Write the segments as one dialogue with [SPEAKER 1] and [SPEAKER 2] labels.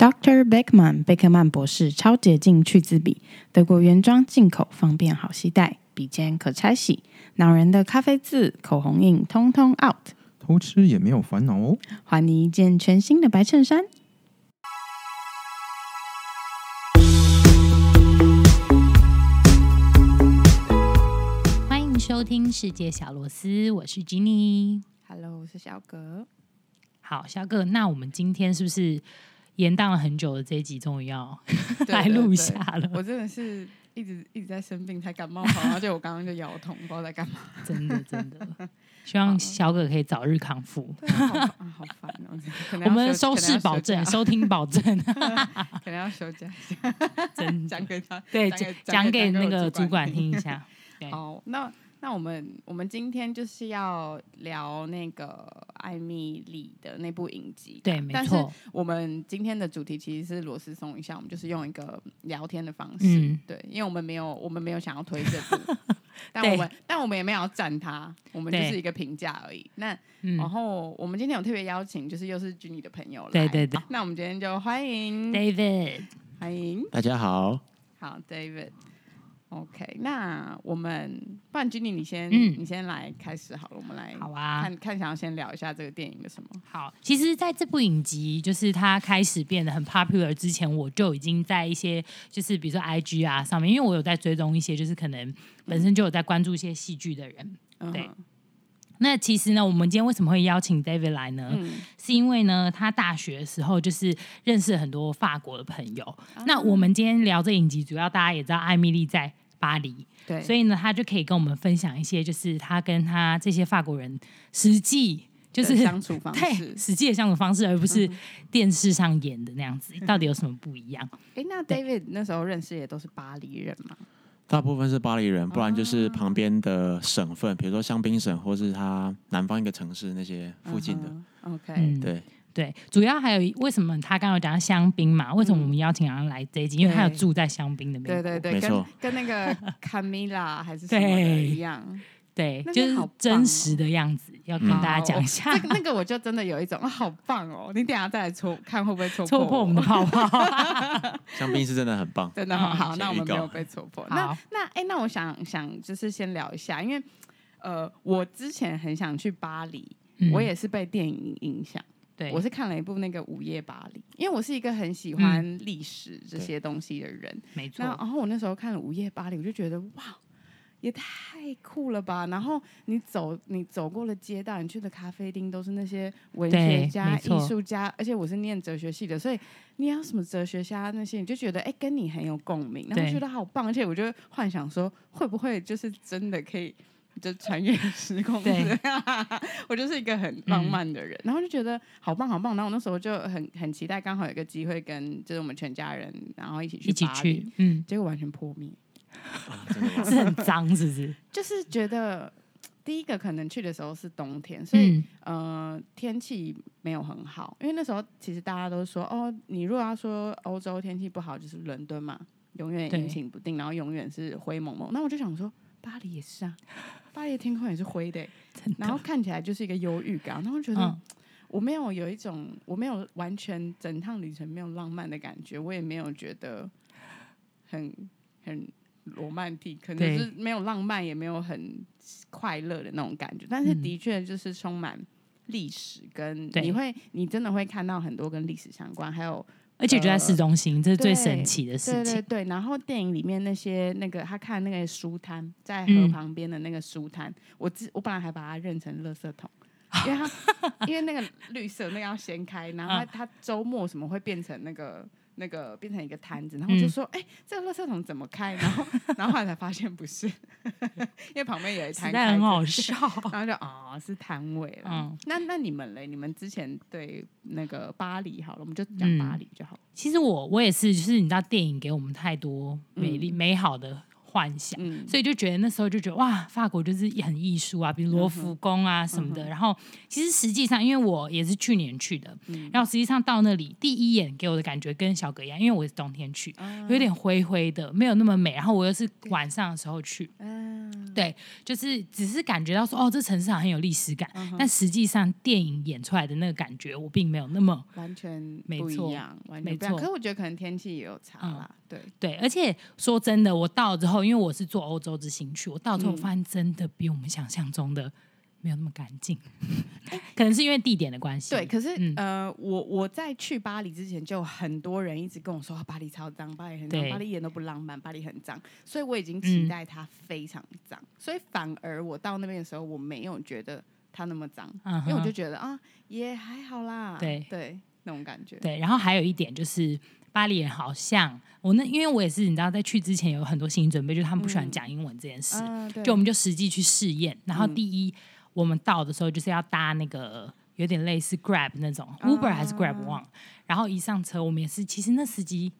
[SPEAKER 1] Dr. Beckman 贝克曼博士超洁净去渍笔，德国原装进口，方便好携带，笔尖可拆洗，恼人的咖啡渍、口红印通通 out，
[SPEAKER 2] 偷吃也没有烦恼哦。
[SPEAKER 1] 还你一件全新的白衬衫。
[SPEAKER 3] 欢迎收听《世界小螺丝》，我是 Jenny。
[SPEAKER 1] Hello，我是小 葛。
[SPEAKER 3] 好，小哥，那我们今天是不是延宕了很久的这一集，终于 要
[SPEAKER 4] 对
[SPEAKER 3] 来
[SPEAKER 4] 对
[SPEAKER 3] 录
[SPEAKER 4] 对
[SPEAKER 3] 下了？
[SPEAKER 4] 我真的是一直一直在生病，才感冒 好，而且我刚刚就摇头，不知道在干嘛。
[SPEAKER 3] 真的，真的，希望小哥可以早日康复。
[SPEAKER 4] 对啊，好 烦啊好烦哦！可能
[SPEAKER 3] 我
[SPEAKER 4] 要
[SPEAKER 3] 们
[SPEAKER 4] 休
[SPEAKER 3] 收
[SPEAKER 4] 啊
[SPEAKER 3] 视保 证，，收听保证，
[SPEAKER 4] 可能要休 假可能要休假一下，
[SPEAKER 3] 真的
[SPEAKER 4] 讲给他，
[SPEAKER 3] 对，
[SPEAKER 4] 讲给
[SPEAKER 3] 讲给那个主
[SPEAKER 4] 主
[SPEAKER 3] 管。听一下。对
[SPEAKER 4] 好，哦那那我们我们今天就是要聊那个艾米丽的那部影集，
[SPEAKER 3] 对，没
[SPEAKER 4] 但是
[SPEAKER 3] 错，
[SPEAKER 4] 我们今天的主题其实是螺丝松一下，我们就是用一个聊天的方式，
[SPEAKER 3] 嗯
[SPEAKER 4] 对，因为我们没有我们没有想要推这 部，但
[SPEAKER 3] 对
[SPEAKER 4] 我们但我们也没有要赞它，我们就
[SPEAKER 3] 对
[SPEAKER 4] 是一个评价而已。那、
[SPEAKER 3] 嗯，
[SPEAKER 4] 然后我们今天有特别邀请，就是又是君妮的朋哦友来，
[SPEAKER 3] 对对对
[SPEAKER 4] 那我们今天就欢迎
[SPEAKER 3] ，David，
[SPEAKER 4] 欢迎，
[SPEAKER 2] 大家好，
[SPEAKER 4] 好，David。OK，那我们不然君妮你先、
[SPEAKER 3] 嗯
[SPEAKER 4] 你先来开始好了，我们来
[SPEAKER 3] 好啊，
[SPEAKER 4] 看看想要先聊一下这个电影的什么，
[SPEAKER 3] 好，其实，在这部影集就是它开始变得很 popular 之前，我就已经在一些就是比如说 IG 啊上面，因为我有在追踪一些就是可能本身就有在关注一些戏剧的人。
[SPEAKER 4] 嗯
[SPEAKER 3] 对
[SPEAKER 4] 哼
[SPEAKER 3] 那其实呢，我们今天为什么会邀请 David 来呢？
[SPEAKER 4] 嗯，
[SPEAKER 3] 是因为呢，他大学的时候就是认识很多法国的朋友。
[SPEAKER 4] 啊
[SPEAKER 3] 那我们今天聊这影集，主要大家也知道艾米丽在巴黎，
[SPEAKER 4] 对，
[SPEAKER 3] 所以呢，他就可以跟我们分享一些就是他跟他这些法国人实际就
[SPEAKER 4] 的
[SPEAKER 3] 是
[SPEAKER 4] 相处方式嗯
[SPEAKER 3] 对，实际的相处方式，而不是电视上演的那样子，到底有什么不一样？
[SPEAKER 4] 哎，那 David 那时候认识也都是巴黎人嘛？
[SPEAKER 2] 大部分是巴黎人，不然就是旁边的省份，比如说香槟省或是它南方一个城市那些附近的。
[SPEAKER 4] 嗯哼 OK，、
[SPEAKER 3] 嗯，
[SPEAKER 2] 对，
[SPEAKER 3] 对，主要还有为什么他刚刚有讲到香槟嘛？为什么我们邀请他来这一集？因为他有住在香槟的美国，
[SPEAKER 4] 嗯对对对，
[SPEAKER 2] 没
[SPEAKER 4] 跟
[SPEAKER 2] 错
[SPEAKER 4] 跟那个 Camila 还是什么的
[SPEAKER 3] 对
[SPEAKER 4] 一样。
[SPEAKER 3] 对
[SPEAKER 4] 那边
[SPEAKER 3] 就是
[SPEAKER 4] 好棒哦哦
[SPEAKER 3] 真实的样子，要跟
[SPEAKER 2] 嗯
[SPEAKER 3] 大家讲一下
[SPEAKER 4] 这，个那个我就真的有一种啊，好棒哦！你等一下再来戳，看会不会 戳。
[SPEAKER 3] 戳破我们的泡泡。
[SPEAKER 2] 香槟是真的很棒
[SPEAKER 4] 真的好
[SPEAKER 3] 嗯
[SPEAKER 4] 好，
[SPEAKER 2] 先
[SPEAKER 4] 那我们
[SPEAKER 2] 预告
[SPEAKER 4] 没有被戳破。那
[SPEAKER 3] 好，
[SPEAKER 4] 那哎，那我想想，就是先聊一下，因为呃，我之前很想去巴黎，
[SPEAKER 3] 嗯
[SPEAKER 4] 我也是被电影影响。
[SPEAKER 3] 对，
[SPEAKER 4] 我是看了一部那个《午夜巴黎》，因为我是一个很喜欢历史这
[SPEAKER 2] 对
[SPEAKER 4] 些东西的人，
[SPEAKER 3] 没
[SPEAKER 4] 那
[SPEAKER 3] 错，
[SPEAKER 4] 哦然后我那时候看了《午夜巴黎》，我就觉得哇，也太酷了吧！然后你走你走过了街道，你去的咖啡厅都是那些文
[SPEAKER 3] 对
[SPEAKER 4] 学家、
[SPEAKER 3] 没错
[SPEAKER 4] 艺术家，而且我是念哲学系的，所以你要什么哲学家那些，你就觉得哎、跟你很有共鸣，然后
[SPEAKER 3] 对
[SPEAKER 4] 觉得好棒，而且我就幻想说，会不会就是真的可以。就穿越 时空之
[SPEAKER 3] 对嗯
[SPEAKER 4] 类的， 我就是一个很浪漫的人，然后就觉得好棒好棒。然后我那时候就很很期待，刚好有一个机会跟就是我们全家人，然后一起去
[SPEAKER 3] 一起
[SPEAKER 4] 巴黎
[SPEAKER 3] 去，嗯，
[SPEAKER 4] 结果完全破灭。
[SPEAKER 2] 啊真的吗？
[SPEAKER 3] 是很脏，是不是？
[SPEAKER 4] 就是觉得第一个可能去的时候是冬天，所以、
[SPEAKER 3] 嗯，
[SPEAKER 4] 呃天气没有很好，因为那时候其实大家都说哦，你如果要说欧洲天气不好，就是伦敦嘛，永远
[SPEAKER 3] 对
[SPEAKER 4] 阴晴不定，然后永远是灰蒙蒙。那我就想说，巴黎也 是啊，巴黎的天空也是灰的欸、
[SPEAKER 3] 真
[SPEAKER 4] 然后
[SPEAKER 3] 的，
[SPEAKER 4] 看起来就是一个忧郁感，然后觉得。
[SPEAKER 3] 嗯，
[SPEAKER 4] 我没有有一种，我没有完全整趟旅程没有浪漫的感觉，我也没有觉得很很罗曼蒂，可能
[SPEAKER 3] 对
[SPEAKER 4] 就是没有浪漫，也没有很快乐的那种感觉。但是
[SPEAKER 3] 嗯
[SPEAKER 4] 的确就是充满历史，跟
[SPEAKER 3] 对
[SPEAKER 4] 你会你真的会看到很多跟历史相关，还有
[SPEAKER 3] 而且就在市中心，这是最
[SPEAKER 4] 对
[SPEAKER 3] 神奇的事
[SPEAKER 4] 对对
[SPEAKER 3] 情。
[SPEAKER 4] 对，然后电影里面那些那个他看那个书摊，在河
[SPEAKER 3] 嗯
[SPEAKER 4] 旁边的那个书摊，我自我本来还把它认成垃圾 桶，因为它因为那个绿色那个要掀开，然后
[SPEAKER 3] 啊
[SPEAKER 4] 它它周末什么会变成那个。那个变成一个摊子，然后我就
[SPEAKER 3] 嗯
[SPEAKER 4] 说：“哎、这个垃圾桶怎么开？”然后， 然后后来才发现不是， 因为旁边有一
[SPEAKER 3] 实
[SPEAKER 4] 摊
[SPEAKER 3] 在
[SPEAKER 4] 开
[SPEAKER 3] 很
[SPEAKER 4] 着
[SPEAKER 3] 好笑，
[SPEAKER 4] 然后就哦是摊位了。
[SPEAKER 3] 嗯
[SPEAKER 4] 那那你们嘞？你们之前对那个巴黎好了，我们就
[SPEAKER 3] 嗯
[SPEAKER 4] 讲巴黎就好了。
[SPEAKER 3] 其实我我也是，就是你知道，电影给我们太多美丽、美好的幻想。
[SPEAKER 5] 嗯，
[SPEAKER 3] 所以就觉得那时候就觉得哇，法国就是很艺术啊，比如罗浮宫啊什么的。然后其实实际上，因为我也是去年去的，然后实际上到那里第一眼给我的感觉跟小哥一样，因为我是冬天去，有点灰灰的，没有那么美。然后我又是晚上的时候去，
[SPEAKER 5] 嗯，
[SPEAKER 3] 对，就是只是感觉到说哦，这城市好像很有历史感，但实际上电影演出来的那个感觉，我并没有那么
[SPEAKER 5] 完全
[SPEAKER 3] 没
[SPEAKER 5] 不一
[SPEAKER 3] 错
[SPEAKER 5] 样，完
[SPEAKER 3] 没
[SPEAKER 5] 全不一样。
[SPEAKER 3] 错
[SPEAKER 5] 可是我觉得可能天气也有差
[SPEAKER 3] 嗯
[SPEAKER 5] 啦，对，
[SPEAKER 3] 对，而且说真的，我到了之后，因为我是做欧洲之行去，我到了
[SPEAKER 5] 嗯
[SPEAKER 3] 之后发现真的比我们想象中的没有那么干净， 可能是因为地点的关系。
[SPEAKER 5] 对，，可是、
[SPEAKER 3] 嗯
[SPEAKER 5] 呃，我我在去巴黎之前，就有很多人一直跟我说、啊巴黎超脏，巴黎很脏，
[SPEAKER 3] 对
[SPEAKER 5] 巴黎一点都不浪漫，巴黎很脏，所以我已经期
[SPEAKER 3] 嗯
[SPEAKER 5] 待它非常脏，所以反而我到那边的时候，我没有觉得它那么脏，
[SPEAKER 3] 嗯
[SPEAKER 5] 因为我就
[SPEAKER 3] 哼
[SPEAKER 5] 觉得啊，也还好啦，
[SPEAKER 3] 对
[SPEAKER 5] 对，那种感觉，
[SPEAKER 3] 对，然后还有一点就是巴黎人好像我那，因为我也是你知道，在去之前有很多心理准备，就是他们不喜欢讲英文这件事，
[SPEAKER 5] 嗯，对，嗯
[SPEAKER 3] 就我们就实际去试验。然后第一，我们到的时候就是要搭那个有点类似 Grab 那种、Uber 还是
[SPEAKER 5] 哦
[SPEAKER 3] Grab 忘了。然后一上车，我们也是，其实那司机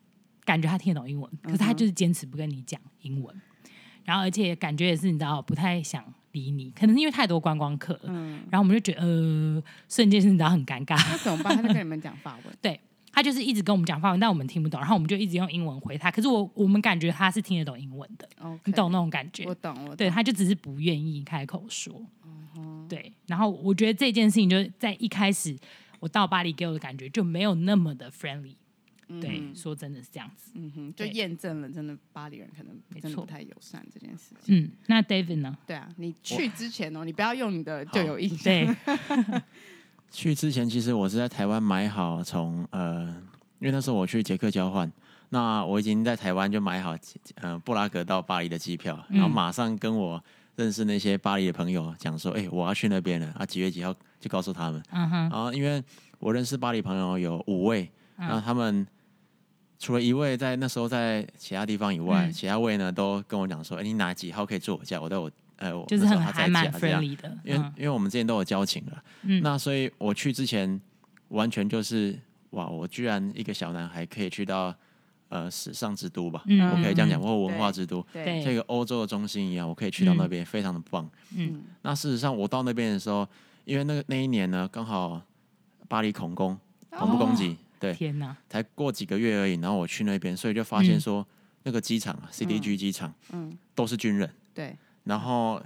[SPEAKER 3] 感觉他听得懂英
[SPEAKER 5] 嗯
[SPEAKER 3] 文，可是他就是坚持不跟你讲英文。然后而且感觉也是你知道不太想理你，可能是因为太多观光客了。
[SPEAKER 5] 嗯，
[SPEAKER 3] 然后我们就觉得呃，瞬间是你知道很尴尬。，
[SPEAKER 5] 那怎么办？他就跟你们讲法文
[SPEAKER 3] 对他就是一直跟我们讲法文，但我们听不懂，然后我们就一直用英文回他。可是我我们感觉他是听得懂英文的，
[SPEAKER 5] 哦，
[SPEAKER 3] 你懂那种感觉？
[SPEAKER 5] 我懂，我懂，
[SPEAKER 3] 对，他就只是不愿意开口说。
[SPEAKER 5] 嗯
[SPEAKER 3] 对，然后我觉得这件事情就是在一开始我到巴黎给我的感觉就没有那么的 friendly。对，说真的是这样子。
[SPEAKER 5] 嗯哼，就
[SPEAKER 3] 对
[SPEAKER 5] 验证了，真的巴黎人可能
[SPEAKER 3] 没
[SPEAKER 5] 真的不
[SPEAKER 3] 错
[SPEAKER 5] 太友善这件事情。
[SPEAKER 3] 嗯，那 David 呢？
[SPEAKER 5] 对啊，你去之前哦，你不要用你的就有印象。
[SPEAKER 3] 对，
[SPEAKER 2] 去之前，其实我是在台湾买好从呃，因为那时候我去捷克交换，那我已经在台湾就买好呃布拉格到巴黎的机票，然后马上跟我认识那些巴黎的朋友讲说，哎、我要去那边了啊，几月几号就告诉他们。
[SPEAKER 3] 嗯哼，
[SPEAKER 2] 然后因为我认识巴黎朋友有五位，
[SPEAKER 3] 嗯
[SPEAKER 2] 然后他们除了一位在那时候在其他地方以外，
[SPEAKER 3] 嗯
[SPEAKER 2] 其他位呢都跟我讲说，哎、你哪几号可以坐我家？我在我呃，我
[SPEAKER 3] 就是
[SPEAKER 2] 那时
[SPEAKER 3] 很
[SPEAKER 2] 候他
[SPEAKER 3] 还
[SPEAKER 2] 在
[SPEAKER 3] 蛮
[SPEAKER 2] 家这样。
[SPEAKER 3] friendly 的。
[SPEAKER 2] 因为、
[SPEAKER 3] 嗯
[SPEAKER 2] 因为我们之前都有交情了，
[SPEAKER 3] 嗯
[SPEAKER 2] 那所以我去之前完全就是哇，我居然一个小男孩可以去到呃时尚之都吧，
[SPEAKER 3] 嗯
[SPEAKER 2] 我可以这样讲，
[SPEAKER 3] 嗯
[SPEAKER 2] 或文化之都，
[SPEAKER 3] 对
[SPEAKER 2] 这个欧洲的中心一样，我可以去到那边，非常的棒。
[SPEAKER 3] 嗯，
[SPEAKER 2] 那事实上我到那边的时候，因为那个那一年呢，刚好巴黎恐攻，恐怖攻击，
[SPEAKER 5] 哦
[SPEAKER 2] 对，
[SPEAKER 3] 天哪，
[SPEAKER 2] 才过几个月而已，然后我去那边，所以就发现说、那个机场啊，CDG 机场
[SPEAKER 5] 嗯，
[SPEAKER 2] 都是军人，
[SPEAKER 5] 对，
[SPEAKER 2] 然后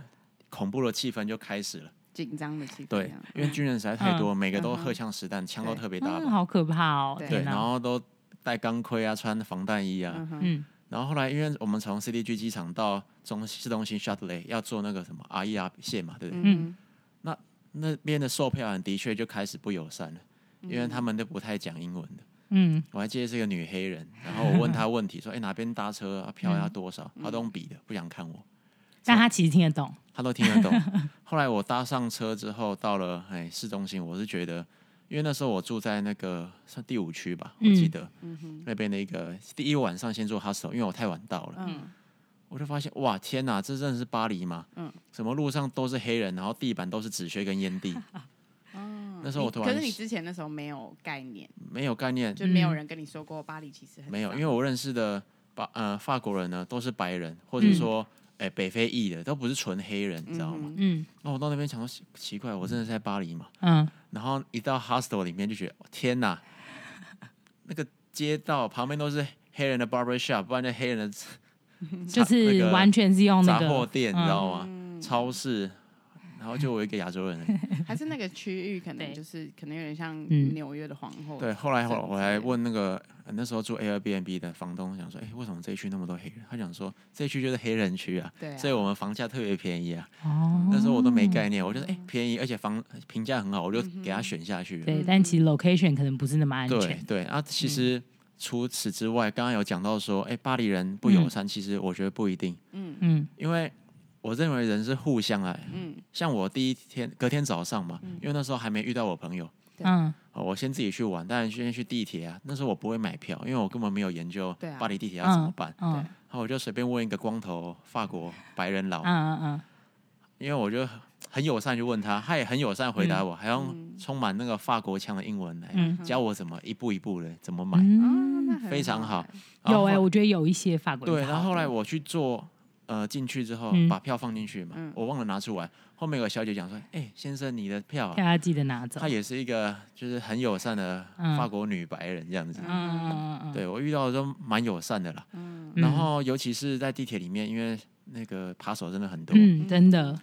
[SPEAKER 2] 恐怖的气氛就开始了。
[SPEAKER 5] 紧张的气氛。
[SPEAKER 2] 对，因为军人实在太多，每个都
[SPEAKER 5] 嗯哼
[SPEAKER 2] 荷枪实弹，枪都
[SPEAKER 5] 对
[SPEAKER 2] 特别大
[SPEAKER 3] 嗯，
[SPEAKER 2] 把，
[SPEAKER 3] 好可怕哦！
[SPEAKER 5] 对
[SPEAKER 2] 对，
[SPEAKER 3] 天
[SPEAKER 2] 然
[SPEAKER 3] 哪，
[SPEAKER 2] 后都戴钢盔啊，穿防弹衣啊。
[SPEAKER 5] 嗯哼，
[SPEAKER 3] 嗯
[SPEAKER 2] 然后后来，因为我们从 CDG 机场到中市中心 shuttle 要坐那个什么 RER 线嘛，对不对？
[SPEAKER 5] 嗯
[SPEAKER 2] 那边的售票员的确就开始不友善了，因为他们都不太讲英文的。
[SPEAKER 3] 嗯
[SPEAKER 2] 我还记得是一个女黑人，然后我问她问题，说：“哎，哪边搭车啊？票要多少？”她都用比的，不想看我，
[SPEAKER 3] 但他其实听得懂。
[SPEAKER 2] 她都听得懂。后来我搭上车之后，到了哎市中心，我是觉得因为那时候我住在那个算第五区吧，我
[SPEAKER 3] 嗯
[SPEAKER 2] 记得、那边的一个第一晚上先住 hostel，因为我太晚到了，
[SPEAKER 5] 嗯
[SPEAKER 2] 我就发现哇天哪，这真的是巴黎吗？
[SPEAKER 5] 嗯
[SPEAKER 2] 什么路上都是黑人，然后地板都是纸屑跟烟 蒂，
[SPEAKER 5] 嗯
[SPEAKER 2] 那时候我
[SPEAKER 5] 你
[SPEAKER 2] 突
[SPEAKER 5] 可
[SPEAKER 2] 然
[SPEAKER 5] 是你之前那时候没有概念，
[SPEAKER 2] 没有概念，
[SPEAKER 5] 就
[SPEAKER 3] 嗯
[SPEAKER 5] 没有人跟你说过巴黎其实很
[SPEAKER 2] 没有，因
[SPEAKER 5] 为
[SPEAKER 2] 为我认识的法呃法国人呢都是白人，或
[SPEAKER 5] 嗯
[SPEAKER 2] 者说哎、北非裔的，都不是纯黑人，你知道吗？
[SPEAKER 3] 嗯
[SPEAKER 2] 哦那、我到那边想说奇奇怪，我真的是在巴黎吗？
[SPEAKER 3] 嗯，
[SPEAKER 2] 然后一到 hostel 里面就觉得哦天哪，那个街道旁边都是黑人的 barber shop，不然就黑人的
[SPEAKER 3] 就
[SPEAKER 2] 那
[SPEAKER 3] 是
[SPEAKER 2] 个
[SPEAKER 3] 完全是哦用那
[SPEAKER 2] 杂
[SPEAKER 3] 个
[SPEAKER 2] 货店，你知道吗？
[SPEAKER 5] 嗯
[SPEAKER 2] 超市，然后就我一个亚洲人而 已。
[SPEAKER 5] 还是那个区域可能
[SPEAKER 3] 对
[SPEAKER 5] 就是可能有点像
[SPEAKER 3] 嗯
[SPEAKER 5] 纽约的皇后。
[SPEAKER 2] 对，，后来我我
[SPEAKER 5] 这
[SPEAKER 2] 还
[SPEAKER 5] 样子
[SPEAKER 2] 问那个呃那时候住 Airbnb 的房东，想说，哎，为什么这一区那么多黑人？他讲说这一区就是黑人区啊，
[SPEAKER 5] 对啊
[SPEAKER 2] 所以我们房价特别便宜啊。
[SPEAKER 3] 哦
[SPEAKER 2] 那时候我都没概念，我就说，哎，便宜，而且房评价很好，我就
[SPEAKER 5] 嗯
[SPEAKER 2] 给他选下去了。
[SPEAKER 3] 对，但其实 location 可能不是那么安
[SPEAKER 2] 对
[SPEAKER 3] 全。
[SPEAKER 2] 对啊，其实除此之外，刚刚有讲到说，哎，巴黎人不友善，其实我觉得不一定，
[SPEAKER 5] 嗯
[SPEAKER 3] 嗯
[SPEAKER 2] 因为我认为人是互相爱。
[SPEAKER 5] 嗯
[SPEAKER 2] 像我第一天隔天早上嘛，因为那时候还没遇到我朋友，
[SPEAKER 5] 对
[SPEAKER 3] 嗯
[SPEAKER 2] 哦，我先自己去玩，当然先去地铁啊。那时候我不会买票，因为我根本没有研究
[SPEAKER 5] 对啊
[SPEAKER 2] 巴黎地铁要怎么办，
[SPEAKER 3] 嗯
[SPEAKER 2] 然后我就随便问一个光头法国白人佬，
[SPEAKER 3] 嗯嗯
[SPEAKER 2] 因为我就很友善去问他，他也很友善回答我，还用
[SPEAKER 5] 嗯
[SPEAKER 2] 充满那个法国腔的英文来、
[SPEAKER 3] 嗯
[SPEAKER 2] 教我怎么一步一步的怎么买。
[SPEAKER 3] 嗯
[SPEAKER 5] 啊，那
[SPEAKER 3] 嗯，
[SPEAKER 5] 很
[SPEAKER 2] 非常好
[SPEAKER 5] 欸
[SPEAKER 2] 然
[SPEAKER 3] 有
[SPEAKER 2] 后
[SPEAKER 3] 哎，
[SPEAKER 2] 后
[SPEAKER 3] 我觉得有一些法国人
[SPEAKER 2] 对，然后
[SPEAKER 3] 好
[SPEAKER 2] 后来我去做呃进去之后
[SPEAKER 3] 嗯
[SPEAKER 2] 把票放进去嘛，
[SPEAKER 5] 嗯
[SPEAKER 2] 我忘了拿出来，后面有个小姐讲说，哎、先生你的票、
[SPEAKER 3] 大
[SPEAKER 2] 啊。
[SPEAKER 3] 家记得拿走。
[SPEAKER 2] 她也是一个就是很友善的
[SPEAKER 3] 嗯
[SPEAKER 2] 法国女白人这样子，
[SPEAKER 3] 嗯嗯嗯嗯，
[SPEAKER 2] 对我遇到的都蛮友善的啦。
[SPEAKER 5] 嗯，
[SPEAKER 3] 嗯
[SPEAKER 2] 然后尤其是在地铁里面，因为那个扒手真的很多，
[SPEAKER 3] 嗯，真的，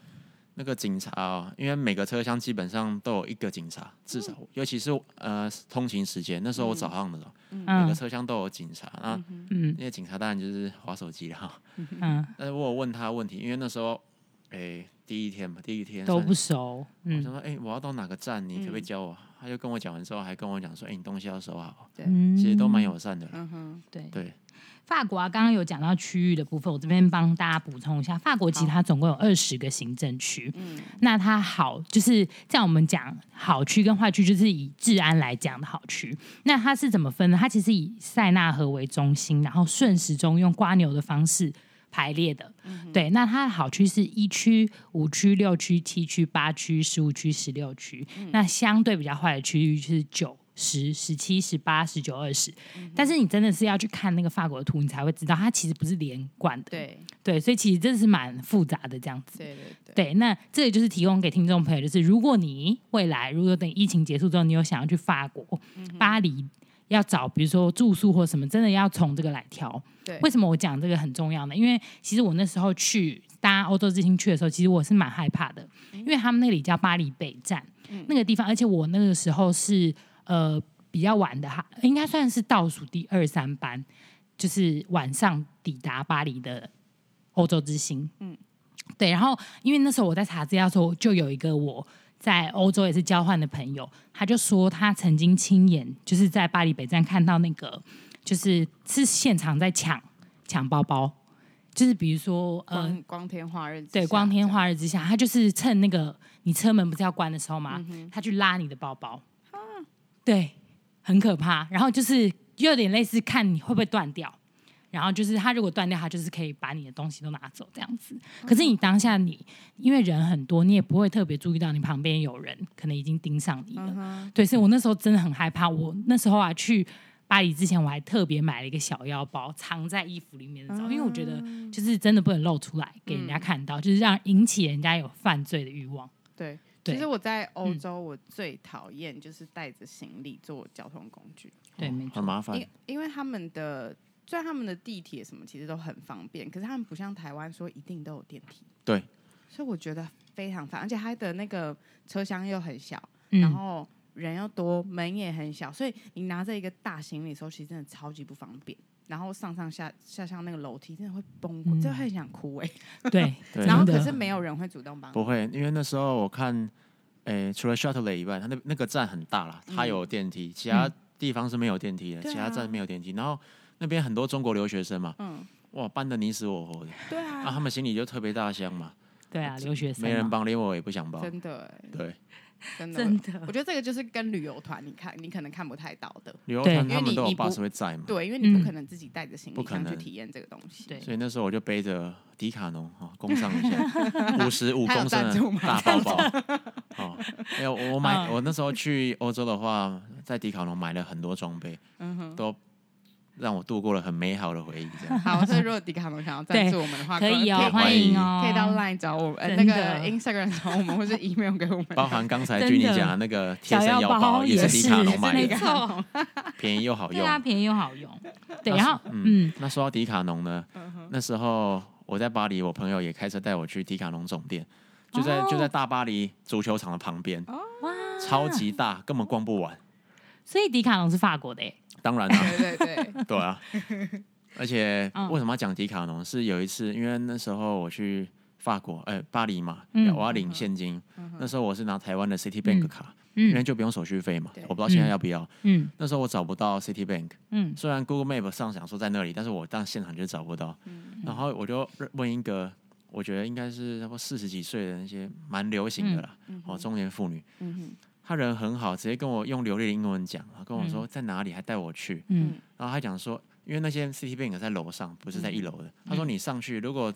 [SPEAKER 2] 那个警察哦，因为每个车厢基本上都有一个警察，至少，尤其是呃通勤时间，那时候我早上的时候，每
[SPEAKER 3] 嗯
[SPEAKER 2] 个车厢都有警察。那
[SPEAKER 3] 嗯
[SPEAKER 2] 那些警察当然就是划手机啦。
[SPEAKER 3] 嗯，
[SPEAKER 2] 但是呃我有问他问题，因为那时候，诶、第一天嘛，第一天
[SPEAKER 3] 都
[SPEAKER 2] 算
[SPEAKER 3] 不熟，
[SPEAKER 2] 我想
[SPEAKER 3] 嗯
[SPEAKER 2] 说，哎、我要到哪个站，你可
[SPEAKER 5] 嗯
[SPEAKER 2] 不可以教我？他就跟我讲完之后，还跟我讲说，哎、你东西要收好，
[SPEAKER 3] 嗯，
[SPEAKER 2] 其实都蛮友善的啦。
[SPEAKER 5] 嗯哼，
[SPEAKER 3] 对。
[SPEAKER 2] 对，
[SPEAKER 3] 法国啊，刚刚有讲到区域的部分，我这边帮大家补充一下，法国其实它总共有二十个行政区。
[SPEAKER 5] 嗯
[SPEAKER 3] 那它好，就是在我们讲好区跟坏区，就是以治安来讲的好区。那它是怎么分呢？它其实以塞纳河为中心，然后顺时钟用瓜牛的方式排列的。对，那它的好区是一区、五区、六区、七区、八区、十五区、十六区。那相对比较坏的区域是九。十、十七、十八、十九、二十，但是你真的是要去看那个法国的图，你才会知道它其实不是连贯的。
[SPEAKER 5] 对
[SPEAKER 3] 对，所以其实这是蛮复杂的这样子。
[SPEAKER 5] 对对对，
[SPEAKER 3] 对，那这也就是提供给听众朋友，就是如果你未来如果等疫情结束之后，你有想要去法国、
[SPEAKER 5] 嗯
[SPEAKER 3] 巴黎，要找比如说住宿或什么，真的要从这个来挑。
[SPEAKER 5] 对
[SPEAKER 3] 为什么我讲这个很重要呢？因为其实我那时候去搭欧洲之星去的时候，其实我是蛮害怕的，
[SPEAKER 5] 嗯
[SPEAKER 3] 因为他们那里叫巴黎北站、那个地方，而且我那个时候是呃比较晚的哈，应该算是倒数第二三班，就是晚上抵达巴黎的欧洲之星。嗯，对。然后因为那时候我在查资料的时候，就有一个我在欧洲也是交换的朋友，他就说他曾经亲眼就是在巴黎北站看到那个，就是是现场在抢抢包包，就是比如说呃
[SPEAKER 5] 光光天化日之
[SPEAKER 3] 对，
[SPEAKER 5] 下
[SPEAKER 3] 光天
[SPEAKER 5] 这样
[SPEAKER 3] 化日之下，他就是趁那个你车门不是要关的时候
[SPEAKER 5] 嗯
[SPEAKER 3] 吗？他去拉你的包包，对，很可怕。然后就是有点类似看你会不会断掉，然后就是他如果断掉，他就是可以把你的东西都拿走这样子。可是你
[SPEAKER 5] 哦
[SPEAKER 3] 当下你因为人很多，你也不会特别注意到你旁边有人可能已经盯上你
[SPEAKER 5] 嗯
[SPEAKER 3] 了。对，所以我那时候真的很害怕。我那时候啊去巴黎之前，我还特别买了一个小腰包，藏在衣服里面的照，因为我觉得就是真的不能露出来给人家看到，就是让引起人家有犯罪的欲望。
[SPEAKER 5] 对。
[SPEAKER 3] 对
[SPEAKER 5] 其实我在欧
[SPEAKER 3] 嗯
[SPEAKER 5] 洲，我最讨厌就是带着行李做交通工具。
[SPEAKER 3] 对，没
[SPEAKER 2] 很
[SPEAKER 3] 错，
[SPEAKER 2] 麻烦
[SPEAKER 5] 因。因为他们的虽然他们的地铁什么其实都很方便，可是他们不像台湾说一定都有电梯。
[SPEAKER 2] 对，
[SPEAKER 5] 所以我觉得非常烦，而且它的那个车厢又很小，然
[SPEAKER 3] 嗯，
[SPEAKER 5] 后人又多，门也很小，所以你拿着一个大行李的时候，其实真的超级不方便。然后上上下下上那个楼梯，真的会崩溃，
[SPEAKER 3] 嗯
[SPEAKER 5] 真的很想哭哎、
[SPEAKER 3] 对，
[SPEAKER 2] 对
[SPEAKER 5] 然后
[SPEAKER 3] 真
[SPEAKER 5] 可是
[SPEAKER 3] 的，
[SPEAKER 5] 没有人会主动帮你，
[SPEAKER 2] 不会，因为那时候我看，诶，除了 Shuttle 以外，它那那个站很大啦，它有电梯，其
[SPEAKER 3] 嗯
[SPEAKER 2] 他地方是没有电梯的，
[SPEAKER 5] 嗯对啊
[SPEAKER 2] 其他站没有电梯。然后那边很多中国留学生嘛，
[SPEAKER 5] 嗯，
[SPEAKER 2] 哇，搬的你死我活的，
[SPEAKER 5] 对
[SPEAKER 2] 啊，
[SPEAKER 5] 啊，
[SPEAKER 2] 他们行李就特别大箱嘛，
[SPEAKER 3] 对 啊，留学生
[SPEAKER 2] 没人
[SPEAKER 3] 嘛，
[SPEAKER 2] 帮，连我也不想帮。
[SPEAKER 5] 真的哎、
[SPEAKER 2] 对，
[SPEAKER 5] 真的
[SPEAKER 3] 真的
[SPEAKER 5] 我觉得这个就是跟旅游团，你看你可能看不太到的，
[SPEAKER 2] 旅游
[SPEAKER 3] 对
[SPEAKER 2] 团
[SPEAKER 5] 因为
[SPEAKER 2] 他们
[SPEAKER 5] 你
[SPEAKER 2] 都有
[SPEAKER 5] 你不
[SPEAKER 2] bus 会载嘛，
[SPEAKER 5] 对，因为你不
[SPEAKER 3] 嗯
[SPEAKER 5] 可能自己带着行
[SPEAKER 2] 不
[SPEAKER 5] 李
[SPEAKER 2] 可
[SPEAKER 5] 箱去
[SPEAKER 2] 能
[SPEAKER 5] 体验这个东西，
[SPEAKER 3] 对
[SPEAKER 2] 所以那时候我就背着迪卡侬啊，哦工上一 下，五十五
[SPEAKER 5] 他有
[SPEAKER 2] 公升
[SPEAKER 5] 赞助
[SPEAKER 2] 的
[SPEAKER 5] 吗
[SPEAKER 2] 大包包。 哦，没有，我买
[SPEAKER 3] 嗯
[SPEAKER 2] 我那时候去欧洲的话，在迪卡侬买了很多装备，
[SPEAKER 5] 嗯
[SPEAKER 2] 都让我度过了很美好的回忆。这样，
[SPEAKER 5] 好，所以如果迪卡侬想要赞助我们的话，
[SPEAKER 3] 可以哦，
[SPEAKER 2] 可以
[SPEAKER 3] 欢迎哦，
[SPEAKER 5] 可以到 Line 找我们，呃那
[SPEAKER 3] 真的哦
[SPEAKER 5] 个 Instagram 找我们，或 是 email 给我们。
[SPEAKER 2] 包含刚才
[SPEAKER 3] 真
[SPEAKER 2] 据你
[SPEAKER 3] 的
[SPEAKER 2] 讲的那个贴
[SPEAKER 3] 小
[SPEAKER 2] 身腰包
[SPEAKER 3] 也
[SPEAKER 2] 是迪卡侬买
[SPEAKER 3] 没
[SPEAKER 2] 的，
[SPEAKER 3] 错，
[SPEAKER 2] 便宜又好
[SPEAKER 3] 对
[SPEAKER 2] 用。
[SPEAKER 3] 啊，便宜又好用。对，然后嗯
[SPEAKER 2] 嗯，那说到迪卡侬呢，那时候我在巴黎，我朋友也开车带我去迪卡侬总店，就在、
[SPEAKER 3] 哦
[SPEAKER 2] 就在大巴黎足球场的旁边，
[SPEAKER 3] 哇，
[SPEAKER 2] 超级大，根本逛不完。
[SPEAKER 3] 所以迪卡侬是法国的欸耶，
[SPEAKER 2] 当然啦、
[SPEAKER 5] 对对对，
[SPEAKER 2] 对啊。而且
[SPEAKER 3] 嗯
[SPEAKER 2] 为什么要讲迪卡侬？是有一次，因为那时候我去法国，哎、巴黎嘛，
[SPEAKER 3] 嗯
[SPEAKER 2] 我要领现金。那时候我是拿台湾的 City
[SPEAKER 3] 嗯
[SPEAKER 2] Bank 卡，因为
[SPEAKER 3] 嗯
[SPEAKER 2] 就不用手续费嘛
[SPEAKER 5] 对。
[SPEAKER 2] 我不知道现在要不要。
[SPEAKER 3] 嗯
[SPEAKER 2] 那时候我找不到 City Bank，
[SPEAKER 3] 嗯
[SPEAKER 2] 虽然 Google Map 上想说在那里，但是我当现场就找不到。然后我就问一个，我觉得应该是差不多四十几岁的那些蛮流行的啦，哦，中年妇女，
[SPEAKER 5] 嗯
[SPEAKER 2] 她人很好，直接跟我用流利的英文讲，然后跟我说在哪里，还带我去。
[SPEAKER 3] 嗯
[SPEAKER 2] 然后她讲说，因为那些 City Bank 在楼上，不是在一楼的。她说你上去，如果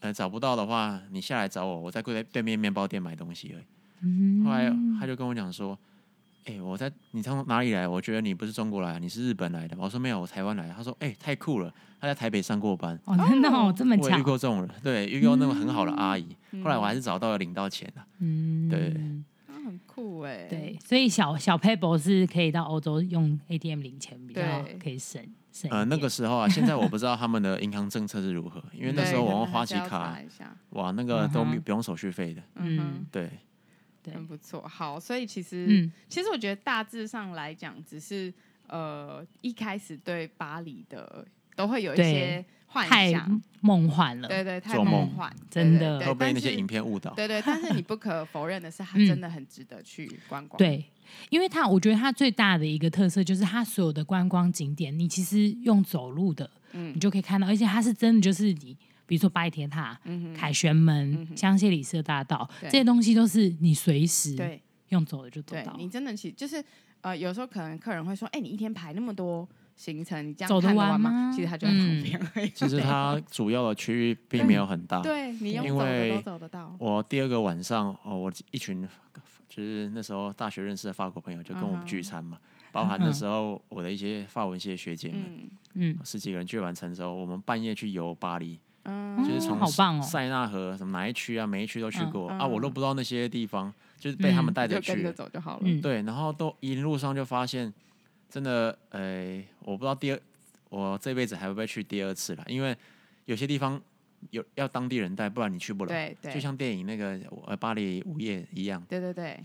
[SPEAKER 2] 呃找不到的话，你下来找我，我在对对面面包店买东西而已。
[SPEAKER 3] 嗯，
[SPEAKER 2] 后来她就跟我讲说，哎、哎、我在你从哪里来？我觉得你不是中国来，你是日本来的。我说没有，我台湾来。他说哎、太酷了，他在台北上过班。
[SPEAKER 3] 哦，真的哦，这么
[SPEAKER 2] 我也遇
[SPEAKER 3] 巧，
[SPEAKER 2] 过这种人，对，遇过那种很好
[SPEAKER 5] 嗯
[SPEAKER 2] 的阿姨。后来我还是找到了领到钱了。
[SPEAKER 3] 嗯，
[SPEAKER 2] 对
[SPEAKER 5] 啊很酷哎、
[SPEAKER 3] 对，所以小小 Pebble 是可以到欧洲用 ATM 领钱，比较
[SPEAKER 5] 对
[SPEAKER 3] 可以省省一点。
[SPEAKER 2] 呃，那个时候啊，现在我不知道他们的银行政策是如何，因为
[SPEAKER 5] 对，
[SPEAKER 2] 那时候
[SPEAKER 5] 可
[SPEAKER 2] 我用
[SPEAKER 5] 能
[SPEAKER 2] 花
[SPEAKER 5] 还
[SPEAKER 2] 旗
[SPEAKER 5] 是要
[SPEAKER 2] 卡
[SPEAKER 5] 查，一下，
[SPEAKER 2] 哇，那个都
[SPEAKER 3] 嗯哼
[SPEAKER 2] 不用手续费的。
[SPEAKER 5] 嗯
[SPEAKER 3] 嗯
[SPEAKER 5] 哼，
[SPEAKER 2] 对，
[SPEAKER 3] 对
[SPEAKER 5] 很不错。好，所以其实、
[SPEAKER 3] 嗯
[SPEAKER 5] 其实我觉得大致上来讲，只是呃一开始对巴黎的都会有一
[SPEAKER 3] 对
[SPEAKER 5] 些幻
[SPEAKER 3] 太
[SPEAKER 5] 想，
[SPEAKER 3] 梦幻了，
[SPEAKER 5] 对对，太
[SPEAKER 2] 做
[SPEAKER 5] 梦
[SPEAKER 2] 梦
[SPEAKER 5] 幻，对
[SPEAKER 3] 真
[SPEAKER 5] 对
[SPEAKER 3] 的
[SPEAKER 5] 对
[SPEAKER 2] 都被
[SPEAKER 5] 但
[SPEAKER 2] 那些
[SPEAKER 5] 是
[SPEAKER 2] 影片误导。
[SPEAKER 5] 对对，但是你不可否认的是，它
[SPEAKER 3] 嗯
[SPEAKER 5] 真的很值得去 观光。
[SPEAKER 3] 对，因为它我觉得它最大的一个特色就是它所有的观光景点，你其实用走路的，
[SPEAKER 5] 嗯
[SPEAKER 3] 你就可以看到，而且它是真的就是你，比如说白铁塔、
[SPEAKER 5] 嗯哼，
[SPEAKER 3] 凯旋门
[SPEAKER 5] 嗯、哼
[SPEAKER 3] 香榭里舍大道
[SPEAKER 5] 对
[SPEAKER 3] 这些东西，都是你随时
[SPEAKER 5] 对
[SPEAKER 3] 用走的就走
[SPEAKER 5] 对
[SPEAKER 3] 到，
[SPEAKER 5] 你真的其就是呃，有时候可能客人会说，哎，你一天排那么多行程，你这样
[SPEAKER 3] 走得
[SPEAKER 5] 看
[SPEAKER 3] 完
[SPEAKER 5] 吗
[SPEAKER 3] 吗？
[SPEAKER 5] 其实它就在旁
[SPEAKER 3] 嗯
[SPEAKER 5] 边而已。
[SPEAKER 2] 其实它主要的区域并没有很大。
[SPEAKER 5] 对你用
[SPEAKER 2] 因
[SPEAKER 5] 走的都
[SPEAKER 2] 为
[SPEAKER 5] 走得到。
[SPEAKER 2] 我第二个晚上，哦，我一群就是那时候大学认识的法国朋友，就跟我
[SPEAKER 5] 嗯
[SPEAKER 2] 们
[SPEAKER 5] 哼
[SPEAKER 2] 聚餐嘛，包含那时候我的一些法文系的学姐们，
[SPEAKER 5] 嗯
[SPEAKER 3] 嗯，
[SPEAKER 2] 十几个人聚完餐之后，我们半夜去游巴黎，
[SPEAKER 5] 嗯，
[SPEAKER 2] 就是从
[SPEAKER 3] 哦好棒哦
[SPEAKER 2] 塞纳河什么哪一区啊，每一区都去
[SPEAKER 3] 嗯
[SPEAKER 2] 过
[SPEAKER 5] 嗯
[SPEAKER 2] 啊，我都不知道那些地方，嗯就是被他们带着
[SPEAKER 5] 就
[SPEAKER 2] 去
[SPEAKER 5] 跟着
[SPEAKER 2] 了，
[SPEAKER 5] 走就好了。
[SPEAKER 3] 嗯
[SPEAKER 2] 对，然后都一路上就发现，真的，呃，我不知道第二，我这辈子还会不会去第二次了，因为有些地方有要当地人带，不然你去不了。
[SPEAKER 5] 对对，
[SPEAKER 2] 就像电影那个呃巴黎午夜一样，
[SPEAKER 5] 对对对，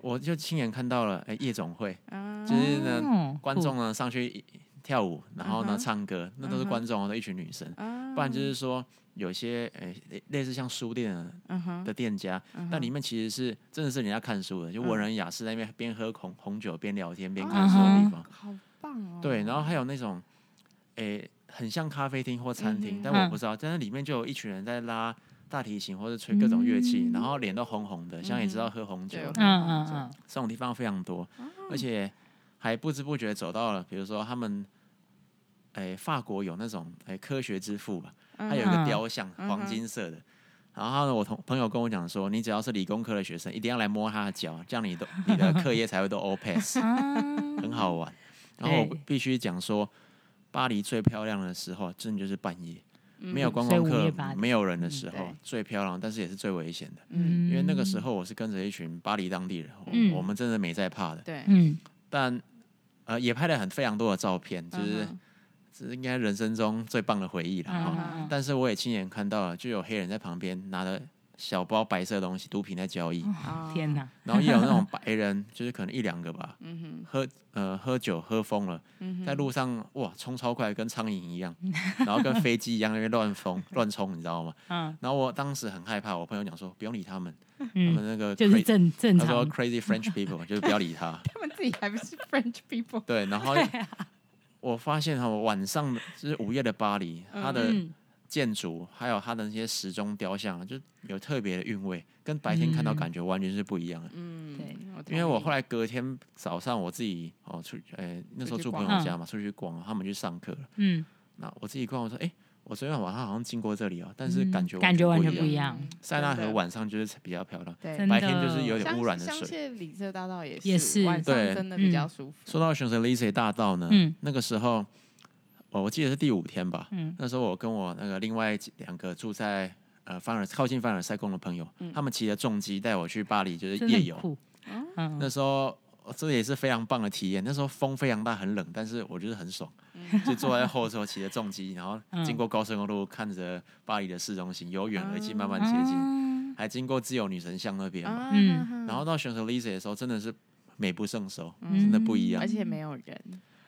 [SPEAKER 2] 我就亲眼看到了，哎、夜总会
[SPEAKER 5] 嗯，
[SPEAKER 2] 就是呢
[SPEAKER 3] 哦
[SPEAKER 2] 观众呢上去跳舞，然后呢、
[SPEAKER 5] 嗯哼
[SPEAKER 2] 唱歌，那都是观众，都一群女生。
[SPEAKER 5] 啊
[SPEAKER 2] 不然就是说有些呃类类似像书店啊
[SPEAKER 5] 嗯哼，
[SPEAKER 2] 的店家，
[SPEAKER 5] 嗯哼嗯
[SPEAKER 2] 但里面其实是真的是人家看书的，就文人雅士在那边边喝红红酒边聊天
[SPEAKER 5] 哦
[SPEAKER 2] 边看书的地
[SPEAKER 3] 嗯
[SPEAKER 2] 方。
[SPEAKER 5] 啊好棒哦。
[SPEAKER 2] 对，然后还有那种，诶、很像咖啡厅或餐厅，
[SPEAKER 5] 嗯哼
[SPEAKER 2] 但我不知道，但是里面就有一群人在拉大提琴或者吹各种乐器，然后脸都红红的，像你知道喝红酒
[SPEAKER 5] 对，哦
[SPEAKER 3] 嗯嗯嗯，
[SPEAKER 2] 这种地方非常多，而且还不知不觉走到了，比如说他们。诶，法国有那种诶科学之父吧，
[SPEAKER 5] 嗯
[SPEAKER 2] 他有一
[SPEAKER 3] 嗯
[SPEAKER 2] 个
[SPEAKER 3] 哼
[SPEAKER 2] 雕像，
[SPEAKER 5] 嗯
[SPEAKER 2] 黄
[SPEAKER 5] 哼
[SPEAKER 2] 金色的。然后呢，我同朋友跟我讲说，你只要是理工科的学生，一定要来摸他的脚，这样你都你的课业才会都 all pass。
[SPEAKER 3] 啊，
[SPEAKER 2] 很好玩。然后我
[SPEAKER 3] 对
[SPEAKER 2] 必须讲说，巴黎最漂亮的时候，真的就是半夜，没有观
[SPEAKER 3] 嗯所以
[SPEAKER 2] 光
[SPEAKER 3] 午夜
[SPEAKER 2] 客
[SPEAKER 3] 巴、黎
[SPEAKER 2] 没有人的时
[SPEAKER 5] 嗯
[SPEAKER 2] 候
[SPEAKER 5] 对，
[SPEAKER 2] 最漂亮，但是也是最危险的。
[SPEAKER 5] 嗯，
[SPEAKER 2] 因为那个时候我是跟着一群巴黎当地人，我
[SPEAKER 3] 嗯
[SPEAKER 2] 我们真的没在怕的。
[SPEAKER 5] 对，
[SPEAKER 3] 嗯，
[SPEAKER 2] 但呃，也拍了很非常多的照片，就是
[SPEAKER 5] 嗯
[SPEAKER 2] 这是应该人生中最棒的回忆了
[SPEAKER 3] 嗯
[SPEAKER 2] 哈。
[SPEAKER 3] 嗯
[SPEAKER 4] 啊
[SPEAKER 3] 嗯
[SPEAKER 2] 但是我也亲眼看到了，就有黑人在旁边拿着小包白色的东西，毒品在交易，
[SPEAKER 3] 嗯
[SPEAKER 4] 啊
[SPEAKER 5] 哼啊
[SPEAKER 3] 天，哪，
[SPEAKER 2] 然后也有那种白人，就是可能一两个吧，
[SPEAKER 5] 嗯哼，
[SPEAKER 2] 喝呃喝酒喝疯了，
[SPEAKER 5] 嗯哼
[SPEAKER 2] 在路上哇冲超快，跟苍蝇一 样，然后跟飞机一样在那边乱疯乱冲，你知道吗？
[SPEAKER 3] 嗯
[SPEAKER 2] 然后我当时很害怕，我朋友讲说不用理他们，他
[SPEAKER 3] 嗯，
[SPEAKER 2] 们那个 cra-
[SPEAKER 3] 就是正正
[SPEAKER 2] 他说
[SPEAKER 4] 嗯
[SPEAKER 3] 常，
[SPEAKER 2] crazy French people 就是不要理他。
[SPEAKER 5] 他们自己还不 是 French people，
[SPEAKER 2] 对，然后我发现哈，晚上就是午夜的巴黎，它的
[SPEAKER 3] 嗯
[SPEAKER 2] 建筑还有它的那些时钟雕像，就有特别的韵味，跟白天看到
[SPEAKER 3] 嗯
[SPEAKER 2] 感觉完全是不一样的。
[SPEAKER 5] 嗯，
[SPEAKER 3] 对
[SPEAKER 2] 因为我后
[SPEAKER 5] 来
[SPEAKER 2] 来隔天早上我自己哦出，呃、那时候
[SPEAKER 5] 出去
[SPEAKER 2] 住朋
[SPEAKER 5] 逛
[SPEAKER 2] 友家嘛，出去逛，他们去上课了。
[SPEAKER 3] 嗯，
[SPEAKER 2] 那我自己逛，我说，哎、我昨天晚上好像经过这里哦，但是
[SPEAKER 3] 嗯
[SPEAKER 2] 感觉、
[SPEAKER 3] 感觉完全
[SPEAKER 2] 不
[SPEAKER 3] 不一
[SPEAKER 2] 样。
[SPEAKER 3] 样
[SPEAKER 2] 塞纳河晚上就是比较漂亮，
[SPEAKER 5] 对
[SPEAKER 3] 真。的
[SPEAKER 2] 白天就是有点
[SPEAKER 5] 像
[SPEAKER 2] 污染的
[SPEAKER 5] 香
[SPEAKER 2] 水。
[SPEAKER 5] 榭里舍大道也
[SPEAKER 3] 也是
[SPEAKER 5] 晚上
[SPEAKER 2] 对
[SPEAKER 5] 真的比
[SPEAKER 3] 嗯
[SPEAKER 5] 较舒服。
[SPEAKER 2] 说到雄 e l y s e 大道呢，
[SPEAKER 3] 嗯
[SPEAKER 2] 那个时候，我我记得是第五天吧，
[SPEAKER 3] 嗯
[SPEAKER 2] 那时候我跟我那个另外几两个住在呃凡尔靠近凡尔赛宫的朋友，他们骑着重机带我去巴黎，就是
[SPEAKER 3] 嗯真的
[SPEAKER 2] 夜
[SPEAKER 3] 很
[SPEAKER 2] 游。
[SPEAKER 3] 酷，
[SPEAKER 4] 哦
[SPEAKER 3] 嗯，
[SPEAKER 2] 那时候哦这也是非常棒的体验。那时候风非常大，很冷，但是我觉得很爽，
[SPEAKER 5] 嗯
[SPEAKER 2] 就坐在后座骑着重机，然后经过高速公路，看着巴黎的市中心，由远而近慢慢接近，
[SPEAKER 3] 啊
[SPEAKER 2] 还经过自由女神像那边嘛。
[SPEAKER 3] 嗯
[SPEAKER 5] 啊，
[SPEAKER 2] 然后到选择 l i s a 的时候，真的是美不胜收，真的不一样
[SPEAKER 5] 嗯而。且没有人，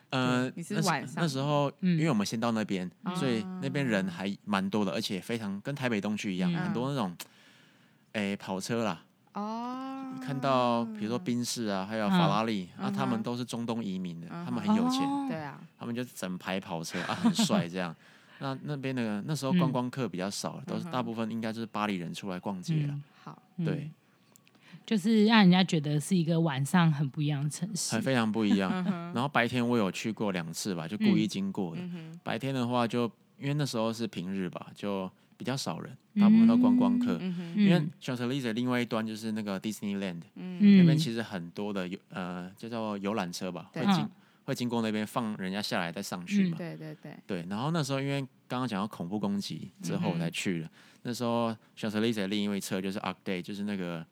[SPEAKER 2] 呃，
[SPEAKER 5] 你是
[SPEAKER 2] 那时
[SPEAKER 5] 晚上
[SPEAKER 2] 那时候，
[SPEAKER 3] 嗯
[SPEAKER 2] 因为我们先到那边，
[SPEAKER 5] 嗯
[SPEAKER 2] 所以那边人还蛮多的，而且非常跟台北东区一样，
[SPEAKER 3] 嗯
[SPEAKER 2] 很多那种，诶、跑车啦，
[SPEAKER 5] 哦，
[SPEAKER 2] 看到比如说宾士啊，还有法拉利、啊，
[SPEAKER 5] 嗯
[SPEAKER 2] 他
[SPEAKER 5] 哼
[SPEAKER 2] 们都是中东移民的，
[SPEAKER 5] 嗯
[SPEAKER 2] 他们
[SPEAKER 5] 哼
[SPEAKER 2] 很有钱，
[SPEAKER 3] 哦
[SPEAKER 5] 对啊，
[SPEAKER 2] 他们就整排跑车啊，很 帅这样。那那边的那时
[SPEAKER 3] 嗯
[SPEAKER 2] 候观光客比较少，
[SPEAKER 5] 嗯
[SPEAKER 2] 都是大部分应该就是巴黎人出来逛街了
[SPEAKER 3] 嗯，
[SPEAKER 5] 好，
[SPEAKER 2] 对，
[SPEAKER 3] 就是让人家觉得是一个晚上很不一样的城市
[SPEAKER 2] 很。非常不一样。
[SPEAKER 5] 嗯
[SPEAKER 2] 然后白天我有去
[SPEAKER 5] 嗯
[SPEAKER 4] 嗯
[SPEAKER 2] 过两次吧，就故意经过的。白天的话就因为那时候是平日吧，就比较少人，大部分都观光客。
[SPEAKER 4] 嗯哼，
[SPEAKER 2] 因为
[SPEAKER 3] 嗯
[SPEAKER 2] s h a t l e s 另外一端就是那个 Disneyland，、
[SPEAKER 4] 嗯，
[SPEAKER 3] 嗯
[SPEAKER 2] 那边其实很多的游呃，就叫做游览车吧，
[SPEAKER 4] 对
[SPEAKER 2] 会经会经过那边放人家下来再上去
[SPEAKER 3] 嗯
[SPEAKER 2] 嘛。
[SPEAKER 4] 对对对，
[SPEAKER 2] 对，然后那时候因为刚刚讲到恐怖攻击之后
[SPEAKER 3] 嗯哼
[SPEAKER 2] 我才去的，那时候 s h a t l e s 另一位侧就是 Arc Day，就是那个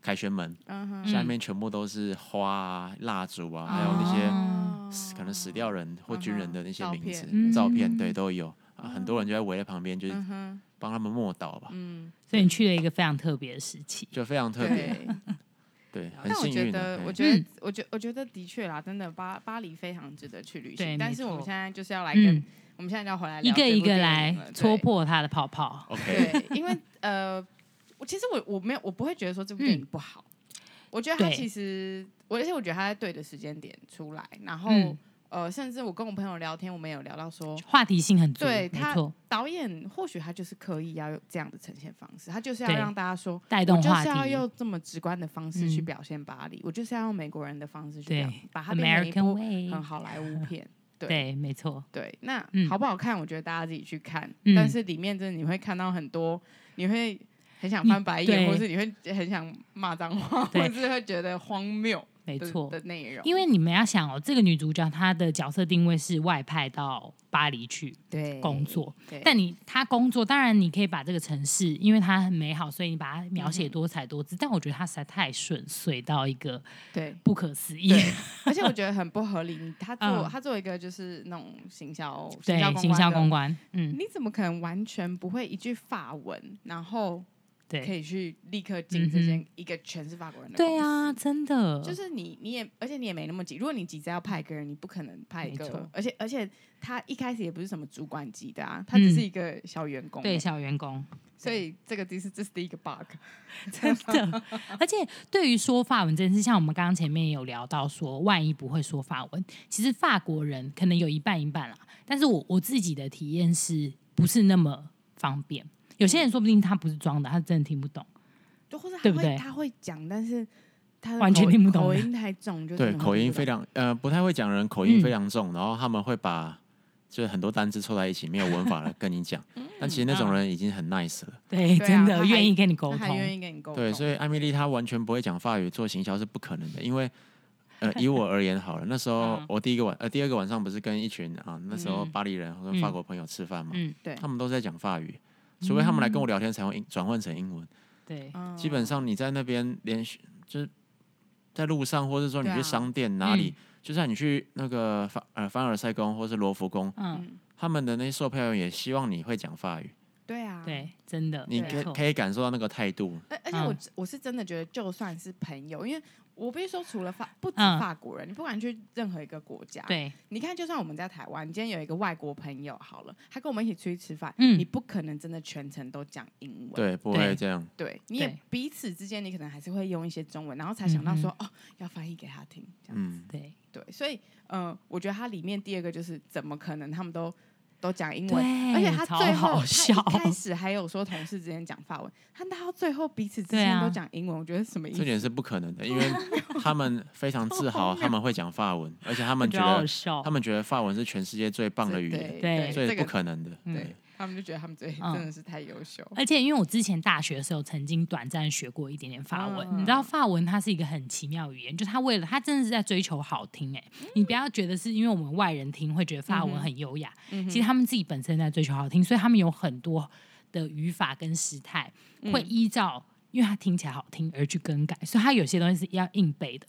[SPEAKER 2] 凯旋门、
[SPEAKER 4] 嗯哼，
[SPEAKER 2] 下面全部都是花啊、蜡烛啊，还有那些
[SPEAKER 3] 嗯
[SPEAKER 2] 死可能死掉人或军人的那些
[SPEAKER 4] 嗯哼
[SPEAKER 2] 名字、
[SPEAKER 4] 哦照
[SPEAKER 3] 片
[SPEAKER 2] 照
[SPEAKER 3] 嗯
[SPEAKER 2] 片，对，都有。啊，很多人就在围在旁边，就是
[SPEAKER 4] 嗯哼，
[SPEAKER 2] 帮他们默祷吧，
[SPEAKER 4] 嗯，
[SPEAKER 3] 所以你去了一个非常特别的时期。
[SPEAKER 2] 就非常特别，
[SPEAKER 4] 对。
[SPEAKER 2] 对，很
[SPEAKER 4] 但我
[SPEAKER 2] 幸
[SPEAKER 4] 觉
[SPEAKER 2] 运的
[SPEAKER 4] 得，。我
[SPEAKER 2] 嘿
[SPEAKER 4] 觉得
[SPEAKER 3] 嗯，
[SPEAKER 4] 我觉，我觉得的确啦，真的巴巴黎非常值得去旅
[SPEAKER 3] 对
[SPEAKER 4] 行。但
[SPEAKER 3] 没
[SPEAKER 4] 是我们
[SPEAKER 3] 错
[SPEAKER 4] 现在就是要来
[SPEAKER 3] 嗯
[SPEAKER 4] 跟，，我们现在就要回来聊
[SPEAKER 3] 一个
[SPEAKER 4] 这
[SPEAKER 3] 一
[SPEAKER 4] 部
[SPEAKER 3] 个
[SPEAKER 4] 电
[SPEAKER 3] 来
[SPEAKER 4] 影了
[SPEAKER 3] 戳。
[SPEAKER 4] 对
[SPEAKER 3] 破他的泡泡。
[SPEAKER 2] OK，
[SPEAKER 4] 对，因为呃，我其实我我没有我不会觉得说这部电影不好，我觉得它
[SPEAKER 3] 嗯对
[SPEAKER 4] 其实我而且我觉得它在对的时间点出来，然后、
[SPEAKER 3] 嗯
[SPEAKER 4] 呃，甚至我跟我朋友聊天，我们也有聊到说，
[SPEAKER 3] 话题性很足，
[SPEAKER 4] 对
[SPEAKER 3] 没
[SPEAKER 4] 他
[SPEAKER 3] 错，
[SPEAKER 4] 导演或许他就是刻意要有这样的呈现方式，他就是要
[SPEAKER 3] 对
[SPEAKER 4] 让大家说。
[SPEAKER 3] 带
[SPEAKER 4] 我
[SPEAKER 3] 动
[SPEAKER 4] 就
[SPEAKER 3] 话
[SPEAKER 4] 是要
[SPEAKER 3] 题。
[SPEAKER 4] 用这么直观的方式去
[SPEAKER 3] 嗯
[SPEAKER 4] 表现巴黎，我就是要用美国人的方式去
[SPEAKER 3] 对
[SPEAKER 4] 表把它变成一
[SPEAKER 3] American
[SPEAKER 4] 部
[SPEAKER 3] way，
[SPEAKER 4] 很好莱坞片。对
[SPEAKER 3] 对，没错，
[SPEAKER 4] 对，那
[SPEAKER 3] 嗯
[SPEAKER 4] 好不好看？我觉得大家自己去看，
[SPEAKER 3] 嗯
[SPEAKER 4] 但是里面真的你会看到很多，你会很想翻白眼，
[SPEAKER 3] 对
[SPEAKER 4] 或是你会很想骂脏话，
[SPEAKER 3] 对
[SPEAKER 4] 或是会觉得荒谬
[SPEAKER 3] 没
[SPEAKER 4] 的
[SPEAKER 3] 错
[SPEAKER 4] 的。内容。
[SPEAKER 3] 因为你们要想哦，这个女主角她的角色定位是外派到巴黎去
[SPEAKER 4] 对
[SPEAKER 3] 工，作，
[SPEAKER 4] 对，
[SPEAKER 3] 但你她工作，当然你可以把这个城市，因为它很美好，所以你把它描
[SPEAKER 4] 嗯
[SPEAKER 3] 写多彩多姿。但我觉得她实在太顺遂到一个
[SPEAKER 4] 对。
[SPEAKER 3] 不可思议。
[SPEAKER 4] 对，而且我觉得很不合理。他做
[SPEAKER 3] 嗯
[SPEAKER 4] 他做一个就是那种行销，
[SPEAKER 3] 对，行销
[SPEAKER 4] 销
[SPEAKER 3] 公
[SPEAKER 4] 关
[SPEAKER 3] 关，
[SPEAKER 4] 的，
[SPEAKER 3] 嗯，
[SPEAKER 4] 你怎么可能完全不会一句法文，然后可
[SPEAKER 3] 对，
[SPEAKER 4] 以去立刻进这间一个全是法国人的？
[SPEAKER 3] 对，啊，真的，
[SPEAKER 4] 就是你，你也，而且你也没那么急。如果你急着要派一个人，你不可能派一
[SPEAKER 3] 没
[SPEAKER 4] 个
[SPEAKER 3] 错，
[SPEAKER 4] 而且而且他一开始也不是什么主管级的啊，他只是一个小员工。
[SPEAKER 3] 嗯对，小员工，
[SPEAKER 4] 所以这个这是这是第一个 bug。
[SPEAKER 3] 真的。而且对于说法文这件事，像我们刚刚前面也有聊到说，万一不会说法文，其实法国人可能有一半一半啦。但是我我自己的体验是不是那么方便？有些人说不定他不是装的，他真的听不懂。
[SPEAKER 4] 就或者他
[SPEAKER 3] 对不对
[SPEAKER 4] 会他会讲，但是他的
[SPEAKER 3] 完全
[SPEAKER 4] 口
[SPEAKER 3] 听不懂
[SPEAKER 4] 口
[SPEAKER 3] 的
[SPEAKER 4] 音太重，就
[SPEAKER 2] 对，
[SPEAKER 4] 真的嗯
[SPEAKER 2] 口
[SPEAKER 4] 会听
[SPEAKER 2] 音
[SPEAKER 4] 不
[SPEAKER 2] 非
[SPEAKER 4] 懂
[SPEAKER 2] 常呃不太会讲人，口音非常重，然后他们会把就是很多单字凑在一起，没有文法了跟你 讲。
[SPEAKER 4] 嗯
[SPEAKER 2] 但其实那种人已经很 nice 了，
[SPEAKER 3] 对，
[SPEAKER 4] 对啊
[SPEAKER 3] 真
[SPEAKER 4] 他
[SPEAKER 3] 的
[SPEAKER 4] 还
[SPEAKER 3] 愿意跟你沟
[SPEAKER 4] 他还
[SPEAKER 3] 通。
[SPEAKER 4] 愿意跟你沟通。
[SPEAKER 2] 对，所以艾米丽她完全不会讲法语，做行销是不可能的，因为。呃，以我而言好了，那时候
[SPEAKER 3] 嗯
[SPEAKER 2] 我第一个晚呃第二个晚上不是跟一群啊那时候
[SPEAKER 4] 嗯嗯
[SPEAKER 2] 巴黎人跟法国朋友吃饭嘛，
[SPEAKER 3] 嗯，
[SPEAKER 4] 对
[SPEAKER 2] 他们都是在讲法语，除非他们来跟我聊天才会英转换成英文。
[SPEAKER 3] 对，
[SPEAKER 4] 嗯
[SPEAKER 2] 基本上你在那边连续就是在路上，或者说你
[SPEAKER 4] 对啊
[SPEAKER 2] 去商店哪
[SPEAKER 3] 嗯
[SPEAKER 2] 里，就算你去那个凡呃凡尔赛宫或是罗浮宫，
[SPEAKER 3] 嗯，
[SPEAKER 2] 他们的那些售票员也希望你会讲法语，
[SPEAKER 4] 对啊，。
[SPEAKER 3] 对，真的，
[SPEAKER 2] 你
[SPEAKER 3] 没
[SPEAKER 2] 可
[SPEAKER 3] 错
[SPEAKER 2] 可以感受到那个态度。
[SPEAKER 4] 而而且我、
[SPEAKER 3] 嗯
[SPEAKER 4] 我是真的觉得，就算是朋友，因为我必须说，除了法不止
[SPEAKER 3] 嗯
[SPEAKER 4] 法国人，你不管去任何一个国家，
[SPEAKER 3] 对，
[SPEAKER 4] 你看，就算我们在台湾，你今天有一个外国朋友好了，他跟我们一起出去吃饭，
[SPEAKER 3] 嗯
[SPEAKER 4] 你不可能真的全程都讲英文，
[SPEAKER 2] 对，不
[SPEAKER 3] 对
[SPEAKER 2] 会这样。
[SPEAKER 4] 对，你也
[SPEAKER 3] 对嗯
[SPEAKER 4] 彼此之间你可能还是会用一些中文，然后才想到说、哦，要翻译给他听，这样子，
[SPEAKER 2] 嗯，
[SPEAKER 3] 对，
[SPEAKER 4] 对，所以呃，我觉得它里面第二个就是怎么可能他们都都讲英文。
[SPEAKER 3] 对，
[SPEAKER 4] 而且他
[SPEAKER 3] 超
[SPEAKER 4] 最后，
[SPEAKER 3] 好笑，
[SPEAKER 4] 他一开始还有说同事之间讲法文，他到最后彼此之
[SPEAKER 3] 对
[SPEAKER 4] 间
[SPEAKER 3] 啊
[SPEAKER 4] 都讲英文，我觉得什么意
[SPEAKER 2] 这
[SPEAKER 4] 思？
[SPEAKER 2] 点是不可能的，因为 他们非常自豪，他们会讲法文，而且他
[SPEAKER 3] 我
[SPEAKER 2] 们
[SPEAKER 3] 觉
[SPEAKER 2] 觉
[SPEAKER 3] 得好好
[SPEAKER 2] 得
[SPEAKER 3] 笑
[SPEAKER 2] 他，们觉得法文是全世界最棒的语言，
[SPEAKER 3] 对
[SPEAKER 4] 对，
[SPEAKER 2] 所以
[SPEAKER 4] 这
[SPEAKER 2] 是不
[SPEAKER 4] 个
[SPEAKER 2] 可能的。
[SPEAKER 3] 嗯
[SPEAKER 2] 对，
[SPEAKER 4] 他们就觉得他们最
[SPEAKER 3] 嗯哎
[SPEAKER 4] 真的是太优秀。
[SPEAKER 3] 而且因为我之前大学的时候曾经短暂学过一点点法文，
[SPEAKER 4] 嗯
[SPEAKER 3] 你知道法文它是一个很奇妙的语言，就它为了它真的是在追求好听哎、你不要觉得是因为我们外人听会觉得法文很优雅，
[SPEAKER 4] 嗯哼
[SPEAKER 3] 其实他们自己本身在追求好听，所以他们有很多的语法跟时态
[SPEAKER 4] 嗯
[SPEAKER 3] 会依照，因为它听起来好听而去更改，所以它有些东西是要硬背的，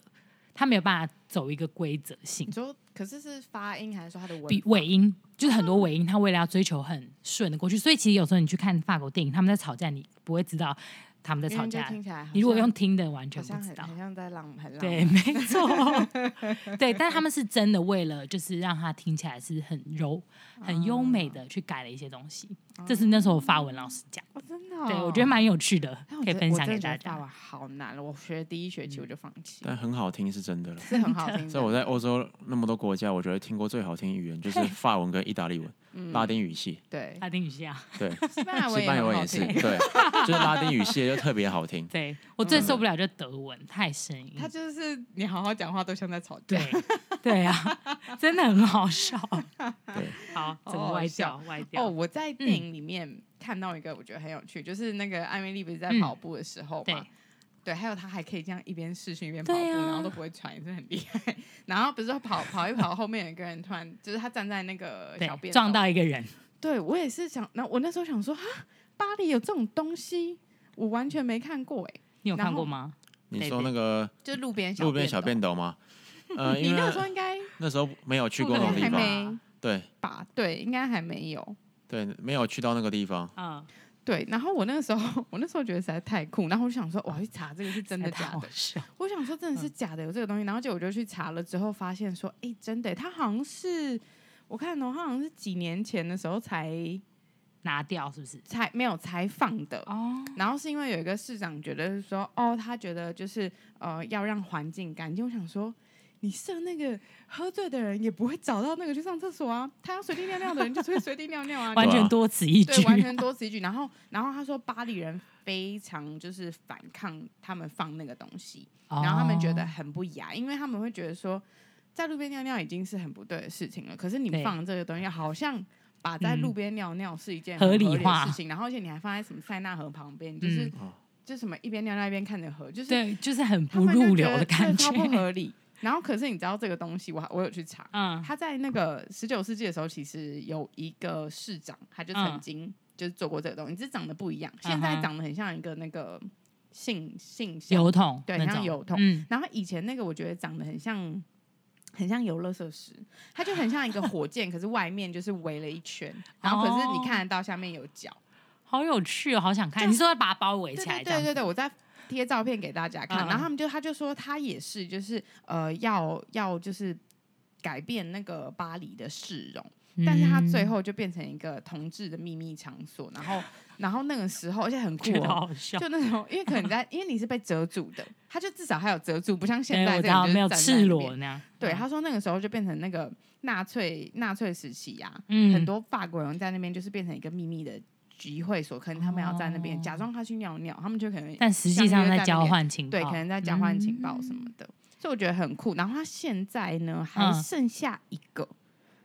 [SPEAKER 3] 它没有办法走一个规则性
[SPEAKER 4] 你。说，可是是发音还是说他的文
[SPEAKER 3] 比尾音，就是很多尾音，他为了要追求很顺的过去，所以其实有时候你去看法国电影，他们在吵架，你不会知道他们在
[SPEAKER 4] 因
[SPEAKER 3] 吵
[SPEAKER 4] 为就
[SPEAKER 3] 架
[SPEAKER 4] 嗯听。起来好
[SPEAKER 3] 你如果
[SPEAKER 4] 像
[SPEAKER 3] 用听的，完全
[SPEAKER 4] 好
[SPEAKER 3] 不
[SPEAKER 4] 像
[SPEAKER 3] 知
[SPEAKER 4] 很
[SPEAKER 3] 道
[SPEAKER 4] 很。像在浪很浪
[SPEAKER 3] 对，没错， 对，但他们是真的为了就是让它听起来是很柔、很优美的去改了一些东西。这是那时候法文老师讲，
[SPEAKER 4] 哦，真哦的哦、
[SPEAKER 3] 对我觉得蛮有趣的
[SPEAKER 4] 但我，
[SPEAKER 3] 可以
[SPEAKER 4] 觉得
[SPEAKER 3] 分
[SPEAKER 4] 我
[SPEAKER 3] 享
[SPEAKER 4] 真
[SPEAKER 3] 给
[SPEAKER 4] 的觉
[SPEAKER 3] 大
[SPEAKER 4] 得
[SPEAKER 3] 家。嗯
[SPEAKER 4] 法文好难了，我学第一学期我就放弃，
[SPEAKER 2] 但很好听是真的了。
[SPEAKER 4] 是 很好听的。
[SPEAKER 2] 在我在欧洲那么多国家，我觉得听过最好听的语言就是法文跟意大利文，拉丁语系。
[SPEAKER 4] 对
[SPEAKER 3] 拉丁语系啊，
[SPEAKER 2] 对，
[SPEAKER 4] 西班嗯牙文
[SPEAKER 2] 西班牙
[SPEAKER 4] 很
[SPEAKER 2] 文
[SPEAKER 4] 好
[SPEAKER 2] 也是，
[SPEAKER 4] 听嗯
[SPEAKER 2] 对，就是拉丁语系的就特别好听。
[SPEAKER 3] 对我最受不了就是德文，太生硬。
[SPEAKER 4] 嗯他就是 你好好讲话都像在吵架
[SPEAKER 3] 对。对啊，真的很好笑。
[SPEAKER 2] 对，
[SPEAKER 3] 好，整个
[SPEAKER 4] 好
[SPEAKER 3] 外
[SPEAKER 4] 笑
[SPEAKER 3] 掉外
[SPEAKER 4] 哦，
[SPEAKER 3] 掉。
[SPEAKER 4] 我在电影里面看到一个我觉得很有趣，就是那个艾米丽不是在
[SPEAKER 3] 嗯
[SPEAKER 4] 跑步的时候
[SPEAKER 3] 对
[SPEAKER 4] 嘛，对，还有她还可以这样一边试训一边跑步，
[SPEAKER 3] 对啊
[SPEAKER 4] 然后都不会喘，也是很厉害。 然后不是说跑跑一跑，后面有一个人突然就是他站在那个小
[SPEAKER 3] 对，
[SPEAKER 4] 便
[SPEAKER 3] 撞
[SPEAKER 4] 斗
[SPEAKER 3] 到一个人，
[SPEAKER 4] 对我也是想，那我那时候想说，哈，巴黎有这种东西，我完全没看过哎、
[SPEAKER 3] 你有
[SPEAKER 4] 然
[SPEAKER 3] 看过
[SPEAKER 4] 后
[SPEAKER 3] 吗？
[SPEAKER 2] 你说那个
[SPEAKER 4] 就路边
[SPEAKER 2] 路边小
[SPEAKER 4] 便
[SPEAKER 2] 便斗吗？呃，
[SPEAKER 4] 斗，你
[SPEAKER 2] 因为
[SPEAKER 4] 那个时候应该
[SPEAKER 2] 那时候没有去
[SPEAKER 3] 不
[SPEAKER 2] 过那
[SPEAKER 3] 可
[SPEAKER 2] 种
[SPEAKER 3] 能
[SPEAKER 2] 地
[SPEAKER 4] 还
[SPEAKER 2] 方，啊
[SPEAKER 4] 没
[SPEAKER 2] 对
[SPEAKER 4] 吧？对，应该还没有。
[SPEAKER 2] 对，没有去到那个地方。
[SPEAKER 3] 嗯，
[SPEAKER 4] 对，然后我那个时候，我那时候觉得实在太酷，然后我就想说，我要去查这个是真的
[SPEAKER 3] 太
[SPEAKER 4] 假
[SPEAKER 3] 好
[SPEAKER 4] 的。
[SPEAKER 3] 笑
[SPEAKER 4] 我想说真的是假的有这个东西，然后结果我就去查了之后，发现说，哎、真的、它好像是我看哦，它好像是几年前的时候才
[SPEAKER 3] 拿掉是不是？
[SPEAKER 4] 才没有才放的，
[SPEAKER 3] 哦，
[SPEAKER 4] 然后是因为有一个市长觉得说，哦，他觉得就是呃要让环境干净。我想说，你设那个喝醉的人也不会找到那个去上厕所啊，他要随地尿尿的人就只会随地尿尿啊，
[SPEAKER 3] 完
[SPEAKER 2] 对
[SPEAKER 3] 全
[SPEAKER 2] 啊
[SPEAKER 3] 多此一举
[SPEAKER 4] 对，，完全多此一举。然后，然后他说巴黎人非常就是反抗他们放那个东西，然后他们觉得
[SPEAKER 3] 哦
[SPEAKER 4] 很不雅，因为他们会觉得说，在路边尿尿已经是很不对的事情了，可是
[SPEAKER 3] 对
[SPEAKER 4] 你放这个东西好像。把在
[SPEAKER 3] 嗯
[SPEAKER 4] 路边尿尿是一件
[SPEAKER 3] 合
[SPEAKER 4] 很
[SPEAKER 3] 理
[SPEAKER 4] 合理
[SPEAKER 3] 化
[SPEAKER 4] 的事情，然后而且你还放在什么塞纳河旁边，就是、
[SPEAKER 3] 嗯
[SPEAKER 2] 哦
[SPEAKER 4] 就什么一边尿尿一边看着河，就是
[SPEAKER 3] 对，就是很
[SPEAKER 4] 他
[SPEAKER 3] 不
[SPEAKER 4] 们就
[SPEAKER 3] 入
[SPEAKER 4] 觉
[SPEAKER 3] 流
[SPEAKER 4] 得
[SPEAKER 3] 的
[SPEAKER 4] 这
[SPEAKER 3] 感觉
[SPEAKER 4] 超。不合理。然后可是你知道这个东西，我还我有去查，
[SPEAKER 3] 嗯，
[SPEAKER 4] 他在那个十九世纪的时候，其实有一个市长，他就曾经就是做过这个东西，只是长得不一样，
[SPEAKER 3] 嗯
[SPEAKER 4] 现
[SPEAKER 3] 嗯哼
[SPEAKER 4] 在长得很像一个那个性性向
[SPEAKER 3] 油桶
[SPEAKER 4] 对
[SPEAKER 3] 那
[SPEAKER 4] 像
[SPEAKER 3] 种
[SPEAKER 4] 油桶
[SPEAKER 3] 嗯，
[SPEAKER 4] 然后以前那个我觉得长得很像。很像游乐设施，它就 很像一个火箭，可是外面就是围了一圈，然后可是
[SPEAKER 3] 哦
[SPEAKER 4] 你看得到下面有脚。
[SPEAKER 3] 好有趣哦，好想看。你说要把它包围
[SPEAKER 4] 对
[SPEAKER 3] 起来，
[SPEAKER 4] 对对对对，我再贴照片给大家看。
[SPEAKER 3] 嗯
[SPEAKER 4] 然后他们就他就说他也是，就是呃，要要就是改变那个巴黎的市容。
[SPEAKER 3] 对
[SPEAKER 4] 但是它最后就变成一个同志的秘密场所，然后然后那个时候而且很酷、
[SPEAKER 3] 觉得
[SPEAKER 4] 哦，
[SPEAKER 3] 好笑。
[SPEAKER 4] 就那种因为可能你在因为你是被遮住的，它就至少还有遮住，不像
[SPEAKER 3] 对，
[SPEAKER 4] 现在
[SPEAKER 3] 我
[SPEAKER 4] 这
[SPEAKER 3] 知
[SPEAKER 4] 样
[SPEAKER 3] 道
[SPEAKER 4] 就是
[SPEAKER 3] 没有
[SPEAKER 4] 站在
[SPEAKER 3] 赤
[SPEAKER 4] 那
[SPEAKER 3] 裸
[SPEAKER 4] 边。
[SPEAKER 3] 那样。
[SPEAKER 4] 对，
[SPEAKER 3] 嗯
[SPEAKER 4] 他说那个时候就变成那个纳粹纳粹时期呀、
[SPEAKER 3] 嗯
[SPEAKER 4] 很多法国人在那边就是变成一个秘密的集会所，可能他们要在那边、
[SPEAKER 3] 哦
[SPEAKER 4] 假装他去尿尿，他们就可能
[SPEAKER 3] 但实际上在交换情报，
[SPEAKER 4] 对，可能在交换情报什么的。所以我觉得很酷，然后他现在呢还
[SPEAKER 3] 嗯
[SPEAKER 4] 剩下一个，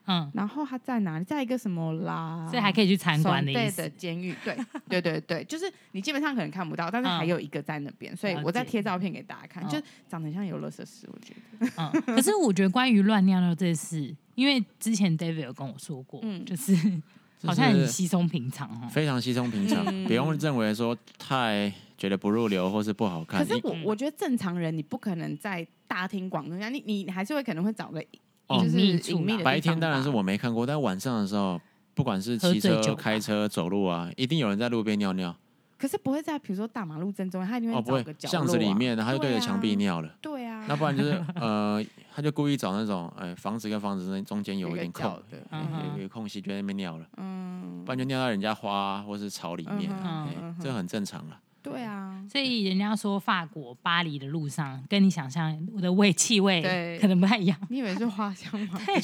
[SPEAKER 3] 嗯，
[SPEAKER 4] 然后他在哪里？在一个什么啦？
[SPEAKER 3] 所以还可以去参观的
[SPEAKER 4] 松
[SPEAKER 3] 意
[SPEAKER 4] 嗯对
[SPEAKER 3] 思。
[SPEAKER 4] 的监狱，对对对对，就是你基本上可能看不到，但是
[SPEAKER 3] 嗯
[SPEAKER 4] 还有一个在那边，所以
[SPEAKER 3] 了
[SPEAKER 4] 我再
[SPEAKER 3] 解
[SPEAKER 4] 贴照片给大家看，
[SPEAKER 3] 嗯
[SPEAKER 4] 就长得很像游乐设施，我觉得。
[SPEAKER 3] 嗯， 可是我觉得关于乱尿尿这事，因为之前 David 有跟我说过，
[SPEAKER 4] 嗯
[SPEAKER 3] 就是
[SPEAKER 2] 这
[SPEAKER 3] 好像很
[SPEAKER 2] 是
[SPEAKER 3] 稀松平常哦。
[SPEAKER 2] 非常稀松平常，
[SPEAKER 4] 嗯
[SPEAKER 2] 不用认为说太觉得不入流或是不好
[SPEAKER 4] 可
[SPEAKER 2] 看。
[SPEAKER 4] 是
[SPEAKER 2] 因
[SPEAKER 4] 我我觉得正常人你不可能在大庭广众下，你你还是会可能会找个
[SPEAKER 2] 哦
[SPEAKER 4] 就是
[SPEAKER 3] 隐秘处
[SPEAKER 4] 隐秘
[SPEAKER 3] 啦
[SPEAKER 4] 的
[SPEAKER 2] 白
[SPEAKER 4] 地方
[SPEAKER 2] 天当然
[SPEAKER 4] 吧
[SPEAKER 2] 是我没看过，但晚上的时候，不管是
[SPEAKER 3] 喝
[SPEAKER 2] 骑
[SPEAKER 3] 醉酒
[SPEAKER 2] 车、
[SPEAKER 3] 吧
[SPEAKER 2] 开车、走路啊，一定有人在路边尿尿。
[SPEAKER 4] 可是不会在比如说大马路正中央，他一定会
[SPEAKER 2] 哦，不
[SPEAKER 4] 找
[SPEAKER 2] 会
[SPEAKER 4] 个，角落、啊
[SPEAKER 2] 巷子里面，然后他就对着
[SPEAKER 4] 啊
[SPEAKER 2] 墙壁尿了。
[SPEAKER 4] 对啊，
[SPEAKER 2] 那不然就是呃，他就故意找那种呃房子跟房子中中间有
[SPEAKER 4] 一
[SPEAKER 2] 一
[SPEAKER 4] 个
[SPEAKER 2] 点
[SPEAKER 4] 角
[SPEAKER 2] 空，
[SPEAKER 4] 的，
[SPEAKER 3] 嗯哼
[SPEAKER 2] 有有空隙就在那边尿了，
[SPEAKER 4] 嗯
[SPEAKER 2] 不，然就尿到人家花啊或是草里面
[SPEAKER 3] 嗯
[SPEAKER 2] 啊，哎
[SPEAKER 4] 嗯
[SPEAKER 2] 这很正常 了。
[SPEAKER 4] 对啊，
[SPEAKER 3] 所以人家说法国巴黎的路上，跟你想象我的味气味
[SPEAKER 4] 对
[SPEAKER 3] 可能不太一样。
[SPEAKER 4] 你以为是花香 吗？
[SPEAKER 3] 对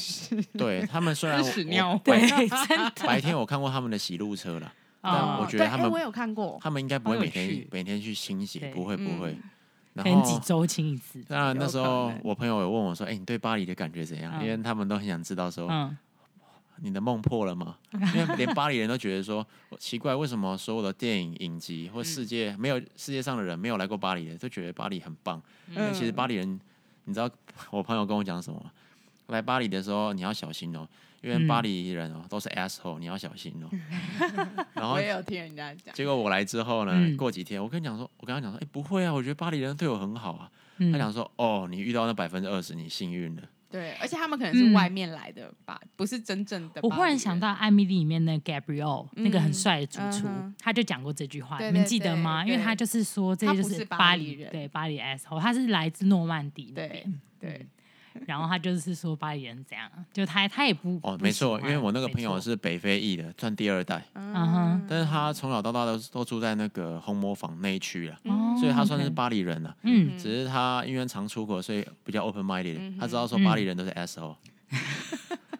[SPEAKER 2] 对他们虽然
[SPEAKER 4] 是屎
[SPEAKER 2] 我
[SPEAKER 4] 尿
[SPEAKER 2] 白
[SPEAKER 3] 对， 真的。
[SPEAKER 2] 白天我看过他们的洗路车了，但
[SPEAKER 3] 哦
[SPEAKER 2] 啊我觉得
[SPEAKER 4] 对
[SPEAKER 2] 他
[SPEAKER 4] 哎
[SPEAKER 2] 们
[SPEAKER 4] 我有看过，
[SPEAKER 2] 他们应该不
[SPEAKER 3] 好有
[SPEAKER 2] 会每天
[SPEAKER 3] 趣
[SPEAKER 2] 每天去清
[SPEAKER 3] 对
[SPEAKER 2] 洗，不会不会
[SPEAKER 4] 嗯。
[SPEAKER 2] 然
[SPEAKER 3] 可能几
[SPEAKER 2] 后啊
[SPEAKER 3] 周清一次。
[SPEAKER 2] 当然那时
[SPEAKER 4] 有
[SPEAKER 2] 候
[SPEAKER 4] 可能
[SPEAKER 2] 我朋友有问我说：“哎，你对巴黎的感觉怎样？”
[SPEAKER 3] 嗯
[SPEAKER 2] 因为他们都很想知道说
[SPEAKER 3] 嗯，
[SPEAKER 2] 你的梦破了吗？因为连巴黎人都觉得说我奇怪，为什么所有的电影影集或世界没有世界上的人没有来过巴黎的，都觉得巴黎很棒。但其实巴黎人，你知道 我朋友跟我讲什么吗？来巴黎的时候你要小心哦，因为
[SPEAKER 3] 嗯
[SPEAKER 2] 巴黎人哦都是 asshole，你要小心哦。然后
[SPEAKER 4] 我也有听人家讲，
[SPEAKER 2] 结果我来之后呢，
[SPEAKER 3] 嗯
[SPEAKER 2] 过几天我跟你讲说，我跟他讲说，哎、不会啊，我觉得巴黎人对我很好啊。
[SPEAKER 3] 嗯
[SPEAKER 2] 他讲说，哦，你遇到那百分之二十，你幸运了。
[SPEAKER 4] 对，而且他们可能是
[SPEAKER 3] 嗯
[SPEAKER 4] 外面来的吧，不是真正的。
[SPEAKER 3] 我忽然想，到《艾米丽》里面那 Gabriel、
[SPEAKER 4] 嗯
[SPEAKER 3] 那个很帅的主厨，
[SPEAKER 4] 嗯哼
[SPEAKER 3] 他就讲过这句话，
[SPEAKER 4] 对
[SPEAKER 3] 你们
[SPEAKER 4] 对
[SPEAKER 3] 记得吗？
[SPEAKER 4] 对
[SPEAKER 3] 因为他就是说，这就
[SPEAKER 4] 他不是巴
[SPEAKER 3] 巴
[SPEAKER 4] 黎
[SPEAKER 3] 黎
[SPEAKER 4] 人
[SPEAKER 3] 对巴黎 S 后，他是来自诺曼底那
[SPEAKER 4] 对
[SPEAKER 3] 边，
[SPEAKER 4] 对，
[SPEAKER 3] 然后他就是说巴黎人怎样，就他他也不
[SPEAKER 2] 哦，没错，因为我那个朋友，
[SPEAKER 3] 不喜欢
[SPEAKER 2] 是北非裔的，算第二代，
[SPEAKER 3] 嗯哼
[SPEAKER 2] 但是他从小到大都都住在那个红磨坊那一区
[SPEAKER 4] 嗯
[SPEAKER 2] 了，
[SPEAKER 3] 哦
[SPEAKER 2] 所以他算是
[SPEAKER 3] OK
[SPEAKER 2] 巴黎人了。
[SPEAKER 3] 嗯，
[SPEAKER 2] 只是他因为常出国，所以比较 open minded，、
[SPEAKER 4] 嗯哼
[SPEAKER 2] 他知道说巴黎人都是 asshole，、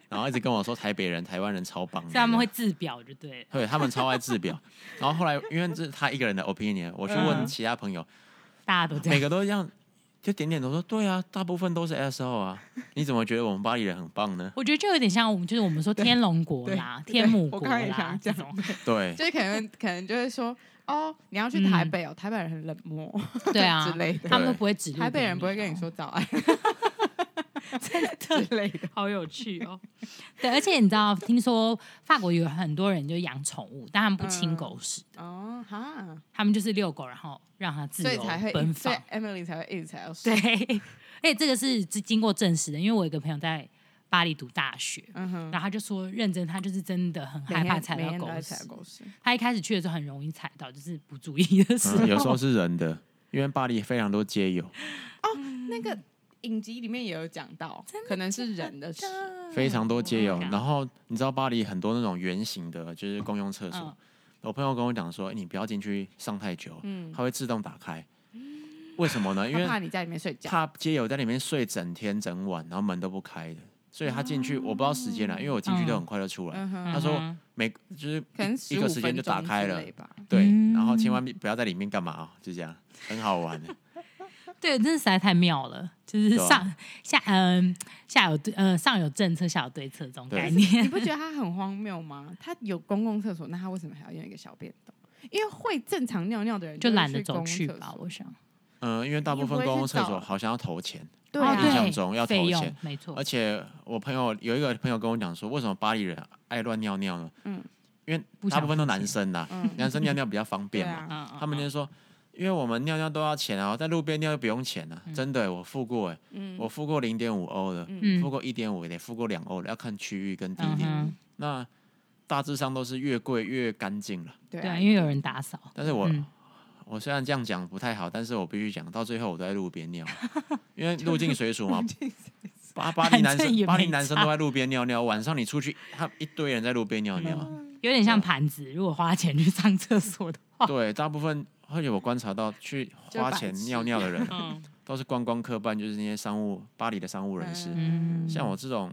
[SPEAKER 2] 然后一直跟我说台北人、台湾人超棒 的，
[SPEAKER 3] 所以他们会自表就对了，
[SPEAKER 2] 对他们超爱自 表。然后后来因为这是他一个人的 opinion，我去问
[SPEAKER 3] 嗯
[SPEAKER 2] 其他朋友，
[SPEAKER 3] 大家都这
[SPEAKER 2] 每
[SPEAKER 3] 样，
[SPEAKER 2] 个都一样。就点点头说：“对啊，大部分都是 S O 啊，你怎么觉得我们巴黎人很棒呢
[SPEAKER 3] 我觉得就有点像我们，就是我们说天龙国啦、
[SPEAKER 4] 对
[SPEAKER 3] 天母
[SPEAKER 4] 我
[SPEAKER 3] 国
[SPEAKER 4] 刚才也
[SPEAKER 3] 啦
[SPEAKER 4] 想
[SPEAKER 3] 这
[SPEAKER 4] 讲
[SPEAKER 3] 种，？”
[SPEAKER 2] 对，
[SPEAKER 4] 就是可能可能就会说，哦，你要
[SPEAKER 3] 嗯
[SPEAKER 4] 去台北哦，台北人很冷漠
[SPEAKER 3] 对啊
[SPEAKER 4] 之，类的，
[SPEAKER 3] 他们都不会指路，啊
[SPEAKER 4] 台北人不会跟你，说早安之类的。
[SPEAKER 3] 好有趣哦。对，而且你知道，听说法国有很多人就养宠物，但他
[SPEAKER 4] 嗯
[SPEAKER 3] 们不清狗屎，
[SPEAKER 4] 哦哈，
[SPEAKER 3] 他们就是遛狗，然后让它自
[SPEAKER 4] 所以
[SPEAKER 3] 由
[SPEAKER 4] 才会
[SPEAKER 3] 奔
[SPEAKER 4] 一，所以
[SPEAKER 3] 放。
[SPEAKER 4] Emily 才会一直才要说，
[SPEAKER 3] 对，而且这个是经过证实的，因为我有一个朋友在巴黎读大学，
[SPEAKER 4] 嗯哼，
[SPEAKER 3] 然后他就说，认真，他就是真的很 害
[SPEAKER 4] 每
[SPEAKER 3] 怕
[SPEAKER 4] 天
[SPEAKER 3] 踩
[SPEAKER 4] 每
[SPEAKER 3] 到
[SPEAKER 4] 天都
[SPEAKER 3] 狗
[SPEAKER 4] 在
[SPEAKER 3] 屎
[SPEAKER 4] 踩。狗屎，
[SPEAKER 3] 他一开始去的时候很容易踩到， 就是哦不注意的时候。
[SPEAKER 2] 嗯有时候是人的，因为巴黎非常多街友，
[SPEAKER 4] 那个影集里面也有讲到，可能是人嗯的屎，
[SPEAKER 2] 非常多街友。
[SPEAKER 3] 嗯
[SPEAKER 2] 然后你知道巴黎很多那种圆形的，就是公用厕所。
[SPEAKER 3] 嗯
[SPEAKER 2] 我朋友跟我讲说：“哎你不要进去上太久，
[SPEAKER 4] 嗯，
[SPEAKER 2] 它会自动打开。为什么呢？因
[SPEAKER 4] 他
[SPEAKER 2] 为
[SPEAKER 4] 怕你在里面睡觉，
[SPEAKER 2] 怕街友在里面睡整天整晚，然后门都不开的，所以他进去我不知道时间了，因为我进去都很快就出来。
[SPEAKER 4] 哦嗯哼，
[SPEAKER 2] 他说
[SPEAKER 3] 嗯
[SPEAKER 2] 每就是
[SPEAKER 4] 可能
[SPEAKER 2] 一
[SPEAKER 4] 十五
[SPEAKER 2] 个时间
[SPEAKER 4] 分
[SPEAKER 2] 就
[SPEAKER 4] 钟
[SPEAKER 2] 打开
[SPEAKER 4] 之
[SPEAKER 2] 了
[SPEAKER 4] 类吧，
[SPEAKER 2] 对，
[SPEAKER 3] 嗯
[SPEAKER 2] 然后千万不要在里面干嘛哦，就这样，很好玩的。
[SPEAKER 3] 哼对，真的实在太妙了，就是
[SPEAKER 2] 对啊
[SPEAKER 3] 上、下嗯、下有对呃上有政策，下有对策这种
[SPEAKER 2] 对
[SPEAKER 3] 概
[SPEAKER 4] 你
[SPEAKER 3] 念。
[SPEAKER 4] 不觉得他很荒谬吗？他有公共厕所，那他为什么还要用一个小便斗？因为会正常尿尿的人
[SPEAKER 3] 就懒得
[SPEAKER 4] 会
[SPEAKER 3] 走
[SPEAKER 4] 去
[SPEAKER 3] 去
[SPEAKER 4] 公共厕
[SPEAKER 3] 吧，
[SPEAKER 4] 所
[SPEAKER 3] 我想。
[SPEAKER 2] 嗯、因为大部分
[SPEAKER 4] 你不会
[SPEAKER 2] 公共
[SPEAKER 4] 去
[SPEAKER 2] 厕所
[SPEAKER 4] 找
[SPEAKER 2] 好像要投钱，
[SPEAKER 4] 对
[SPEAKER 3] 哦
[SPEAKER 4] 啊，
[SPEAKER 2] 印象中要投
[SPEAKER 3] 费用
[SPEAKER 2] 钱，
[SPEAKER 3] 没错
[SPEAKER 2] 而。且我朋友有一个朋友跟我讲说，为什么巴黎人爱乱尿尿呢？
[SPEAKER 4] 嗯
[SPEAKER 2] 因为
[SPEAKER 3] 不
[SPEAKER 2] 大部
[SPEAKER 3] 想
[SPEAKER 2] 分都
[SPEAKER 3] 付
[SPEAKER 2] 男
[SPEAKER 3] 钱
[SPEAKER 2] 生啦，
[SPEAKER 4] 嗯
[SPEAKER 2] 男生尿尿比较方
[SPEAKER 4] 对
[SPEAKER 2] 便嘛。
[SPEAKER 4] 啊，
[SPEAKER 3] 嗯嗯
[SPEAKER 2] 他们就说，因为我们尿尿都要钱啊，在路边尿又不用钱啊，真的耶，我付过哎，
[SPEAKER 4] 嗯
[SPEAKER 2] 我付过零点五欧的，
[SPEAKER 3] 嗯
[SPEAKER 2] 付过一点五的，付过两欧的，要看区域跟地
[SPEAKER 3] 嗯
[SPEAKER 2] 点。
[SPEAKER 3] 哼，
[SPEAKER 2] 那大致上都是越贵越干净了。
[SPEAKER 4] 对
[SPEAKER 3] 对啊，
[SPEAKER 4] 啊，
[SPEAKER 3] 因为有人打扫。
[SPEAKER 2] 但是我、
[SPEAKER 3] 嗯
[SPEAKER 2] 我虽然这样讲不太好，但是我必须讲，到最后我都在路边尿，因为入境随俗嘛。巴巴黎
[SPEAKER 3] 反
[SPEAKER 2] 男
[SPEAKER 3] 正也
[SPEAKER 2] 生，巴黎
[SPEAKER 3] 没
[SPEAKER 2] 男生
[SPEAKER 3] 差
[SPEAKER 2] 都在路边尿尿，晚上你出去，他一堆人在路边尿尿。
[SPEAKER 3] 有点
[SPEAKER 2] 啊
[SPEAKER 3] 像盘子，如果花钱去上厕所的话，
[SPEAKER 2] 对，大部分而且我观察到去
[SPEAKER 4] 就是
[SPEAKER 2] 花
[SPEAKER 4] 白
[SPEAKER 2] 钱
[SPEAKER 4] 痴
[SPEAKER 2] 尿尿的人，
[SPEAKER 3] 嗯
[SPEAKER 2] 都是观光客办，就是那些商务巴黎的商务人士。
[SPEAKER 3] 嗯
[SPEAKER 2] 像我这种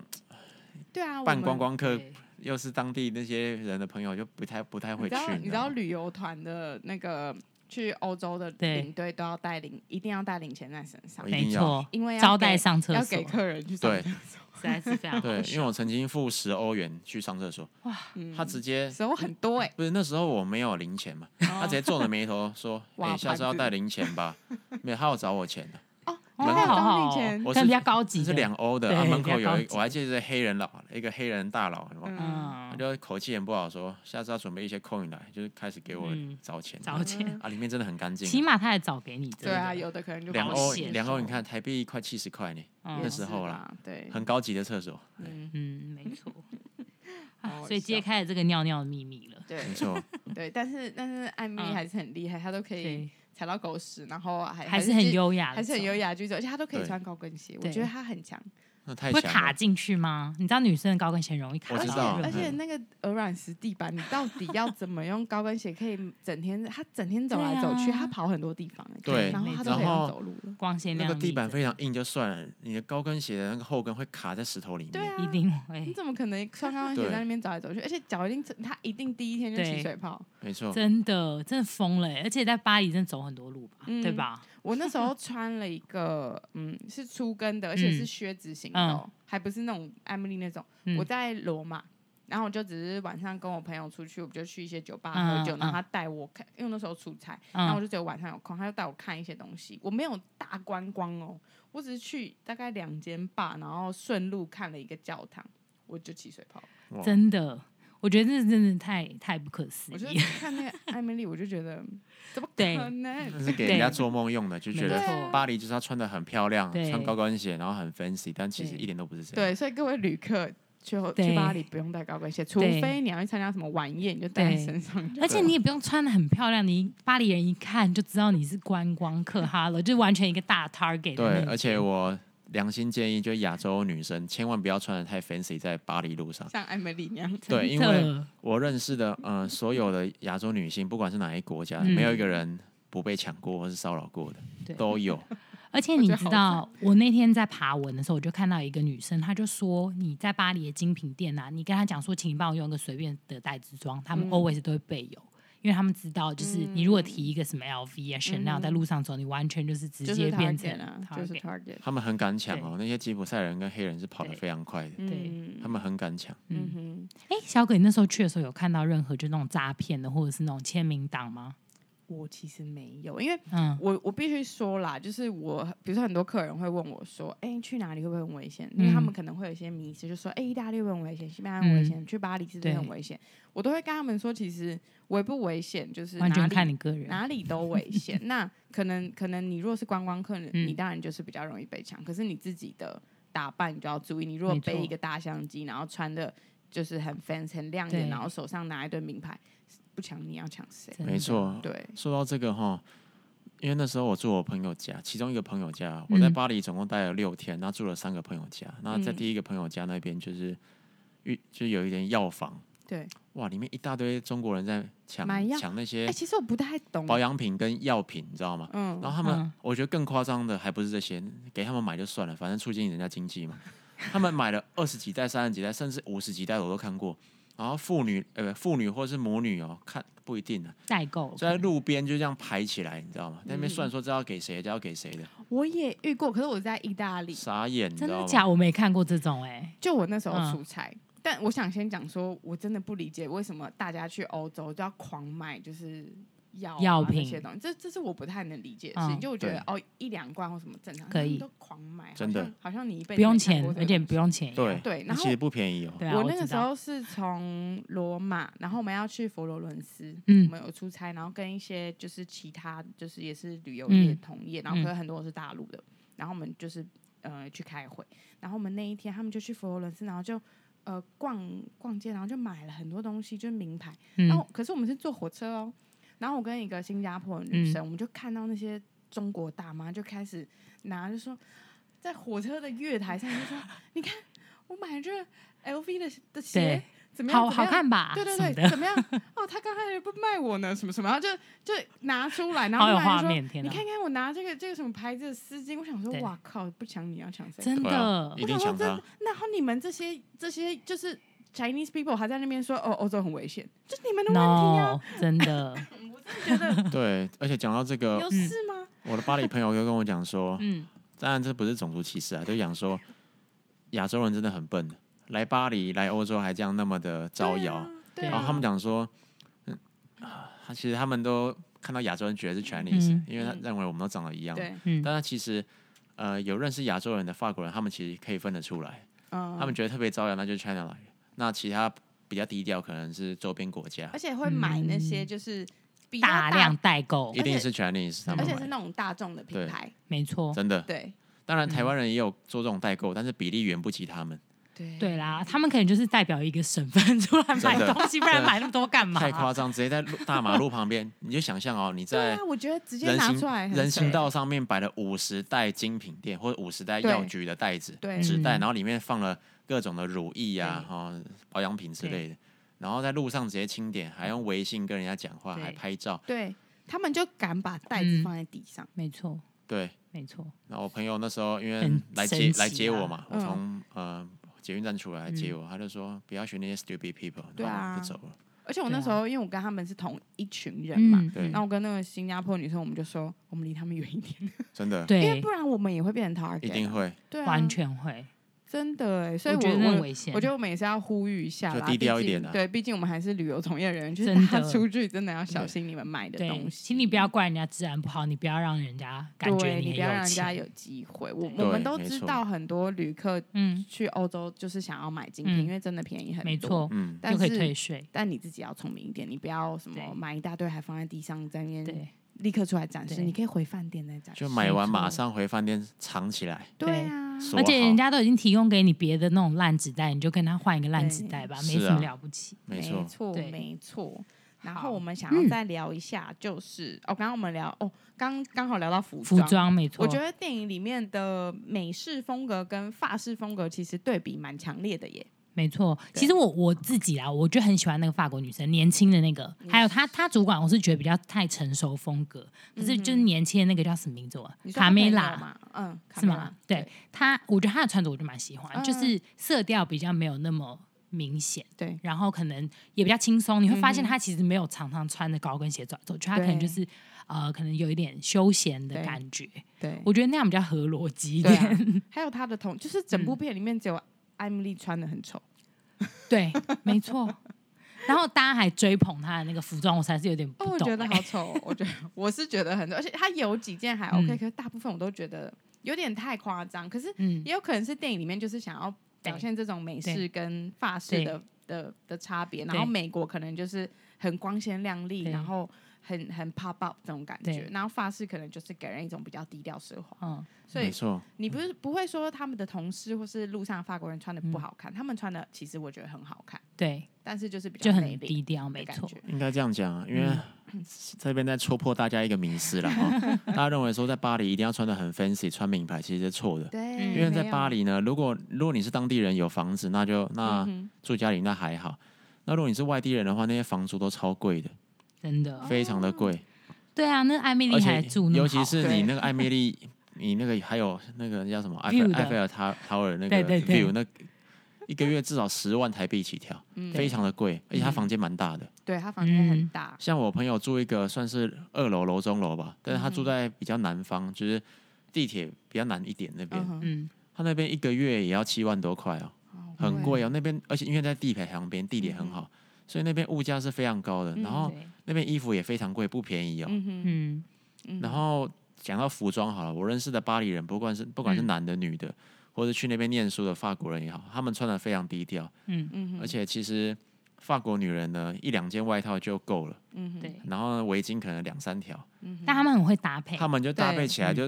[SPEAKER 4] 对啊，我
[SPEAKER 2] 半
[SPEAKER 4] 们
[SPEAKER 2] 观光客，
[SPEAKER 3] 对
[SPEAKER 2] 又是当地那些人的朋友，就不太不太
[SPEAKER 4] 你
[SPEAKER 2] 会
[SPEAKER 4] 知
[SPEAKER 2] 去
[SPEAKER 4] 道，你知道
[SPEAKER 2] 吗
[SPEAKER 4] 旅游团的那个去欧洲的
[SPEAKER 3] 对
[SPEAKER 4] 领队都要带零，一定要带零钱在身上
[SPEAKER 2] 我，一
[SPEAKER 3] 没
[SPEAKER 2] 定要
[SPEAKER 3] 错，
[SPEAKER 4] 因为要
[SPEAKER 3] 招待
[SPEAKER 4] 给
[SPEAKER 3] 上厕
[SPEAKER 4] 要
[SPEAKER 3] 所
[SPEAKER 4] 给，客人去上
[SPEAKER 2] 对
[SPEAKER 4] 厕所，
[SPEAKER 3] 实在是 非常
[SPEAKER 2] 对
[SPEAKER 3] 好，
[SPEAKER 2] 因为我曾经付十欧元去上厕所，
[SPEAKER 4] 嗯
[SPEAKER 2] 他直接
[SPEAKER 4] 时候很多哎，
[SPEAKER 2] 不是那时候我没有零钱嘛，他直接皱着眉头说：“
[SPEAKER 4] 哇
[SPEAKER 2] 哎、下次要带零钱吧。”没有，他要找我钱的，
[SPEAKER 4] 哦，
[SPEAKER 3] 哦
[SPEAKER 4] 他还有
[SPEAKER 3] 好好
[SPEAKER 4] 找
[SPEAKER 3] 哦
[SPEAKER 4] 零钱，
[SPEAKER 2] 我
[SPEAKER 3] 可能
[SPEAKER 2] 是
[SPEAKER 3] 比较高级
[SPEAKER 2] 这
[SPEAKER 3] 的，
[SPEAKER 2] 是两欧的。
[SPEAKER 3] 对
[SPEAKER 2] 啊，门口
[SPEAKER 3] 比较高
[SPEAKER 2] 有一
[SPEAKER 3] 级
[SPEAKER 2] 我还记得是黑人老一个黑人大佬，
[SPEAKER 4] 嗯
[SPEAKER 2] 他
[SPEAKER 3] 嗯，
[SPEAKER 2] 就口气很不好说，下次要准备一些 coin 来，就是开始给我
[SPEAKER 3] 嗯
[SPEAKER 2] 找钱，
[SPEAKER 3] 找钱，
[SPEAKER 2] 啊，里面真的很干 净啊、
[SPEAKER 3] 起码他还找给你，真
[SPEAKER 4] 对
[SPEAKER 3] 的
[SPEAKER 4] 啊，有的可能就
[SPEAKER 2] 两
[SPEAKER 4] 保
[SPEAKER 2] 欧
[SPEAKER 4] 险哦
[SPEAKER 2] 两欧，你看台币快七十块呢，
[SPEAKER 3] 嗯
[SPEAKER 2] 那时候啦
[SPEAKER 4] 啦，啊对，
[SPEAKER 2] 很高级的厕所，
[SPEAKER 4] 嗯，
[SPEAKER 3] 嗯，没错，
[SPEAKER 4] 好
[SPEAKER 3] 啊
[SPEAKER 4] 好
[SPEAKER 3] 所以
[SPEAKER 4] 笑
[SPEAKER 3] 揭开了这个尿尿的秘密了，
[SPEAKER 4] 对
[SPEAKER 2] 没错，
[SPEAKER 4] 对，但是但是艾米
[SPEAKER 3] 嗯
[SPEAKER 4] 还是很厉害，她都可以
[SPEAKER 3] 对，
[SPEAKER 4] 踩到狗屎，然后还
[SPEAKER 3] 嗯还是很
[SPEAKER 4] 继
[SPEAKER 3] 优雅的，
[SPEAKER 4] 还是很优。雅的去走，而且他都可以
[SPEAKER 2] 对
[SPEAKER 4] 穿高跟鞋，我
[SPEAKER 3] 对
[SPEAKER 4] 觉得他很强。
[SPEAKER 2] 那太
[SPEAKER 3] 会
[SPEAKER 2] 强
[SPEAKER 3] 卡
[SPEAKER 2] 了。
[SPEAKER 3] 进去吗？你知道女生的高跟鞋容易卡
[SPEAKER 2] 我
[SPEAKER 3] 到
[SPEAKER 4] 而
[SPEAKER 2] 知
[SPEAKER 4] 且
[SPEAKER 2] 道
[SPEAKER 4] 而且
[SPEAKER 2] 嗯
[SPEAKER 4] 那个鹅卵石地板，你到底要怎么用高跟鞋？可以整天他整天走来走去，
[SPEAKER 3] 对啊
[SPEAKER 4] 他跑很多地方，欸
[SPEAKER 2] 对
[SPEAKER 4] 然后他都
[SPEAKER 2] 然
[SPEAKER 4] 可以用
[SPEAKER 2] 后
[SPEAKER 4] 走路了。
[SPEAKER 3] 光鲜
[SPEAKER 2] 那
[SPEAKER 3] 亮丽
[SPEAKER 2] 个
[SPEAKER 3] 的，
[SPEAKER 2] 地板非常硬就算了，你的高跟鞋的那个后跟会卡在石头里面。
[SPEAKER 4] 对啊，
[SPEAKER 3] 一定
[SPEAKER 4] 你
[SPEAKER 3] 会，
[SPEAKER 4] 怎么可能穿高跟鞋
[SPEAKER 2] 对
[SPEAKER 4] 在那边走来走去？而且脚一定他一定第一天就
[SPEAKER 3] 对
[SPEAKER 4] 起水泡。
[SPEAKER 2] 没错，
[SPEAKER 3] 真
[SPEAKER 2] 哦
[SPEAKER 3] 的真的疯了欸，而且在巴黎真的走很多路吧，
[SPEAKER 4] 嗯
[SPEAKER 3] 对吧？
[SPEAKER 4] 我那 时候穿了一个，嗯，是粗跟的，而且是
[SPEAKER 3] 嗯
[SPEAKER 4] 靴子型的哦，还不是那种艾米丽那种。
[SPEAKER 3] 嗯
[SPEAKER 4] 我在罗马，然后我就只是晚上跟我朋友出去，我们就去一些酒吧
[SPEAKER 3] 嗯
[SPEAKER 4] 喝酒，
[SPEAKER 3] 嗯
[SPEAKER 4] 然后他带我看，因为那时候出差，然后我
[SPEAKER 3] 嗯，
[SPEAKER 4] 就只有晚上有空，他就带我看一些东西。我没有大观光哦，我只是去大概两间吧，然后顺路看了一个教堂，我就起水泡。
[SPEAKER 2] 哇
[SPEAKER 3] 真的，我觉得这真的太太不可思
[SPEAKER 4] 我就
[SPEAKER 3] 议了，
[SPEAKER 4] 看 那个艾米丽，我就觉得怎么
[SPEAKER 3] 对
[SPEAKER 4] 可能？
[SPEAKER 2] 那是给人家做梦用的，就觉
[SPEAKER 3] 没
[SPEAKER 2] 得
[SPEAKER 3] 错
[SPEAKER 2] 巴黎就是要穿的很漂亮，
[SPEAKER 3] 对
[SPEAKER 2] 穿高跟鞋，然后很 fancy，但其实
[SPEAKER 3] 对
[SPEAKER 2] 一点都不是这样。
[SPEAKER 4] 对，所以各位旅客去
[SPEAKER 3] 对
[SPEAKER 4] 去巴黎不用带高跟鞋，除
[SPEAKER 3] 对
[SPEAKER 4] 非你要去参加什么晚宴，你就带在身上。
[SPEAKER 3] 而且你也不用穿的很漂亮，你巴黎人一看就知道你是观光客哈了，就完全一个大 target 在那
[SPEAKER 2] 对，
[SPEAKER 3] 边。
[SPEAKER 2] 而且我良心建议，就亚洲女生千万不要穿的太 fancy 在巴黎路上。
[SPEAKER 4] 像艾米丽那样，
[SPEAKER 3] 真的
[SPEAKER 2] 对因为我认识的呃所有的亚洲女性，不管是哪一国家，
[SPEAKER 3] 嗯
[SPEAKER 2] 没有一个人不被抢过或是骚扰过的，
[SPEAKER 3] 对
[SPEAKER 2] 都有。
[SPEAKER 3] 而且你知道，我那天在爬文的时候，我就看到一个女生，她就说你在巴黎的精品店啊，你跟她讲说，请你帮我用一个随便的袋子装，他们
[SPEAKER 4] 嗯
[SPEAKER 3] always 都会备有。因为他们知道，就是你如果提一个什么 LV 啊、Chanel 在路上走，你完全就是直
[SPEAKER 4] 就
[SPEAKER 3] 接
[SPEAKER 4] 是
[SPEAKER 3] 变
[SPEAKER 4] target
[SPEAKER 3] 成
[SPEAKER 4] 啊，
[SPEAKER 3] target 嗯
[SPEAKER 4] 就是 target。
[SPEAKER 2] 他们很敢 抢哦，那些吉普赛人跟黑人是跑得非常快的，
[SPEAKER 3] 对
[SPEAKER 4] 嗯
[SPEAKER 2] 他们很敢抢。
[SPEAKER 4] 嗯哼，
[SPEAKER 3] 哎，小葛，你那时候去的时候有看到任何就那种诈骗的，或者是那种签名档吗？
[SPEAKER 4] 我其实没有，因为
[SPEAKER 3] 嗯，
[SPEAKER 4] 我我必须说啦，就是我，比如说很多客人会问我说，哎、去哪里会不会很危险？因为他们
[SPEAKER 3] 嗯
[SPEAKER 4] 可能会有一些迷思，就说，哎、意大利会不会很危险，西班牙很危险，去巴黎是不是很
[SPEAKER 3] 对
[SPEAKER 4] 危险？我都会跟他们说，其实危不危险，就是
[SPEAKER 3] 完
[SPEAKER 4] 哪
[SPEAKER 3] 全
[SPEAKER 4] 里
[SPEAKER 3] 看你个人。
[SPEAKER 4] 哪里都 危险。那可能可能你如果是观光客，
[SPEAKER 3] 嗯
[SPEAKER 4] 你当然就是比较容易被抢。可是你自己的打扮你就要注意。你如果
[SPEAKER 3] 没错
[SPEAKER 4] 背一个大相机，然后穿的就是很 fancy 很亮眼，
[SPEAKER 3] 对
[SPEAKER 4] 然后手上拿一堆名牌，不抢你要抢谁？
[SPEAKER 3] 真的
[SPEAKER 2] 没，错，
[SPEAKER 4] 对，
[SPEAKER 2] 说到这个哈，因为那时候我住我朋友家，其中一个朋友家，我在
[SPEAKER 3] 嗯
[SPEAKER 2] 巴黎总共待了六天，那住了三个朋友家。
[SPEAKER 4] 嗯
[SPEAKER 2] 那在第一个朋友家那边就是遇，就有一间药房，
[SPEAKER 4] 对，
[SPEAKER 2] 哇，里面一大堆中国人在抢
[SPEAKER 4] 买药
[SPEAKER 2] 抢那
[SPEAKER 4] 哎、
[SPEAKER 2] 些
[SPEAKER 4] 其实我不太懂，
[SPEAKER 2] 保养品跟药品，你知道吗？
[SPEAKER 4] 嗯
[SPEAKER 2] 然，后他们，
[SPEAKER 3] 嗯
[SPEAKER 2] 我觉得更夸张的还不是这些，给他们买就算了，反正促进人家经济嘛。 他们买了二十几袋、三十几袋，甚至五十几袋，我都看过。然后妇女，呃，不妇女或是母女哦，看不一定啊，
[SPEAKER 3] 代购
[SPEAKER 2] 就在路边就这样排起来，你知道
[SPEAKER 3] 嗯
[SPEAKER 2] 吗？在那边算说这要给谁，这要给谁的，
[SPEAKER 4] 我也遇过，可是我在意大利，
[SPEAKER 2] 傻眼，你知
[SPEAKER 3] 真
[SPEAKER 2] 道
[SPEAKER 3] 的
[SPEAKER 2] 吗？
[SPEAKER 3] 假？我没看过这种哎，
[SPEAKER 4] 就我那时候
[SPEAKER 3] 嗯
[SPEAKER 4] 出差。但我想先讲说，我真的不理解为什么大家去欧洲就要狂买，就是药、啊、
[SPEAKER 3] 药
[SPEAKER 4] 这
[SPEAKER 3] 品
[SPEAKER 4] 些东西，这这是我不太能理解的事情。
[SPEAKER 3] 嗯
[SPEAKER 4] 就我觉得
[SPEAKER 2] 对
[SPEAKER 4] 哦，一两罐或什么正常，
[SPEAKER 3] 可
[SPEAKER 4] 他们
[SPEAKER 3] 以
[SPEAKER 4] 都狂买，好
[SPEAKER 2] 真的
[SPEAKER 4] 像好像你一辈子
[SPEAKER 3] 不用
[SPEAKER 4] 没看
[SPEAKER 3] 钱
[SPEAKER 4] 过，
[SPEAKER 3] 而
[SPEAKER 4] 这个
[SPEAKER 3] 且
[SPEAKER 4] 东西
[SPEAKER 3] 不用钱一样。
[SPEAKER 2] 对
[SPEAKER 4] 对。
[SPEAKER 2] 那
[SPEAKER 4] 然
[SPEAKER 2] 其
[SPEAKER 4] 后
[SPEAKER 2] 实不便宜哦。
[SPEAKER 3] 对啊，
[SPEAKER 4] 我
[SPEAKER 3] 我
[SPEAKER 4] 那个
[SPEAKER 3] 知
[SPEAKER 4] 时
[SPEAKER 3] 道，
[SPEAKER 4] 候是从罗马，然后我们要去佛罗伦斯，我
[SPEAKER 3] 嗯
[SPEAKER 4] 们有出差，然后跟一些就是其他就是也是旅游业
[SPEAKER 3] 嗯
[SPEAKER 4] 同业，然后
[SPEAKER 3] 嗯
[SPEAKER 4] 可有很多是大陆的，然后我们就是呃去开会，然后我们那一天他们就去佛罗伦斯，然后就呃逛逛街，然后就买了很多东西，就是名牌，然
[SPEAKER 3] 嗯
[SPEAKER 4] 后可是我们是坐火车哦，然后我跟一个新加坡的
[SPEAKER 3] 嗯
[SPEAKER 4] 女生，我们就看到那些中国大妈就开始拿，就说在火车的月台上就说：“你看我买这 LV 的的鞋
[SPEAKER 3] 对，
[SPEAKER 4] 怎么样？
[SPEAKER 3] 好
[SPEAKER 4] 怎么
[SPEAKER 3] 好
[SPEAKER 4] 样。”
[SPEAKER 3] 看吧？
[SPEAKER 4] 对 对
[SPEAKER 3] 什么
[SPEAKER 4] 对，
[SPEAKER 3] 的，
[SPEAKER 4] 怎么样？ 哦，他刚开始不卖我呢，什么什么，然后就就拿 出来，然后
[SPEAKER 3] 好有
[SPEAKER 4] 后来
[SPEAKER 3] 画
[SPEAKER 4] 就说
[SPEAKER 3] 面，：“天
[SPEAKER 4] 你
[SPEAKER 3] 哪，
[SPEAKER 4] 看看我拿这个这个什么牌子的丝巾。”我想说：“
[SPEAKER 3] 对
[SPEAKER 4] 哇靠，不抢你要抢谁？”
[SPEAKER 3] 真
[SPEAKER 2] 对啊
[SPEAKER 3] 的
[SPEAKER 2] 一定抢他。
[SPEAKER 4] 然后你们这些这些就是 Chinese people 还在那边说：“哦，欧洲很危险。”就你们的问题啊
[SPEAKER 3] ，no，真 的，
[SPEAKER 4] 觉得
[SPEAKER 2] 对，而且讲到这个
[SPEAKER 4] 有，事吗？
[SPEAKER 2] 我的巴黎朋友又跟我讲说，
[SPEAKER 3] 嗯，
[SPEAKER 2] 当然这不是种族歧视啊，就讲说亚洲人真的很笨，来巴黎、来欧洲还这样那么的招摇。
[SPEAKER 4] 对啊，对
[SPEAKER 2] 然后
[SPEAKER 4] 啊
[SPEAKER 2] 他们讲说，嗯，啊其实他们都看到亚洲人觉得是 Chinese，、
[SPEAKER 3] 嗯
[SPEAKER 2] 因为他认为我们都长得一样。
[SPEAKER 4] 对，
[SPEAKER 3] 嗯，
[SPEAKER 2] 但是其实，呃，有认识亚洲人的法国人，他们其实可以分得出来，
[SPEAKER 4] 嗯，
[SPEAKER 2] 哦他们觉得特别招摇，那就是 China 来的。那其他比较低调，可能是周边国家
[SPEAKER 4] 而，且会买那些就是比较
[SPEAKER 3] 大量，代购
[SPEAKER 2] 一，定是 Chinese 他
[SPEAKER 4] 而
[SPEAKER 2] 们
[SPEAKER 4] 且
[SPEAKER 2] 买
[SPEAKER 4] 是
[SPEAKER 2] 的，
[SPEAKER 4] 那种大众的品牌，
[SPEAKER 3] 没错，
[SPEAKER 2] 真的。
[SPEAKER 4] 对
[SPEAKER 2] 当然，台湾人也有做这种代购，但是比例远不及他们，
[SPEAKER 4] 对
[SPEAKER 3] 对啦，他们可能就是代表一个省份 出来买
[SPEAKER 2] 真的
[SPEAKER 3] 东西，不然买那么多干嘛？
[SPEAKER 2] 太夸张，直接 在路大马路旁边，你就想象哦，你
[SPEAKER 4] 对
[SPEAKER 2] 在
[SPEAKER 4] 啊，我觉得直接
[SPEAKER 2] 人
[SPEAKER 4] 拿
[SPEAKER 2] 行
[SPEAKER 4] 出来很
[SPEAKER 2] 人行
[SPEAKER 4] 扯
[SPEAKER 2] 道上面摆了五十袋精品店或者五十袋药
[SPEAKER 4] 对
[SPEAKER 2] 局的袋子、
[SPEAKER 4] 对
[SPEAKER 2] 纸袋，
[SPEAKER 3] 嗯
[SPEAKER 2] 然后里面放了各种的乳液啊、
[SPEAKER 3] 对嗯
[SPEAKER 2] 哦、保养品之类的，然后在路上直接清点，还用微信跟人家讲话，
[SPEAKER 3] 对
[SPEAKER 2] 还拍照，
[SPEAKER 4] 对。他们就敢把袋
[SPEAKER 3] 嗯
[SPEAKER 4] 子放在地上，
[SPEAKER 3] 没错，
[SPEAKER 2] 对。
[SPEAKER 3] 没错，
[SPEAKER 2] 然后我朋友那时候因为
[SPEAKER 3] 很
[SPEAKER 2] 来
[SPEAKER 3] 神
[SPEAKER 2] 接、
[SPEAKER 3] 奇
[SPEAKER 2] 来接我
[SPEAKER 3] 啊嗯
[SPEAKER 2] 嘛，
[SPEAKER 4] 嗯
[SPEAKER 2] 我从呃捷运站出来来接我，他就说不要学那些 stupid people，
[SPEAKER 4] 对
[SPEAKER 2] 然后
[SPEAKER 4] 啊
[SPEAKER 2] 就走了。
[SPEAKER 4] 而且我
[SPEAKER 3] 对
[SPEAKER 4] 那
[SPEAKER 3] 啊
[SPEAKER 4] 时候因为我跟他们是同一群人嘛，
[SPEAKER 3] 嗯，
[SPEAKER 2] 对
[SPEAKER 4] 然后我跟那个新加坡女生，我们就说我们离他们远一点，
[SPEAKER 2] 真的，
[SPEAKER 4] 因为
[SPEAKER 3] 对
[SPEAKER 4] 不，然我们也会变成 target，
[SPEAKER 2] 一定会
[SPEAKER 4] 对啊，
[SPEAKER 3] 完全会，
[SPEAKER 4] 真的哎，所以
[SPEAKER 3] 我觉得
[SPEAKER 4] 我
[SPEAKER 3] 那很
[SPEAKER 4] 我
[SPEAKER 3] 危险，
[SPEAKER 4] 我觉得我们也是要呼吁一下
[SPEAKER 2] 就
[SPEAKER 4] 啦，
[SPEAKER 2] 低调一
[SPEAKER 4] 毕竟
[SPEAKER 2] 点啊
[SPEAKER 4] 对，毕竟我们还是旅游从业人员，就是
[SPEAKER 3] 真
[SPEAKER 4] 大
[SPEAKER 3] 的
[SPEAKER 4] 家出去真的要小心你们买的东
[SPEAKER 3] 对，
[SPEAKER 4] 西，
[SPEAKER 3] 请你不要怪人家治安不好，你不要让人家感觉
[SPEAKER 4] 对你
[SPEAKER 3] 很
[SPEAKER 4] 不要让
[SPEAKER 3] 有
[SPEAKER 4] 人家
[SPEAKER 3] 钱，
[SPEAKER 4] 有机会。我
[SPEAKER 3] 对
[SPEAKER 4] 我们
[SPEAKER 2] 对
[SPEAKER 4] 都
[SPEAKER 2] 没
[SPEAKER 4] 知
[SPEAKER 2] 错
[SPEAKER 4] 道很多旅客
[SPEAKER 3] 嗯，
[SPEAKER 4] 去欧洲就是想要买精品，
[SPEAKER 3] 嗯
[SPEAKER 4] 因为真的便宜很多。
[SPEAKER 3] 没，错，
[SPEAKER 2] 嗯。
[SPEAKER 4] 但
[SPEAKER 3] 又可以
[SPEAKER 4] 是
[SPEAKER 3] 退税，
[SPEAKER 4] 但你自己要聪明一点，你不要什
[SPEAKER 3] 对
[SPEAKER 4] 么买一大堆还放在地上，在那边
[SPEAKER 3] 对，
[SPEAKER 4] 立刻出来展示。
[SPEAKER 3] 对
[SPEAKER 4] 你可以回饭店再展示。
[SPEAKER 2] 就买完
[SPEAKER 3] 没错
[SPEAKER 2] 马上回饭店藏起来，
[SPEAKER 4] 对啊，
[SPEAKER 2] 锁
[SPEAKER 3] 嗯而且
[SPEAKER 2] 好
[SPEAKER 3] 人家都已经提供给你别的那种烂纸袋，你就跟他换一个烂纸袋吧，
[SPEAKER 2] 对
[SPEAKER 3] 没
[SPEAKER 2] 是
[SPEAKER 3] 什
[SPEAKER 2] 啊
[SPEAKER 3] 么了不起，
[SPEAKER 2] 没
[SPEAKER 4] 没
[SPEAKER 2] 错，
[SPEAKER 4] 错，
[SPEAKER 3] 对
[SPEAKER 4] 没错。然
[SPEAKER 3] 好
[SPEAKER 4] 后我们想
[SPEAKER 3] 嗯
[SPEAKER 4] 要再聊一下，就是、哦，刚刚我们聊哦，刚刚好聊到服
[SPEAKER 3] 服装没错，
[SPEAKER 4] 我觉得电影里面的美式风格跟法式风格其实对比蛮强烈的耶。
[SPEAKER 3] 没错，
[SPEAKER 4] 对
[SPEAKER 3] 其实我我自己啦，我就很喜欢那个法国女生，年轻的那个，还有她她主管，我是觉得比较太成熟风格，可是就是年轻的那个叫什么名字我
[SPEAKER 4] 嗯你说
[SPEAKER 3] 卡梅
[SPEAKER 4] 佩内
[SPEAKER 3] 拉
[SPEAKER 4] 嘛，嗯，卡
[SPEAKER 3] 是
[SPEAKER 4] 梅拉
[SPEAKER 3] 吗？对，她，我觉得她的穿着我就蛮喜欢，
[SPEAKER 4] 嗯
[SPEAKER 3] 就是色调比较没有那么明显，
[SPEAKER 5] 对，
[SPEAKER 3] 然后可能也比较轻松。你会发
[SPEAKER 4] 嗯
[SPEAKER 3] 现他其实没有常常穿着高跟鞋走来走去，他可能就是呃，可能有一点休闲的
[SPEAKER 5] 对
[SPEAKER 3] 感觉。
[SPEAKER 5] 对，
[SPEAKER 3] 我觉得那样比较合逻辑一
[SPEAKER 5] 对啊
[SPEAKER 3] 点。
[SPEAKER 5] 还有他的同，就是整部
[SPEAKER 3] 嗯
[SPEAKER 5] 片里面只有艾米丽穿的很丑，
[SPEAKER 3] 对，没错。然后大家还追捧他的那个服装，我才是有点不
[SPEAKER 4] 哦，我
[SPEAKER 3] 懂、
[SPEAKER 4] 觉
[SPEAKER 3] 欸。
[SPEAKER 4] 得好丑哦，我觉得我是觉得很丑，而且它有几件还 OK，、
[SPEAKER 3] 嗯
[SPEAKER 4] 可是大部分我都觉得有点太夸张。可是
[SPEAKER 3] 嗯，
[SPEAKER 4] 也有可能是电影里面就是想要表
[SPEAKER 3] 对
[SPEAKER 4] 现这种美式
[SPEAKER 3] 对
[SPEAKER 4] 跟法式
[SPEAKER 3] 对
[SPEAKER 4] 的的的差别，然后
[SPEAKER 3] 对
[SPEAKER 4] 美国可能就是很光鲜亮丽，
[SPEAKER 3] 对
[SPEAKER 4] 然后很很 pop up 这种感觉
[SPEAKER 3] 对，
[SPEAKER 4] 然后法式可能就是给人一种比较低调奢华，
[SPEAKER 3] 嗯，
[SPEAKER 4] 所以
[SPEAKER 2] 没错，
[SPEAKER 4] 你不是不会说他们的同事或是路上的法国人穿的
[SPEAKER 3] 嗯
[SPEAKER 4] 不好看，他们穿的其实我觉得很好看，
[SPEAKER 3] 对，
[SPEAKER 4] 但是就是比较
[SPEAKER 3] 就
[SPEAKER 4] 内
[SPEAKER 3] 很
[SPEAKER 4] 敛
[SPEAKER 3] 低调，
[SPEAKER 4] 的
[SPEAKER 3] 没
[SPEAKER 4] 感
[SPEAKER 3] 错。
[SPEAKER 4] 觉。
[SPEAKER 2] 应该这样讲啊，因
[SPEAKER 3] 嗯
[SPEAKER 2] 为 这边在戳破大家一个迷 思了哈，大家认为说在巴黎一定要穿的很 fancy，穿名牌其实是错的。
[SPEAKER 4] 对
[SPEAKER 3] 嗯
[SPEAKER 2] 因为在巴
[SPEAKER 4] 黎，
[SPEAKER 2] 黎呢，如果如果你是当地人有房子，那就那
[SPEAKER 4] 嗯
[SPEAKER 2] 住家里那还好。那如果你是外地人的话，那些房租都超贵的，
[SPEAKER 3] 真的，
[SPEAKER 2] 非常的贵，
[SPEAKER 3] 对啊，那艾米
[SPEAKER 2] 而
[SPEAKER 3] 丽哦还
[SPEAKER 2] 且
[SPEAKER 3] 住那么
[SPEAKER 2] 尤
[SPEAKER 3] 好，
[SPEAKER 2] 其是
[SPEAKER 4] 对
[SPEAKER 2] 你那个艾 米丽，你那个还有那个叫什么埃
[SPEAKER 3] View
[SPEAKER 2] 菲
[SPEAKER 3] 的
[SPEAKER 2] 埃菲尔塔塔尔那个
[SPEAKER 3] 对对对
[SPEAKER 2] view 那一个月至少十万台币起跳，
[SPEAKER 4] 嗯
[SPEAKER 2] 非常的贵，而且他
[SPEAKER 3] 嗯
[SPEAKER 2] 房间蛮大的。
[SPEAKER 4] 对他房间很
[SPEAKER 3] 嗯
[SPEAKER 4] 大，
[SPEAKER 2] 像我朋友住一个算是二楼楼中楼吧，但是他
[SPEAKER 4] 嗯
[SPEAKER 2] 住在比较南方，就是地铁比较南一点那边，
[SPEAKER 4] 嗯哼，
[SPEAKER 3] 嗯，
[SPEAKER 2] 他那边一个月也要七万多块哦。
[SPEAKER 4] 好
[SPEAKER 2] 很贵哦。那边而且因为在地陪旁边，地点
[SPEAKER 4] 嗯
[SPEAKER 2] 很好，所以那边物价是非常高的。然后
[SPEAKER 3] 对，
[SPEAKER 2] 那边衣服也非常贵，不便宜哦。
[SPEAKER 4] 嗯哼，
[SPEAKER 3] 嗯，
[SPEAKER 4] 嗯
[SPEAKER 2] 然后讲到服装好了，我认识的巴黎人，不管是不管是
[SPEAKER 3] 嗯
[SPEAKER 2] 男的、女的，或者去那边念书的法国人也好，他们穿的非常低调，
[SPEAKER 4] 嗯哼，
[SPEAKER 2] 而且其实。法国女人呢，一两件外套就够了，
[SPEAKER 4] 嗯哼，嗯
[SPEAKER 3] 对。
[SPEAKER 2] 然后呢围巾可能两三条，
[SPEAKER 3] 但他们很会搭配，
[SPEAKER 2] 他们就搭
[SPEAKER 4] 对嗯
[SPEAKER 2] 配起来就，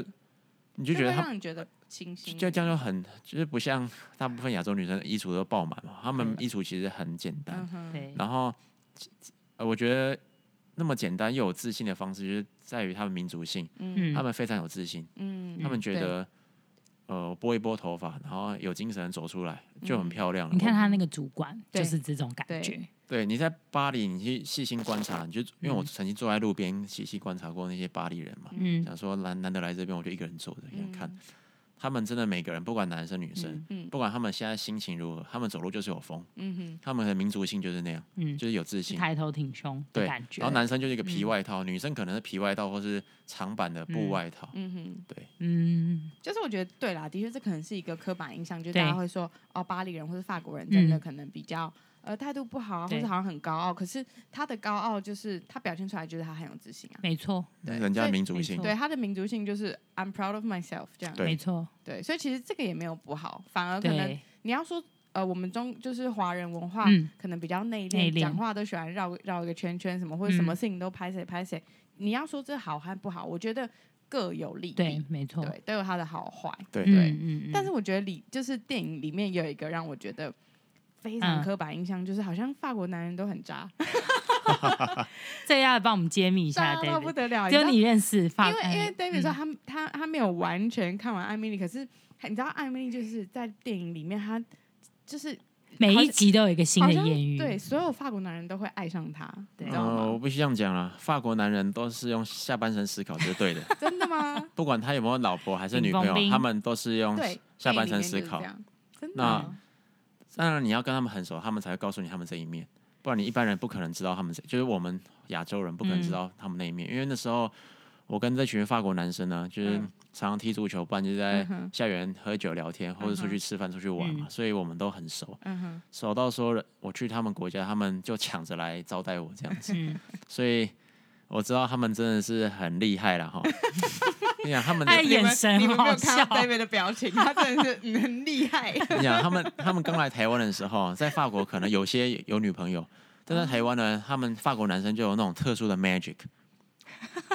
[SPEAKER 2] 你就
[SPEAKER 4] 就
[SPEAKER 2] 觉得
[SPEAKER 4] 会
[SPEAKER 2] 他
[SPEAKER 4] 让你觉得清新，
[SPEAKER 2] 就这样就很，就是不像大部分亚洲女生的衣橱都爆满嘛，她们
[SPEAKER 3] 对
[SPEAKER 2] 衣橱其实很简单，
[SPEAKER 4] 嗯哼，
[SPEAKER 3] 对，
[SPEAKER 2] 然后，呃，我觉得那么简单又有自信的方式，就是在于他们民族性，
[SPEAKER 4] 嗯
[SPEAKER 3] 嗯，
[SPEAKER 2] 他们非常有自信，
[SPEAKER 4] 嗯
[SPEAKER 2] 他们觉
[SPEAKER 4] 对
[SPEAKER 2] 得，呃，拨一拨头发，然后有精神地走出来
[SPEAKER 4] 嗯
[SPEAKER 2] 就很漂亮了。
[SPEAKER 3] 你看
[SPEAKER 2] 我，
[SPEAKER 3] 他那个主管
[SPEAKER 4] 对
[SPEAKER 3] 就是这种感觉
[SPEAKER 4] 对，
[SPEAKER 2] 对，你在巴黎，你去细心观察，你就因为
[SPEAKER 4] 嗯
[SPEAKER 2] 我曾经坐在路边细细观察过那些巴黎人嘛，
[SPEAKER 3] 嗯，
[SPEAKER 2] 想说难难得来这边，我就一个人坐着，一个人看，他们真的每个人，不管男生女生，
[SPEAKER 4] 嗯
[SPEAKER 2] 不管他们现在心情如何，他们走路就是有风，
[SPEAKER 4] 嗯哼，
[SPEAKER 2] 他们的民族性就是那样，
[SPEAKER 3] 嗯
[SPEAKER 2] 就是有自信。
[SPEAKER 3] 抬头挺胸的
[SPEAKER 2] 对
[SPEAKER 3] 感觉
[SPEAKER 2] 然后，男生就是一个皮外套，女生可能是皮外套或是长版的布外套。
[SPEAKER 4] 嗯嗯哼，
[SPEAKER 2] 对，
[SPEAKER 3] 嗯，
[SPEAKER 4] 就是我觉得对啦，的确这可能是一个刻板印象，就是
[SPEAKER 3] 对
[SPEAKER 4] 大家会说哦，巴黎人或是法国人真的
[SPEAKER 3] 嗯
[SPEAKER 4] 可能比较。呃，态度不好啊，或
[SPEAKER 3] 对
[SPEAKER 4] 者好像很高傲，可是他的高傲就是他表现出来，就是他很有自信啊。
[SPEAKER 3] 没错，
[SPEAKER 2] 那是人家的民族
[SPEAKER 3] 没
[SPEAKER 2] 性
[SPEAKER 3] 错。
[SPEAKER 4] 对他的民族性就是 I'm proud of myself 这样。
[SPEAKER 2] 对
[SPEAKER 3] 没错，
[SPEAKER 4] 对，所以其实这个也没有不好，反而可能
[SPEAKER 3] 对，
[SPEAKER 4] 你要说呃，我们中就是华人文化、
[SPEAKER 3] 嗯
[SPEAKER 4] 可能比较内
[SPEAKER 3] 内
[SPEAKER 4] 敛，
[SPEAKER 3] 敛
[SPEAKER 4] 讲话都喜欢绕绕一个圈圈什么，或者什么
[SPEAKER 3] 嗯
[SPEAKER 4] 事情都拍谁拍谁。你要说这好和不好，我觉得各有利弊，
[SPEAKER 3] 对，没错，
[SPEAKER 4] 对，都有它的好坏。
[SPEAKER 2] 对
[SPEAKER 3] 嗯
[SPEAKER 4] 对
[SPEAKER 3] 嗯嗯，
[SPEAKER 4] 但是我觉得里就是电影里面有一个让我觉得非常
[SPEAKER 3] 嗯
[SPEAKER 4] 刻板印象，就是好像法国男人都很 渣，
[SPEAKER 3] 这要帮我们揭秘一下
[SPEAKER 4] 渣到啊不
[SPEAKER 3] David，
[SPEAKER 4] 得了。
[SPEAKER 3] 啊只有
[SPEAKER 4] 知道
[SPEAKER 3] 你认识法，
[SPEAKER 4] 因为因为
[SPEAKER 3] 嗯
[SPEAKER 4] David 说他、他他没有完全看完艾米丽，可是你知道艾米丽就是在电影里面，她就是
[SPEAKER 3] 每
[SPEAKER 4] 好
[SPEAKER 3] 一
[SPEAKER 4] 像
[SPEAKER 3] 集都有一个新
[SPEAKER 4] 好
[SPEAKER 3] 的
[SPEAKER 4] 像
[SPEAKER 3] 艳遇，
[SPEAKER 4] 对，所有法国男人都会爱上她，你
[SPEAKER 3] 对
[SPEAKER 4] 知道
[SPEAKER 2] 呃，
[SPEAKER 4] 吗？
[SPEAKER 2] 我必须这样讲啦，法国男人都是用下半身思考，这是 对的。
[SPEAKER 4] 真的吗？
[SPEAKER 2] 不管他有没有老婆还是女
[SPEAKER 3] 紧绷
[SPEAKER 2] 朋友，
[SPEAKER 3] 冰
[SPEAKER 2] 他们都是用
[SPEAKER 4] 对，
[SPEAKER 2] 下半
[SPEAKER 4] 电
[SPEAKER 2] 身
[SPEAKER 4] 影里
[SPEAKER 2] 思
[SPEAKER 4] 面就是
[SPEAKER 2] 考
[SPEAKER 4] 这。样，真的
[SPEAKER 2] 那
[SPEAKER 4] 吗
[SPEAKER 2] 当然，你要跟他们很熟，他们才会告诉你他们这一面，不然你一般人不可能知道他们这，就是我们亚洲人不可能
[SPEAKER 4] 嗯
[SPEAKER 2] 知道他们那一面。因为那时候我跟这群法国男生呢，就是
[SPEAKER 4] 嗯
[SPEAKER 2] 常常踢足球，不然就是在校园喝酒聊天，或者出
[SPEAKER 4] 嗯哼
[SPEAKER 2] 去吃饭、出去玩嘛，所以我们都很熟。
[SPEAKER 4] 嗯哼，
[SPEAKER 2] 熟到说我去他们国家，他们就抢着来招待我这样子，
[SPEAKER 3] 嗯，
[SPEAKER 2] 所以我知道他们真的是很厉 害了哈。你想他们，
[SPEAKER 3] 哎
[SPEAKER 4] 你
[SPEAKER 3] 眼
[SPEAKER 4] 们
[SPEAKER 3] 神
[SPEAKER 4] 你们没
[SPEAKER 3] 好
[SPEAKER 4] 有看
[SPEAKER 3] 笑
[SPEAKER 4] 到，David 的表情，他真的是嗯很厉 害。
[SPEAKER 2] 你想他们，他们刚来台湾的时候，在法国可能有些有女朋友，但在台湾呢，他们法国男生就有那种特殊的 magic，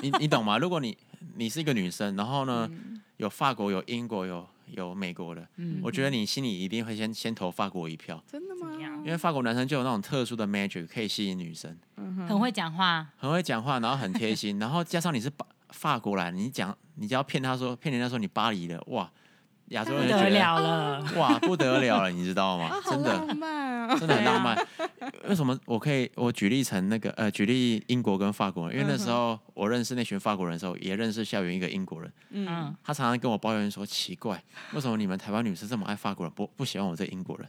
[SPEAKER 2] 你你懂吗？如果你你是一个女生，然后呢，有法国、有英国、有有美国的，
[SPEAKER 3] 嗯
[SPEAKER 2] 我觉得你心里一定会先先投法国一票，
[SPEAKER 4] 真的
[SPEAKER 3] 怎么
[SPEAKER 4] 吗
[SPEAKER 3] 样？
[SPEAKER 2] 因为法国男生就有那种特殊的 magic 可以吸引女生。
[SPEAKER 4] 嗯
[SPEAKER 3] 很会讲话，
[SPEAKER 2] 很会讲话，然后很贴心，然后加上你是法法国来，你讲你只要骗他说骗人家说你巴黎的，哇，亚洲
[SPEAKER 3] 不
[SPEAKER 2] 人就
[SPEAKER 3] 得
[SPEAKER 2] 觉得
[SPEAKER 3] 了了，
[SPEAKER 2] 哇不得了了，你知道
[SPEAKER 3] 啊
[SPEAKER 2] 吗？
[SPEAKER 4] 好
[SPEAKER 2] 真的
[SPEAKER 4] 浪漫啊！
[SPEAKER 2] 真的很
[SPEAKER 3] 对啊
[SPEAKER 2] 浪漫。为什么我可以我举例成那个呃举例英国跟法国人？因为
[SPEAKER 3] 嗯
[SPEAKER 2] 那时候我认识那群法国人的时候，也认识校园一个英国人，
[SPEAKER 3] 嗯，
[SPEAKER 2] 他常常跟我抱怨说奇怪，为什么你们台湾女生这么爱法国人，不不喜欢我这英国人？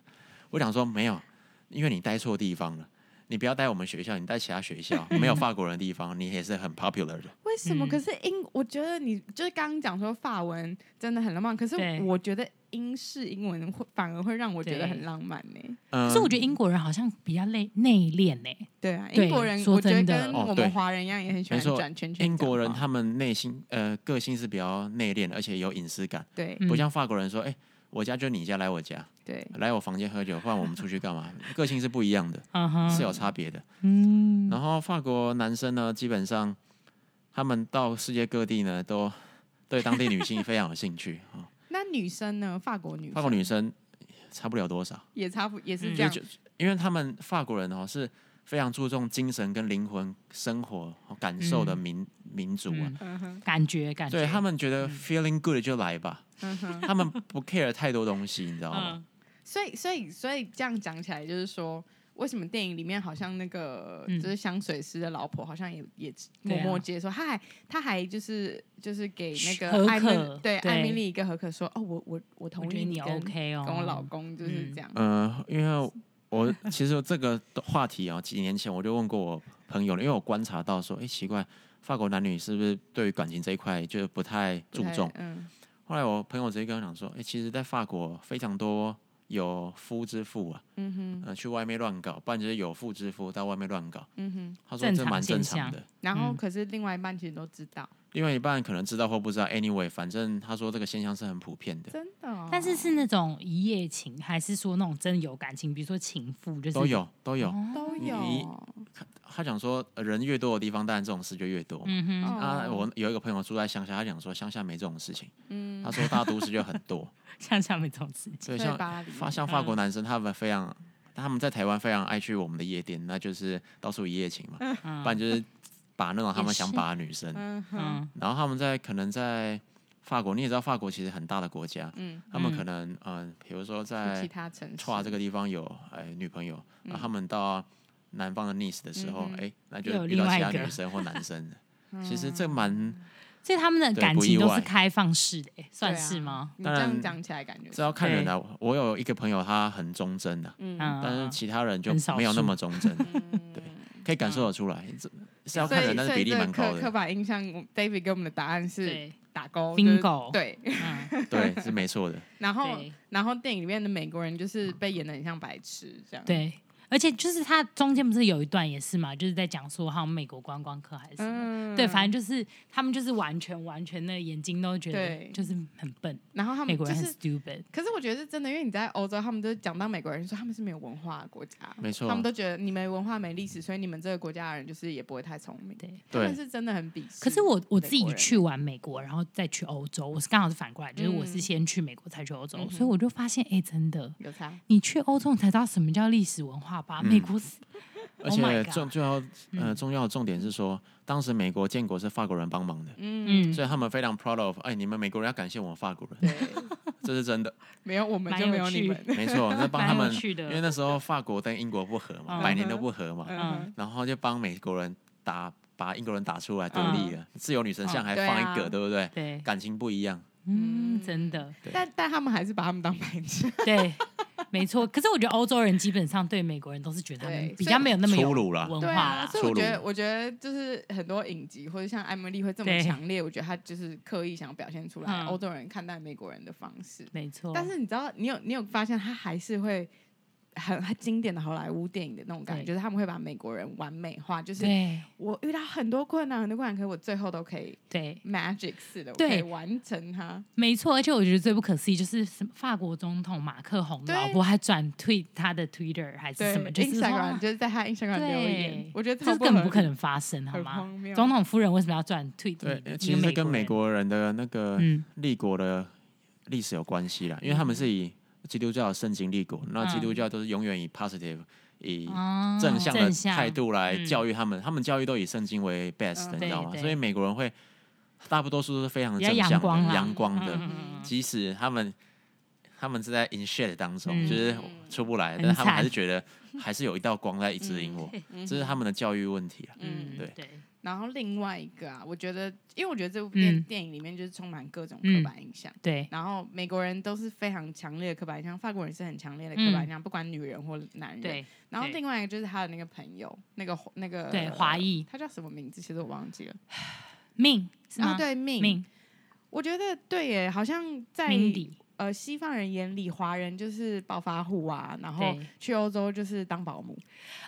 [SPEAKER 2] 我想说没有。因为你待错地方了。你不要待我们学校，你待其他学校没有法国人的地方，你也是很 popular 的。
[SPEAKER 4] 为什么？
[SPEAKER 3] 嗯
[SPEAKER 4] 可是英，我觉得你就是刚刚讲说法文真的很浪漫，可是
[SPEAKER 3] 对
[SPEAKER 4] 我觉得英式英文会反而会让我觉得
[SPEAKER 3] 对
[SPEAKER 4] 很浪漫呢、
[SPEAKER 2] 嗯，
[SPEAKER 3] 可是我觉得英国人好像比较内内敛呢，
[SPEAKER 4] 对啊，
[SPEAKER 3] 对
[SPEAKER 4] 英国人
[SPEAKER 3] 说
[SPEAKER 4] 我觉得
[SPEAKER 3] 真的
[SPEAKER 4] 跟
[SPEAKER 2] 哦
[SPEAKER 4] 我
[SPEAKER 2] 对
[SPEAKER 4] 们华人一样，也很喜欢
[SPEAKER 2] 没错
[SPEAKER 4] 转圈圈。
[SPEAKER 2] 英国
[SPEAKER 3] 啊
[SPEAKER 2] 人他们内心呃个性是比较内敛的，而且有隐私感，
[SPEAKER 4] 对
[SPEAKER 3] 嗯
[SPEAKER 2] 不像法国人说，哎、我家就你家，来我家，
[SPEAKER 4] 对，
[SPEAKER 2] 来我房间喝酒，不然我们出去干嘛？ 个性是不一样的，
[SPEAKER 3] 嗯
[SPEAKER 2] 是哦
[SPEAKER 3] 哼，
[SPEAKER 2] 有差别的。
[SPEAKER 3] 嗯，
[SPEAKER 2] 然后法国男生呢，基本上他们到世界各地呢，都对当地女性非常有兴趣 啊、
[SPEAKER 4] 那女生呢？法国女生
[SPEAKER 2] 法国女生差不了多少，
[SPEAKER 4] 也差不也是
[SPEAKER 3] 嗯
[SPEAKER 4] 这样，
[SPEAKER 2] 就因为他们法国人哦是非常注重精神跟灵魂生活哦感受的
[SPEAKER 3] 嗯
[SPEAKER 2] 民、民族啊。
[SPEAKER 3] 嗯
[SPEAKER 4] 嗯哼，
[SPEAKER 3] 感觉感觉，
[SPEAKER 2] 对他们觉得
[SPEAKER 3] 嗯
[SPEAKER 2] feeling good 就来吧，
[SPEAKER 4] 嗯哼。
[SPEAKER 2] 他们不 care 太多东西，你知道吗？
[SPEAKER 3] 嗯
[SPEAKER 4] 所以，所以，所以这样讲起来，就是说，为什么电影里面好像那个、
[SPEAKER 3] 嗯
[SPEAKER 4] 就是香水师的老婆，好像也也
[SPEAKER 3] 对
[SPEAKER 4] 默
[SPEAKER 3] 啊
[SPEAKER 4] 默接受，她还她还就是就是给那
[SPEAKER 3] 许
[SPEAKER 4] 个
[SPEAKER 3] 可
[SPEAKER 4] 艾米对
[SPEAKER 3] 对
[SPEAKER 4] 艾米丽一个合可说，哦，我我我
[SPEAKER 3] 我
[SPEAKER 4] 同
[SPEAKER 3] 觉得
[SPEAKER 4] 意
[SPEAKER 3] 你
[SPEAKER 4] 跟
[SPEAKER 3] OK 哦，嗯
[SPEAKER 4] 跟我老公就是这样，
[SPEAKER 2] 呃，因为我其实这个话题啊，几年前我就问过我朋友了，因为我观察到说，哎、奇怪，法国男女是不是对于感情这一块就是不太注
[SPEAKER 4] 不太
[SPEAKER 2] 重？
[SPEAKER 4] 嗯，
[SPEAKER 2] 后来我朋友直接跟我讲说，哎、其实，在法国非常多有夫之妇啊，
[SPEAKER 4] 嗯哼，
[SPEAKER 2] 呃，去外面乱搞，不然就是有妇之夫到外面乱搞。
[SPEAKER 4] 嗯哼。
[SPEAKER 2] 他说这蛮正常
[SPEAKER 3] 正
[SPEAKER 2] 的，
[SPEAKER 4] 然后，
[SPEAKER 3] 嗯
[SPEAKER 4] 可是另外一半其实都知道，
[SPEAKER 2] 另外一半可能知道或不知道，anyway，反正他说这个现象是很普遍的。
[SPEAKER 4] 真的哦、
[SPEAKER 3] 但是是那种一夜情，还是说那种真的有感情，比如说情妇，就是
[SPEAKER 2] 都有都有，
[SPEAKER 4] 都
[SPEAKER 2] 你
[SPEAKER 4] 有，
[SPEAKER 2] 他讲说呃人越多的地方，当然这种事就越多嘛。
[SPEAKER 3] 嗯哼，
[SPEAKER 4] 哦
[SPEAKER 2] 啊，我有一个朋友住在乡下，他讲说乡下没这种事情，
[SPEAKER 4] 嗯
[SPEAKER 2] 他，说大都市就很多，
[SPEAKER 3] 像像没这种事情，
[SPEAKER 2] 所以
[SPEAKER 4] 在
[SPEAKER 2] 像
[SPEAKER 4] 巴黎
[SPEAKER 2] 发像法国男生他们非常，他们在台湾非常爱去我们的夜店，那就是到处一夜情嘛，
[SPEAKER 3] 嗯
[SPEAKER 2] 不然就是把那种他
[SPEAKER 3] 也
[SPEAKER 2] 们
[SPEAKER 3] 是
[SPEAKER 2] 想把的女生，
[SPEAKER 4] 嗯哼，
[SPEAKER 3] 嗯
[SPEAKER 2] 然后他们在可能在法国，你也知道法国其实很大的国家，
[SPEAKER 4] 嗯，
[SPEAKER 2] 他们可能嗯、呃比如说
[SPEAKER 4] 去其
[SPEAKER 2] 在啊
[SPEAKER 4] 他城市，
[SPEAKER 2] 跨这个地方有哎女朋友，那、他们到南方的 Nice 的时候，
[SPEAKER 4] 嗯哼
[SPEAKER 2] 哎、那就
[SPEAKER 3] 又有
[SPEAKER 2] 遇
[SPEAKER 3] 另
[SPEAKER 2] 到
[SPEAKER 3] 外
[SPEAKER 2] 其
[SPEAKER 3] 一
[SPEAKER 2] 他
[SPEAKER 3] 个
[SPEAKER 2] 女生或男生的，
[SPEAKER 4] 嗯，
[SPEAKER 2] 其实这蛮。
[SPEAKER 3] 所以他们的
[SPEAKER 2] 对
[SPEAKER 3] 感
[SPEAKER 2] 不意
[SPEAKER 3] 情都
[SPEAKER 2] 外
[SPEAKER 3] 是开放式的、欸，
[SPEAKER 4] 对
[SPEAKER 3] 算
[SPEAKER 4] 啊
[SPEAKER 3] 是吗？？
[SPEAKER 4] 你
[SPEAKER 2] 当
[SPEAKER 4] 这样
[SPEAKER 2] 然
[SPEAKER 4] 讲起来感觉
[SPEAKER 2] 这要看人的、啊我有一个朋友，他很忠贞的、
[SPEAKER 4] 嗯，
[SPEAKER 3] 嗯，
[SPEAKER 2] 啊但是其他人就
[SPEAKER 3] 很少
[SPEAKER 2] 没有那
[SPEAKER 3] 数
[SPEAKER 2] 么忠 贞，
[SPEAKER 4] 对。
[SPEAKER 2] 可以感受得出来。这是要
[SPEAKER 4] 嗯所
[SPEAKER 2] 看
[SPEAKER 4] 以，
[SPEAKER 2] 人，但是
[SPEAKER 4] 所
[SPEAKER 2] 比
[SPEAKER 4] 以
[SPEAKER 2] 例
[SPEAKER 4] 这个
[SPEAKER 2] 蛮
[SPEAKER 4] 刻
[SPEAKER 2] 高
[SPEAKER 4] 刻
[SPEAKER 2] 的。嗯
[SPEAKER 4] 板印象，David 给我们的答案是
[SPEAKER 3] 对，
[SPEAKER 4] 打勾
[SPEAKER 3] Bingo
[SPEAKER 4] 就是对。
[SPEAKER 3] 嗯，
[SPEAKER 2] 对，是没错的。
[SPEAKER 4] 然后
[SPEAKER 3] 对，
[SPEAKER 4] 然后电影里面的美国人就是被演的很像白痴这样。，
[SPEAKER 3] 对，而且就是他中间不是有一段也是嘛，就是在讲说好像美国观光客还是什么。
[SPEAKER 4] 嗯
[SPEAKER 3] 对，反正就是他们就是完全完全的眼睛都觉得
[SPEAKER 4] 对
[SPEAKER 3] 就是很笨，
[SPEAKER 4] 然后他
[SPEAKER 3] 美
[SPEAKER 4] 们
[SPEAKER 3] 国
[SPEAKER 4] 就
[SPEAKER 3] 人很
[SPEAKER 4] 是，
[SPEAKER 3] stupid，
[SPEAKER 4] 可是我觉得是真的，因为你在欧洲，他们都讲到美国人说他们是没有文化的国家，
[SPEAKER 2] 没错啊
[SPEAKER 4] 他们都觉得你没文化没历史，所以你们这个国家的人就是也不会太聪明。
[SPEAKER 3] 对。
[SPEAKER 4] 他们
[SPEAKER 2] 对，
[SPEAKER 4] 是真的很鄙视。
[SPEAKER 3] 可是我我自己
[SPEAKER 4] 美国人
[SPEAKER 3] 去完美国，然后再去欧洲，我是刚好是反过来，就是我是
[SPEAKER 4] 嗯
[SPEAKER 3] 先去美国才去欧洲，
[SPEAKER 4] 嗯哼
[SPEAKER 3] 所以我就发现，哎、真的，
[SPEAKER 4] 有 差，
[SPEAKER 3] 你去欧洲你才知道什么叫历史文化吧？
[SPEAKER 2] 嗯
[SPEAKER 3] 美国是
[SPEAKER 2] 而
[SPEAKER 3] Oh my
[SPEAKER 2] 且
[SPEAKER 3] God
[SPEAKER 2] 重最后呃
[SPEAKER 3] 嗯
[SPEAKER 2] 重要的重点是说，当时美国建国是法国人帮忙的，
[SPEAKER 4] 嗯，
[SPEAKER 3] 嗯，
[SPEAKER 2] 所以他们非常 proud of。哎，你们美国人要感谢我们法国人，
[SPEAKER 4] 对，
[SPEAKER 2] 这是真的，
[SPEAKER 4] 没有我们
[SPEAKER 3] 蛮
[SPEAKER 4] 就
[SPEAKER 3] 有
[SPEAKER 4] 没有你
[SPEAKER 3] 趣
[SPEAKER 4] 们。
[SPEAKER 2] 没错。那帮他
[SPEAKER 3] 蛮有
[SPEAKER 2] 们，
[SPEAKER 3] 趣
[SPEAKER 2] 因为
[SPEAKER 3] 的，
[SPEAKER 2] 那时候法国跟英国不和嘛，
[SPEAKER 3] 嗯
[SPEAKER 2] 百年都不和嘛，
[SPEAKER 3] 嗯
[SPEAKER 4] 嗯，
[SPEAKER 2] 然后就帮美国人打把英国人打出来独立
[SPEAKER 3] 嗯
[SPEAKER 2] 了。自由女神
[SPEAKER 3] 哦
[SPEAKER 2] 像还
[SPEAKER 4] 对
[SPEAKER 2] 放
[SPEAKER 4] 啊
[SPEAKER 2] 一个，对不对？
[SPEAKER 3] 对，
[SPEAKER 2] 感情不一样。
[SPEAKER 3] 嗯，
[SPEAKER 4] 嗯
[SPEAKER 3] 真的，
[SPEAKER 2] 对
[SPEAKER 4] 但但他们还是把他们当白痴。
[SPEAKER 3] 对，没错。可是我觉得欧洲人基本上对美国人都是觉得他们
[SPEAKER 4] 对
[SPEAKER 3] 比较没有那么有
[SPEAKER 2] 粗鲁啦
[SPEAKER 3] 文
[SPEAKER 4] 对
[SPEAKER 3] 化
[SPEAKER 4] 啊，
[SPEAKER 3] 啦，
[SPEAKER 4] 所以我
[SPEAKER 2] 出
[SPEAKER 4] 觉
[SPEAKER 2] 炉
[SPEAKER 4] 得，我觉得就是很多影集或者像艾米丽会这么
[SPEAKER 3] 对
[SPEAKER 4] 强烈，我觉得她就是刻意想表现出来
[SPEAKER 3] 嗯
[SPEAKER 4] 欧洲人看待美国人的方式。
[SPEAKER 3] 没错。
[SPEAKER 4] 但是你知道，你有你有发现，她还是会很很经典的好莱坞电影的那种感觉，
[SPEAKER 3] 对
[SPEAKER 4] 就是他们会把美国人完美化，就是
[SPEAKER 3] 对
[SPEAKER 4] 我遇到很多困难，很多困难，可是我最后都可以
[SPEAKER 3] 对，
[SPEAKER 4] magic 似的，我
[SPEAKER 3] 对
[SPEAKER 4] 可以完成它。
[SPEAKER 3] 没错。而且我觉得最不可思议就是什么法国总统马克宏的
[SPEAKER 4] 对
[SPEAKER 3] 老婆还转推他的 Twitter 还是
[SPEAKER 4] 对
[SPEAKER 3] 什么，就是说
[SPEAKER 4] ，Instagram
[SPEAKER 3] 啊
[SPEAKER 4] 就是在她 Instagram
[SPEAKER 3] 对
[SPEAKER 4] 留言，我觉得
[SPEAKER 3] 这
[SPEAKER 4] 超
[SPEAKER 3] 是根本不可
[SPEAKER 4] 合理，
[SPEAKER 3] 能发生，好
[SPEAKER 4] 很
[SPEAKER 3] 吗？
[SPEAKER 4] 荒谬。
[SPEAKER 3] 总统夫人为什么要转推？
[SPEAKER 2] 对，呃其实这跟美国人的那个
[SPEAKER 3] 嗯
[SPEAKER 2] 立国的历史有关系啦，因为他们是以基督教的圣经立国，
[SPEAKER 3] 嗯
[SPEAKER 2] 那基督教都是永远以 positive、以
[SPEAKER 3] 啊
[SPEAKER 2] 正向的
[SPEAKER 3] 正向
[SPEAKER 2] 态度来
[SPEAKER 3] 嗯
[SPEAKER 2] 教育他们，他们教育都以圣经为 best，、
[SPEAKER 4] 嗯
[SPEAKER 2] 你知道吗？
[SPEAKER 3] 对对
[SPEAKER 2] 所以美国人会大多数都是非常
[SPEAKER 3] 比较
[SPEAKER 2] 正
[SPEAKER 3] 阳
[SPEAKER 2] 向的、
[SPEAKER 3] 光啦，
[SPEAKER 2] 阳光的，
[SPEAKER 3] 嗯嗯嗯嗯
[SPEAKER 2] 即使他们他们是在 in shit 当中，
[SPEAKER 3] 嗯
[SPEAKER 2] 就是出不来，
[SPEAKER 3] 很
[SPEAKER 2] 但是他们还是
[SPEAKER 3] 惨
[SPEAKER 4] 嗯
[SPEAKER 2] 觉得还是有一道光在指引我，这是他们的教育问题啊。
[SPEAKER 3] 嗯，
[SPEAKER 2] 对
[SPEAKER 3] 对，
[SPEAKER 4] 然后另外一个啊，我觉得，因为我觉得这部电、
[SPEAKER 3] 嗯
[SPEAKER 4] 电影里面就是充满各种
[SPEAKER 3] 嗯
[SPEAKER 4] 刻板印象。
[SPEAKER 3] 对，
[SPEAKER 4] 然后美国人都是非常强烈的刻板印象，法国人是很强烈的刻板印象，不管女人或男人。。
[SPEAKER 3] 嗯对，
[SPEAKER 4] 然后
[SPEAKER 3] 对
[SPEAKER 4] 另外一个就是他的那个朋友，那个那个
[SPEAKER 3] 对华裔
[SPEAKER 4] 他叫什么名字？其实我忘记了。
[SPEAKER 3] 命是吗？
[SPEAKER 4] 啊，对，命。
[SPEAKER 3] 命
[SPEAKER 4] 我觉得对耶，好像在
[SPEAKER 3] 命底，
[SPEAKER 4] 呃西方人眼里，华人就是暴发户啊，然后
[SPEAKER 3] 对
[SPEAKER 4] 去欧洲就是当保姆，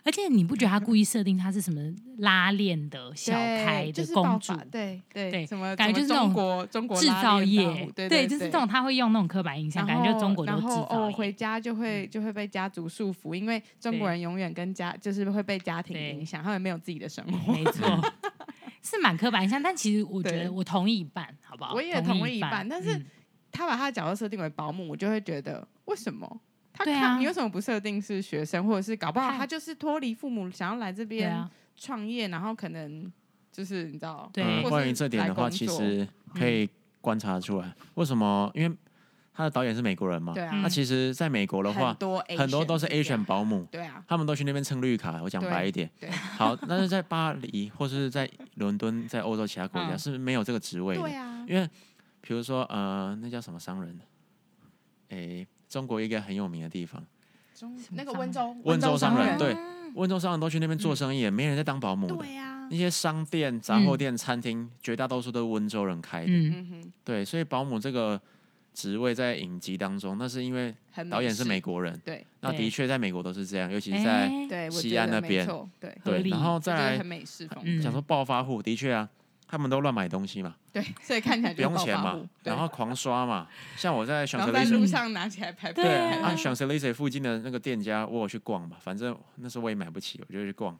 [SPEAKER 3] 而且你不觉得他故意设定他是什么拉链的小
[SPEAKER 4] 对
[SPEAKER 3] 开
[SPEAKER 4] 就
[SPEAKER 3] 的
[SPEAKER 4] 是
[SPEAKER 3] 公
[SPEAKER 4] 暴
[SPEAKER 3] 主
[SPEAKER 4] 发？对对
[SPEAKER 3] 对
[SPEAKER 4] 什么
[SPEAKER 3] 感觉
[SPEAKER 4] 什么
[SPEAKER 3] 就是那
[SPEAKER 4] 中
[SPEAKER 3] 种
[SPEAKER 4] 国中国
[SPEAKER 3] 制
[SPEAKER 4] 拉
[SPEAKER 3] 造
[SPEAKER 4] 链
[SPEAKER 3] 业
[SPEAKER 4] 当，对
[SPEAKER 3] 就是这种他会用那种刻板印象，
[SPEAKER 4] 然
[SPEAKER 3] 感觉
[SPEAKER 4] 后，
[SPEAKER 3] 就中国都
[SPEAKER 4] 然
[SPEAKER 3] 制
[SPEAKER 4] 后
[SPEAKER 3] 造
[SPEAKER 4] 哦，
[SPEAKER 3] 业。
[SPEAKER 4] 回家就会就会被家族束缚，因为中国
[SPEAKER 3] 对
[SPEAKER 4] 人永远跟家就是会被家庭
[SPEAKER 3] 对
[SPEAKER 4] 影响，他们没有自己的生活。
[SPEAKER 3] 没错，是蛮刻板印象，但其实我觉
[SPEAKER 4] 对
[SPEAKER 3] 得我同意一半，好不好？
[SPEAKER 4] 我也同意一半但是
[SPEAKER 3] 嗯
[SPEAKER 4] 他把他的角色设定为保姆，我就会觉得为什么？他
[SPEAKER 3] 对
[SPEAKER 4] 看、
[SPEAKER 3] 啊
[SPEAKER 4] 你为什么不设定是学生，或者是搞不好
[SPEAKER 3] 他
[SPEAKER 4] 他就是脱离父母，想要来这
[SPEAKER 3] 对
[SPEAKER 4] 边
[SPEAKER 3] 啊，
[SPEAKER 4] 创业，然后可能就是你知道，
[SPEAKER 3] 对
[SPEAKER 2] 嗯
[SPEAKER 4] 或是
[SPEAKER 2] 关于这点的
[SPEAKER 4] 来
[SPEAKER 2] 话，
[SPEAKER 4] 工
[SPEAKER 2] 其
[SPEAKER 4] 作嗯
[SPEAKER 2] 实可以观察出来，为什么？因为他的导演是美国人嘛
[SPEAKER 4] 对，啊，
[SPEAKER 3] 嗯
[SPEAKER 2] 那其实，在美国的话
[SPEAKER 4] 很，多
[SPEAKER 2] 很多都是
[SPEAKER 4] Asian 这
[SPEAKER 2] Asian
[SPEAKER 4] 样
[SPEAKER 2] 保姆，
[SPEAKER 4] 对啊，
[SPEAKER 2] 他们都去那边蹭绿卡。我讲
[SPEAKER 4] 对
[SPEAKER 2] 白一点，
[SPEAKER 4] 对
[SPEAKER 2] 好，但是在巴黎或是在伦敦，在欧洲其他国家
[SPEAKER 3] 嗯
[SPEAKER 2] 是没有这个职位的
[SPEAKER 4] 对，啊，
[SPEAKER 2] 因为比如说呃，那叫什么商人？诶，中国一个很有名的地方，
[SPEAKER 4] 中
[SPEAKER 3] 什么
[SPEAKER 4] 那个
[SPEAKER 3] 商
[SPEAKER 4] 温州嗯
[SPEAKER 2] 温州商人，对，
[SPEAKER 3] 啊
[SPEAKER 2] 温州商人都去那边做生意，没人在当保姆的。
[SPEAKER 4] 对啊，
[SPEAKER 2] 那些商店、杂货店、餐厅，绝大多数都是温州人开的。
[SPEAKER 3] 嗯，
[SPEAKER 4] 嗯哼，
[SPEAKER 2] 对，所以保姆这个职位在影集当中，那是因为
[SPEAKER 4] 很
[SPEAKER 2] 导演是
[SPEAKER 4] 式
[SPEAKER 2] 美国人，
[SPEAKER 4] 嗯对
[SPEAKER 2] 那
[SPEAKER 3] 对
[SPEAKER 2] 的确在美国都是这样，尤其是在、
[SPEAKER 3] 哎
[SPEAKER 4] 对，我
[SPEAKER 2] 西
[SPEAKER 4] 觉
[SPEAKER 2] 安
[SPEAKER 4] 得
[SPEAKER 2] 那
[SPEAKER 4] 没
[SPEAKER 2] 边
[SPEAKER 4] 错对
[SPEAKER 3] 合
[SPEAKER 2] 对，
[SPEAKER 3] 理
[SPEAKER 2] 然后再
[SPEAKER 4] 就是
[SPEAKER 2] 来
[SPEAKER 4] 很美式风格，
[SPEAKER 3] 嗯
[SPEAKER 2] 想说暴发户，的确啊，他们都乱买东西嘛，
[SPEAKER 4] 对，所以看起来
[SPEAKER 2] 不
[SPEAKER 4] 就是
[SPEAKER 2] 用钱
[SPEAKER 4] 暴发
[SPEAKER 2] 嘛
[SPEAKER 4] 户，
[SPEAKER 2] 然后狂刷嘛，像我在
[SPEAKER 4] 对
[SPEAKER 2] s
[SPEAKER 4] 然
[SPEAKER 2] h
[SPEAKER 4] 后
[SPEAKER 2] a
[SPEAKER 4] 在
[SPEAKER 2] n
[SPEAKER 4] 路上拿起来拍
[SPEAKER 3] 对啊
[SPEAKER 2] 对，
[SPEAKER 4] 拍，
[SPEAKER 2] 按 s h a n z e l i z e 附近的那个店家，我有去逛嘛，反正那时候我也买不起，我就去逛，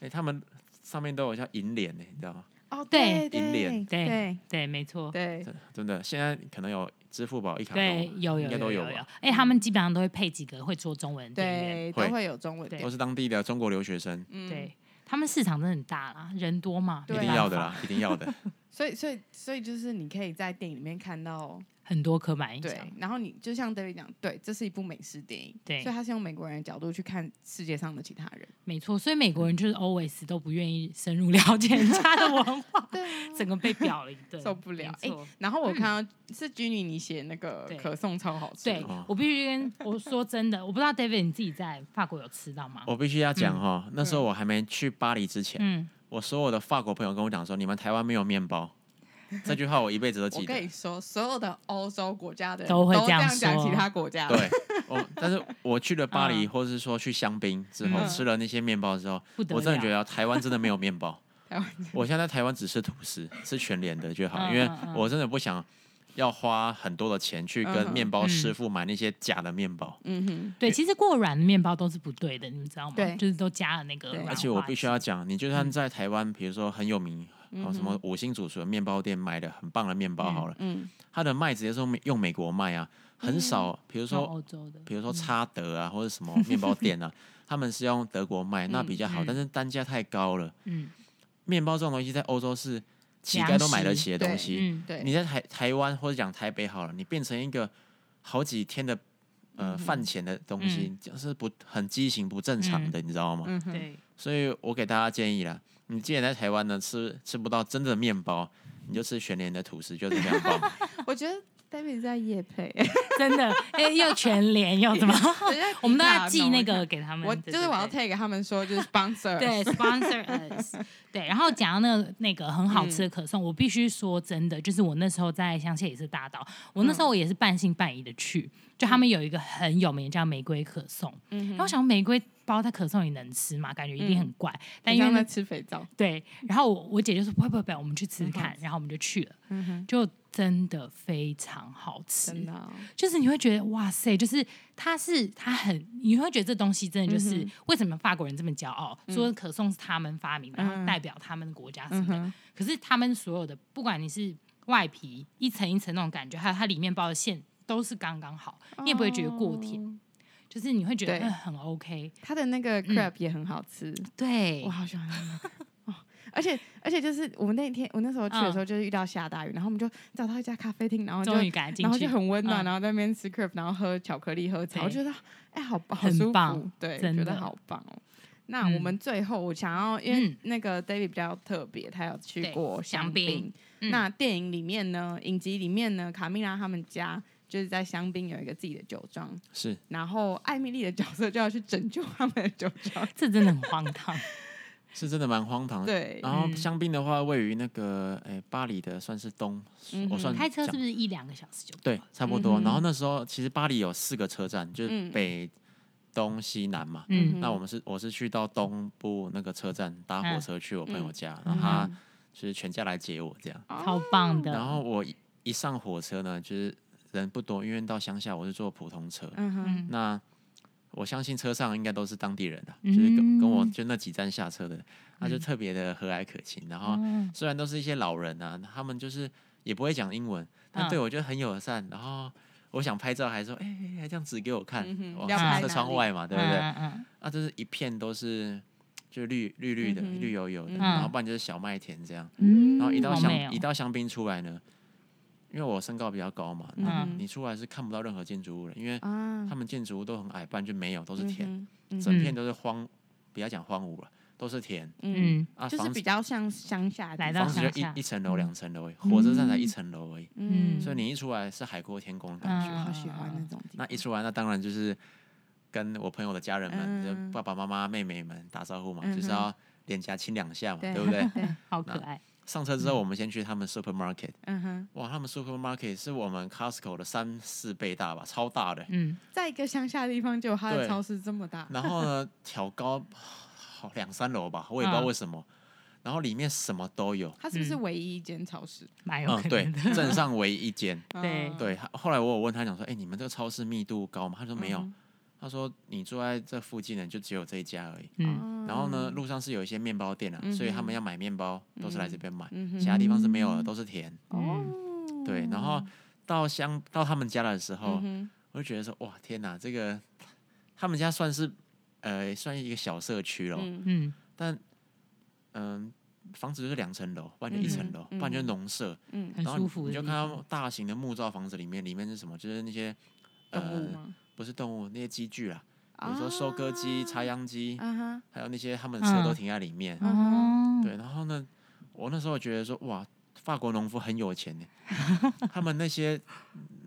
[SPEAKER 2] 哎，他们上面都有叫银联呢，你知道吗？
[SPEAKER 4] 哦
[SPEAKER 3] 对
[SPEAKER 2] 银联
[SPEAKER 3] 对
[SPEAKER 4] 对
[SPEAKER 3] 对，没错，
[SPEAKER 4] 对
[SPEAKER 2] 真真的，现在可能有支付宝、一卡
[SPEAKER 3] 对，
[SPEAKER 2] 通，
[SPEAKER 3] 有有
[SPEAKER 2] 应该
[SPEAKER 3] 有
[SPEAKER 2] 都有
[SPEAKER 3] 有
[SPEAKER 2] 吧
[SPEAKER 3] 有，哎，他们基本上都会配几个会说中文的店员，
[SPEAKER 4] 对，
[SPEAKER 2] 会
[SPEAKER 4] 都会有中文
[SPEAKER 3] 对
[SPEAKER 4] 店
[SPEAKER 2] 都，是当地的中国留学生，
[SPEAKER 4] 嗯，
[SPEAKER 3] 对他们市场真的很大啦，人多嘛，
[SPEAKER 4] 对
[SPEAKER 2] 一
[SPEAKER 4] 啊
[SPEAKER 3] 没
[SPEAKER 2] 定
[SPEAKER 3] 办
[SPEAKER 2] 要的
[SPEAKER 3] 法，
[SPEAKER 2] 啦，一定要的。
[SPEAKER 4] 所以所以所以就是你可以在电影里面看到，
[SPEAKER 3] 很多刻板印
[SPEAKER 4] 对
[SPEAKER 3] 象，，
[SPEAKER 4] 然后你就像 David 讲，对，这是一部美式电影，
[SPEAKER 3] 对
[SPEAKER 4] 所以他是用美国人的角度去看世界上的其他人，
[SPEAKER 3] 没错，所以美
[SPEAKER 4] 嗯
[SPEAKER 3] 国人就是 always 都不愿意深入了解人家的文 化， 整个被表了一顿，
[SPEAKER 4] 啊受不了
[SPEAKER 3] 没
[SPEAKER 4] 哎
[SPEAKER 3] 错
[SPEAKER 4] 然后我看到是 Jenny 你写那
[SPEAKER 3] 嗯
[SPEAKER 4] 个
[SPEAKER 3] 对
[SPEAKER 4] 可颂超好吃，
[SPEAKER 3] 对
[SPEAKER 2] 哦
[SPEAKER 3] 我必须跟我说真的，我不知道 David 你自己在法国有吃到吗？
[SPEAKER 2] 我必须要
[SPEAKER 4] 嗯
[SPEAKER 2] 讲哈，那时候我还没去巴黎之前，
[SPEAKER 3] 嗯，
[SPEAKER 2] 我所有的法国朋友跟我讲说，你们台湾没有面包， 这句话我一辈子都
[SPEAKER 4] 我
[SPEAKER 2] 记得
[SPEAKER 4] 跟。你说，所有的欧洲国家的人
[SPEAKER 3] 都会
[SPEAKER 4] 这
[SPEAKER 3] 这样
[SPEAKER 4] 讲
[SPEAKER 3] 说
[SPEAKER 4] 其他国家的，
[SPEAKER 2] 对，我但是我去了巴
[SPEAKER 4] 嗯
[SPEAKER 2] 黎，或是说去香槟之后，
[SPEAKER 3] 嗯
[SPEAKER 2] 吃了那些面包之后，
[SPEAKER 3] 不得了
[SPEAKER 2] 我真的觉得台湾真的没有面包。
[SPEAKER 4] 台湾
[SPEAKER 2] 我现在在台湾只吃吐司，吃全脸的就好，
[SPEAKER 3] 嗯
[SPEAKER 2] 因为
[SPEAKER 3] 嗯嗯
[SPEAKER 2] 我真的不想要花很多的钱去
[SPEAKER 4] 嗯
[SPEAKER 2] 跟
[SPEAKER 4] 嗯
[SPEAKER 2] 面包
[SPEAKER 3] 嗯
[SPEAKER 2] 师傅买那些假的面包。
[SPEAKER 4] 嗯哼，
[SPEAKER 3] 对，其实过软的面包都是不对的，你们知道吗？
[SPEAKER 4] 对
[SPEAKER 3] 就是都加了那个
[SPEAKER 4] 对
[SPEAKER 3] 软化
[SPEAKER 2] 而
[SPEAKER 3] 剂，
[SPEAKER 2] 且我必须要讲，你就算在台湾，比如说很有名，哦什么五星主厨的面包店买的很棒的面包好了，
[SPEAKER 4] 嗯嗯，
[SPEAKER 2] 它的卖直接是美用美国卖啊，很少，比如
[SPEAKER 3] 用
[SPEAKER 4] 哦
[SPEAKER 2] 说
[SPEAKER 3] 欧洲的，
[SPEAKER 2] 比如说差德啊或 者什么面包店啊，他们是用德国卖，那比较好，
[SPEAKER 3] 嗯
[SPEAKER 2] 但是单价太高了。
[SPEAKER 3] 嗯
[SPEAKER 2] 面包这种东西在欧洲是乞
[SPEAKER 3] 粮
[SPEAKER 2] 丐都买得
[SPEAKER 3] 食
[SPEAKER 2] 起的东西，
[SPEAKER 3] 嗯，
[SPEAKER 4] 对，
[SPEAKER 2] 你在台台湾或者讲台北好了，你变成一个好几天的。
[SPEAKER 3] 嗯
[SPEAKER 2] 呃，饭钱的东西就是不很畸形、不正常的，你知道吗？
[SPEAKER 4] 嗯哼，
[SPEAKER 3] 对，
[SPEAKER 2] 所以我给大家建议啦，你既然在台湾呢吃吃不到真的面包，你就吃全联的吐司，就是这样 棒。
[SPEAKER 4] 我觉得 David 在夜配，
[SPEAKER 3] 真的，哎，又全脸又 怎么？我们都要寄那个给他们，
[SPEAKER 4] 我
[SPEAKER 3] 对
[SPEAKER 4] 就是
[SPEAKER 3] 对
[SPEAKER 4] 我要
[SPEAKER 3] 对
[SPEAKER 4] take 他们 说就是 sponsor，
[SPEAKER 3] 对，sponsor us。对， 然后讲到那个那个很好吃
[SPEAKER 4] 嗯
[SPEAKER 3] 的可颂，我必须说真的，就是我那时候在香榭也是大道，我那时
[SPEAKER 4] 嗯
[SPEAKER 3] 候我也是半信半疑的去，就他们有一个很有名的叫玫瑰可颂，
[SPEAKER 4] 嗯
[SPEAKER 3] 然后我想玫瑰包在可颂里能吃吗？感觉一定很怪，但
[SPEAKER 4] 很
[SPEAKER 3] 因为
[SPEAKER 4] 像在
[SPEAKER 3] 那
[SPEAKER 4] 吃肥皂，
[SPEAKER 3] 对，然后我我姐就说不会不会不会，我们去吃吃看，然后我们就去了，就真的非常好吃，
[SPEAKER 4] 嗯真的哦，
[SPEAKER 3] 就是你会觉得哇塞，就是它是它很，你会觉得这东西真的就是、
[SPEAKER 4] 嗯
[SPEAKER 3] 为什么法国人这么骄傲，说可颂是他们发明的，然
[SPEAKER 4] 嗯
[SPEAKER 3] 后代表他们的国家什么的。可是他们所有的，不管你是外皮一层一层那种感觉，还有它里面包的馅都是刚刚好，你也不会觉得过甜，就是你会觉得、
[SPEAKER 4] 哦对
[SPEAKER 3] 嗯、很 OK。
[SPEAKER 4] 他的那个 crab 也很好吃，
[SPEAKER 3] 嗯对
[SPEAKER 4] 我好喜欢他们。哦而且而且就是我们那一天，我那时候去的时候就是遇到下大雨，然后我们就找到一家咖啡厅，然后就
[SPEAKER 3] 嗯终于赶进
[SPEAKER 4] 然后
[SPEAKER 3] 去，
[SPEAKER 4] 就很温
[SPEAKER 3] 嗯
[SPEAKER 4] 暖，然后在那边吃 crepe，然后喝巧克力喝茶，
[SPEAKER 3] 对
[SPEAKER 4] 我觉得哎好棒，好
[SPEAKER 3] 很
[SPEAKER 4] 舒
[SPEAKER 3] 棒
[SPEAKER 4] 服，对，
[SPEAKER 3] 真
[SPEAKER 4] 觉
[SPEAKER 3] 的
[SPEAKER 4] 得好棒哦。那
[SPEAKER 3] 嗯
[SPEAKER 4] 我们最后我想要，因为
[SPEAKER 3] 嗯
[SPEAKER 4] 那个 David 比较特别，他有去
[SPEAKER 3] 对
[SPEAKER 4] 过
[SPEAKER 3] 香
[SPEAKER 4] 香
[SPEAKER 3] 槟
[SPEAKER 4] 槟。
[SPEAKER 3] 嗯
[SPEAKER 4] 那电影里面呢，影集里面呢，卡蜜拉他们家就是在香槟有一个自己的酒庄，
[SPEAKER 2] 是
[SPEAKER 4] 然后艾米丽的角色就要去拯救他们的酒 庄。
[SPEAKER 3] 这真的很荒 唐。
[SPEAKER 2] 是真的蛮荒唐的。
[SPEAKER 4] 对，
[SPEAKER 2] 然后
[SPEAKER 3] 嗯
[SPEAKER 2] 香槟的话，位于那个诶巴黎的算是东，
[SPEAKER 4] 嗯
[SPEAKER 2] 我
[SPEAKER 4] 哼
[SPEAKER 2] 算
[SPEAKER 3] 开车是
[SPEAKER 2] 讲
[SPEAKER 3] 不是一两个小时就？
[SPEAKER 2] 对，差不多。
[SPEAKER 4] 嗯哼
[SPEAKER 2] 然后那时候其实巴黎有四个车站，就
[SPEAKER 4] 嗯
[SPEAKER 2] 是北、东、西、南嘛。
[SPEAKER 3] 嗯
[SPEAKER 2] 那我们是我是去到东部那个车站搭火车去我朋友家，
[SPEAKER 4] 嗯
[SPEAKER 2] 然后他就是全家来接我这样。
[SPEAKER 3] 超棒的。
[SPEAKER 2] 然后我一一上火车呢，就是人不多，因为到乡下我是坐普通车。
[SPEAKER 4] 嗯哼，
[SPEAKER 3] 嗯，
[SPEAKER 2] 那我相信车上应该都是当地人的、就是跟跟我
[SPEAKER 3] 嗯
[SPEAKER 2] 就那几站下车的，他就特别的和蔼可亲。然后
[SPEAKER 3] 哦
[SPEAKER 2] 虽然都是一些老人啊，他们就是也不会讲英文，但
[SPEAKER 3] 嗯
[SPEAKER 2] 对我就很友善。然后我想拍照，还说哎、哎还这样指给我看
[SPEAKER 4] 嗯哼，
[SPEAKER 2] 我
[SPEAKER 3] 拍
[SPEAKER 4] 要
[SPEAKER 2] 看
[SPEAKER 4] 哪
[SPEAKER 2] 车窗
[SPEAKER 4] 里
[SPEAKER 2] 外嘛，对不对？
[SPEAKER 3] 嗯嗯
[SPEAKER 2] 啊，就是一片都是就绿绿绿的、
[SPEAKER 4] 嗯哼
[SPEAKER 2] 绿油油的，
[SPEAKER 4] 嗯
[SPEAKER 2] 然后不然就是小麦田这样。
[SPEAKER 3] 嗯，
[SPEAKER 2] 然后一到
[SPEAKER 3] 好
[SPEAKER 2] 香、
[SPEAKER 3] 美哦
[SPEAKER 2] 一到香槟出来呢，因为我身高比较高嘛，
[SPEAKER 4] 嗯
[SPEAKER 2] 那
[SPEAKER 4] 哼
[SPEAKER 2] 你出来是看不到任何建筑物的，因为
[SPEAKER 4] 啊
[SPEAKER 2] 他，们建筑物都很矮，不然就没有，都
[SPEAKER 4] 都
[SPEAKER 2] 是田，，
[SPEAKER 4] 嗯
[SPEAKER 2] 整
[SPEAKER 4] 哼
[SPEAKER 2] 片都是荒，不要讲荒芜了，都是田
[SPEAKER 4] 嗯，
[SPEAKER 3] 嗯
[SPEAKER 2] 啊，
[SPEAKER 4] 就是
[SPEAKER 2] 房
[SPEAKER 4] 比
[SPEAKER 2] 子
[SPEAKER 4] 较像乡下的
[SPEAKER 3] 来
[SPEAKER 4] 地
[SPEAKER 3] 到
[SPEAKER 4] 方
[SPEAKER 2] 房子
[SPEAKER 3] 乡
[SPEAKER 2] 就
[SPEAKER 3] 下
[SPEAKER 2] 一一层楼、
[SPEAKER 3] 嗯
[SPEAKER 2] 两层楼而已，火车站才一层楼而已，
[SPEAKER 4] 嗯，
[SPEAKER 2] 所以你一出来是海阔天空的感觉。
[SPEAKER 4] 我好喜欢那种地
[SPEAKER 2] 那
[SPEAKER 4] 方
[SPEAKER 2] 一出来，那当然就是跟我朋友的家人们，
[SPEAKER 4] 嗯
[SPEAKER 2] 就爸爸妈妈、妹妹们打招呼嘛，
[SPEAKER 4] 嗯
[SPEAKER 2] 就是
[SPEAKER 4] 哼
[SPEAKER 2] 要脸颊亲两下嘛，
[SPEAKER 4] 对
[SPEAKER 2] 对不 对？
[SPEAKER 3] 好可爱。
[SPEAKER 2] 上车之后，我们先去他们 supermarket，
[SPEAKER 4] 嗯哼，
[SPEAKER 2] 哇，他们 supermarket 是我们 Costco 的三四倍大吧，超大的。
[SPEAKER 3] 嗯，
[SPEAKER 4] 在一个乡下的地方，就有它的
[SPEAKER 2] 对
[SPEAKER 4] 超市这 么大，
[SPEAKER 2] 然后呢，挑高好两三楼吧，我也不知道为什么。然后里面什么都有，
[SPEAKER 4] 它是不是
[SPEAKER 3] 嗯
[SPEAKER 4] 唯一一间超市？
[SPEAKER 3] 蛮有
[SPEAKER 2] 嗯，
[SPEAKER 3] 可
[SPEAKER 2] 对
[SPEAKER 3] 能的。，
[SPEAKER 2] 镇上唯一 一间。
[SPEAKER 3] 对
[SPEAKER 4] 嗯，
[SPEAKER 2] 对，他后来我有问他讲说，哎、你们这个超市密度高吗？他说没有，
[SPEAKER 4] 嗯
[SPEAKER 2] 他说你住在这附近的就只有这一家而已。
[SPEAKER 3] 嗯，
[SPEAKER 4] 啊
[SPEAKER 2] 然后呢，，路上是有一些面包店啊，所以他
[SPEAKER 4] 嗯哼
[SPEAKER 2] 们要买面包都是来这边买，
[SPEAKER 4] 嗯
[SPEAKER 2] 其他地方是没有的，都是甜。
[SPEAKER 3] 嗯
[SPEAKER 4] 哦
[SPEAKER 2] 对，然后到乡到他们家的时候，
[SPEAKER 4] 嗯
[SPEAKER 2] 我就觉得说，哇，天哪，这个他们家算是呃算一个小社区咯，
[SPEAKER 4] 哼，
[SPEAKER 3] 嗯
[SPEAKER 2] 但嗯、房子就是两层楼，不然就一层楼，
[SPEAKER 4] 嗯哼
[SPEAKER 2] 不然就是农舍，
[SPEAKER 4] 嗯
[SPEAKER 3] 很
[SPEAKER 2] 然后
[SPEAKER 3] 舒服
[SPEAKER 2] 你
[SPEAKER 3] 的
[SPEAKER 2] 就
[SPEAKER 3] 地
[SPEAKER 2] 看到
[SPEAKER 3] 方
[SPEAKER 2] 大型的木造房子里面，里面是什么？就是那些
[SPEAKER 4] 动物
[SPEAKER 2] 呃
[SPEAKER 4] 吗？
[SPEAKER 2] 不是动物那些机具啦，比
[SPEAKER 4] 啊
[SPEAKER 2] 如说收割机、插秧机，
[SPEAKER 4] 啊哈，
[SPEAKER 2] 还有那些他们的车都
[SPEAKER 3] 嗯
[SPEAKER 2] 停在里面。
[SPEAKER 3] 哦，
[SPEAKER 2] 对，然后呢，我那时候觉得说，哇，法国农夫很有 钱呢，他们那些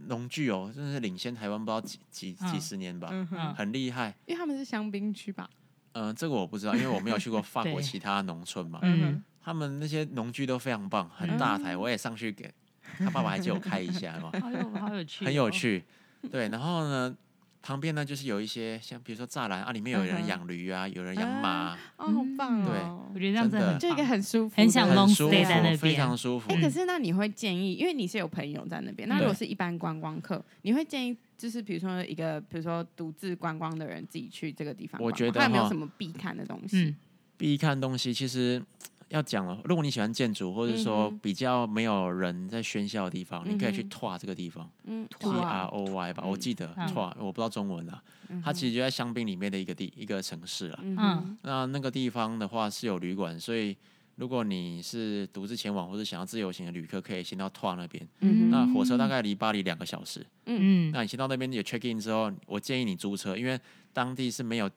[SPEAKER 2] 农具哦，真的是领先台湾不知道几几几
[SPEAKER 3] 嗯
[SPEAKER 2] 十年吧，
[SPEAKER 4] 嗯哼，
[SPEAKER 3] 嗯
[SPEAKER 2] 很厉害。
[SPEAKER 4] 因为他们是香槟区吧？
[SPEAKER 2] 嗯、这个我不知道，因为我没有去过法国
[SPEAKER 3] 对
[SPEAKER 2] 其他农村嘛。
[SPEAKER 3] 嗯
[SPEAKER 2] 他们那些农具都非常棒，很大
[SPEAKER 4] 嗯
[SPEAKER 2] 台，我也上去给他爸爸还借我开一 下嘛，
[SPEAKER 3] 好有好有
[SPEAKER 4] 哦
[SPEAKER 3] 趣，
[SPEAKER 2] 嗯
[SPEAKER 3] 哦
[SPEAKER 2] 很有。趣。对，然后呢，旁边呢就是有一些像比如说栅栏啊，里面有
[SPEAKER 4] 嗯
[SPEAKER 2] 人
[SPEAKER 4] 哼
[SPEAKER 2] 养驴啊，有人养马啊、
[SPEAKER 4] 哦，好棒
[SPEAKER 3] 我
[SPEAKER 4] 哦，
[SPEAKER 3] 觉得这样真的很
[SPEAKER 4] 就一个
[SPEAKER 3] 棒
[SPEAKER 4] 很舒服的，
[SPEAKER 3] 很想 long
[SPEAKER 2] 很舒
[SPEAKER 3] stay 在那
[SPEAKER 2] 服，非
[SPEAKER 3] 边
[SPEAKER 2] 常舒服。
[SPEAKER 4] 哎，可是那你会建议，因为你是有朋友在那边，那如果
[SPEAKER 2] 对
[SPEAKER 4] 是一般观光客，你会建议就是比如说一个比如说独自观光的人自己去这个地方观光，
[SPEAKER 2] 我觉得
[SPEAKER 4] 他有没有
[SPEAKER 2] 哈
[SPEAKER 4] 什么必看的东西？
[SPEAKER 3] 嗯
[SPEAKER 2] 必看东西其实要讲了，如果你喜欢建筑，或者说
[SPEAKER 4] 嗯哼
[SPEAKER 2] 比较没有人在喧嚣的地方，你可以
[SPEAKER 4] 嗯
[SPEAKER 2] 去
[SPEAKER 4] 哼
[SPEAKER 2] 拓这个地方
[SPEAKER 4] 嗯，
[SPEAKER 2] ，T
[SPEAKER 4] 土
[SPEAKER 2] R
[SPEAKER 4] 啊，
[SPEAKER 2] O Y 吧，
[SPEAKER 4] 嗯
[SPEAKER 2] 我记得
[SPEAKER 3] 嗯
[SPEAKER 2] 拓，我不知道中文啦，它其实就在香槟里面的一个地一个城市啊啦。
[SPEAKER 4] 嗯
[SPEAKER 3] 嗯
[SPEAKER 4] 哼
[SPEAKER 2] 那那个地方的话是有旅馆，所以如果你是独自前往或者想要自由行的旅客，可以先到拓那边。
[SPEAKER 4] 嗯
[SPEAKER 2] 那火车大概离巴黎两个小时，
[SPEAKER 3] 嗯
[SPEAKER 2] 那你先到那边有 check in 之后，我建议你租车，因为当地是没有，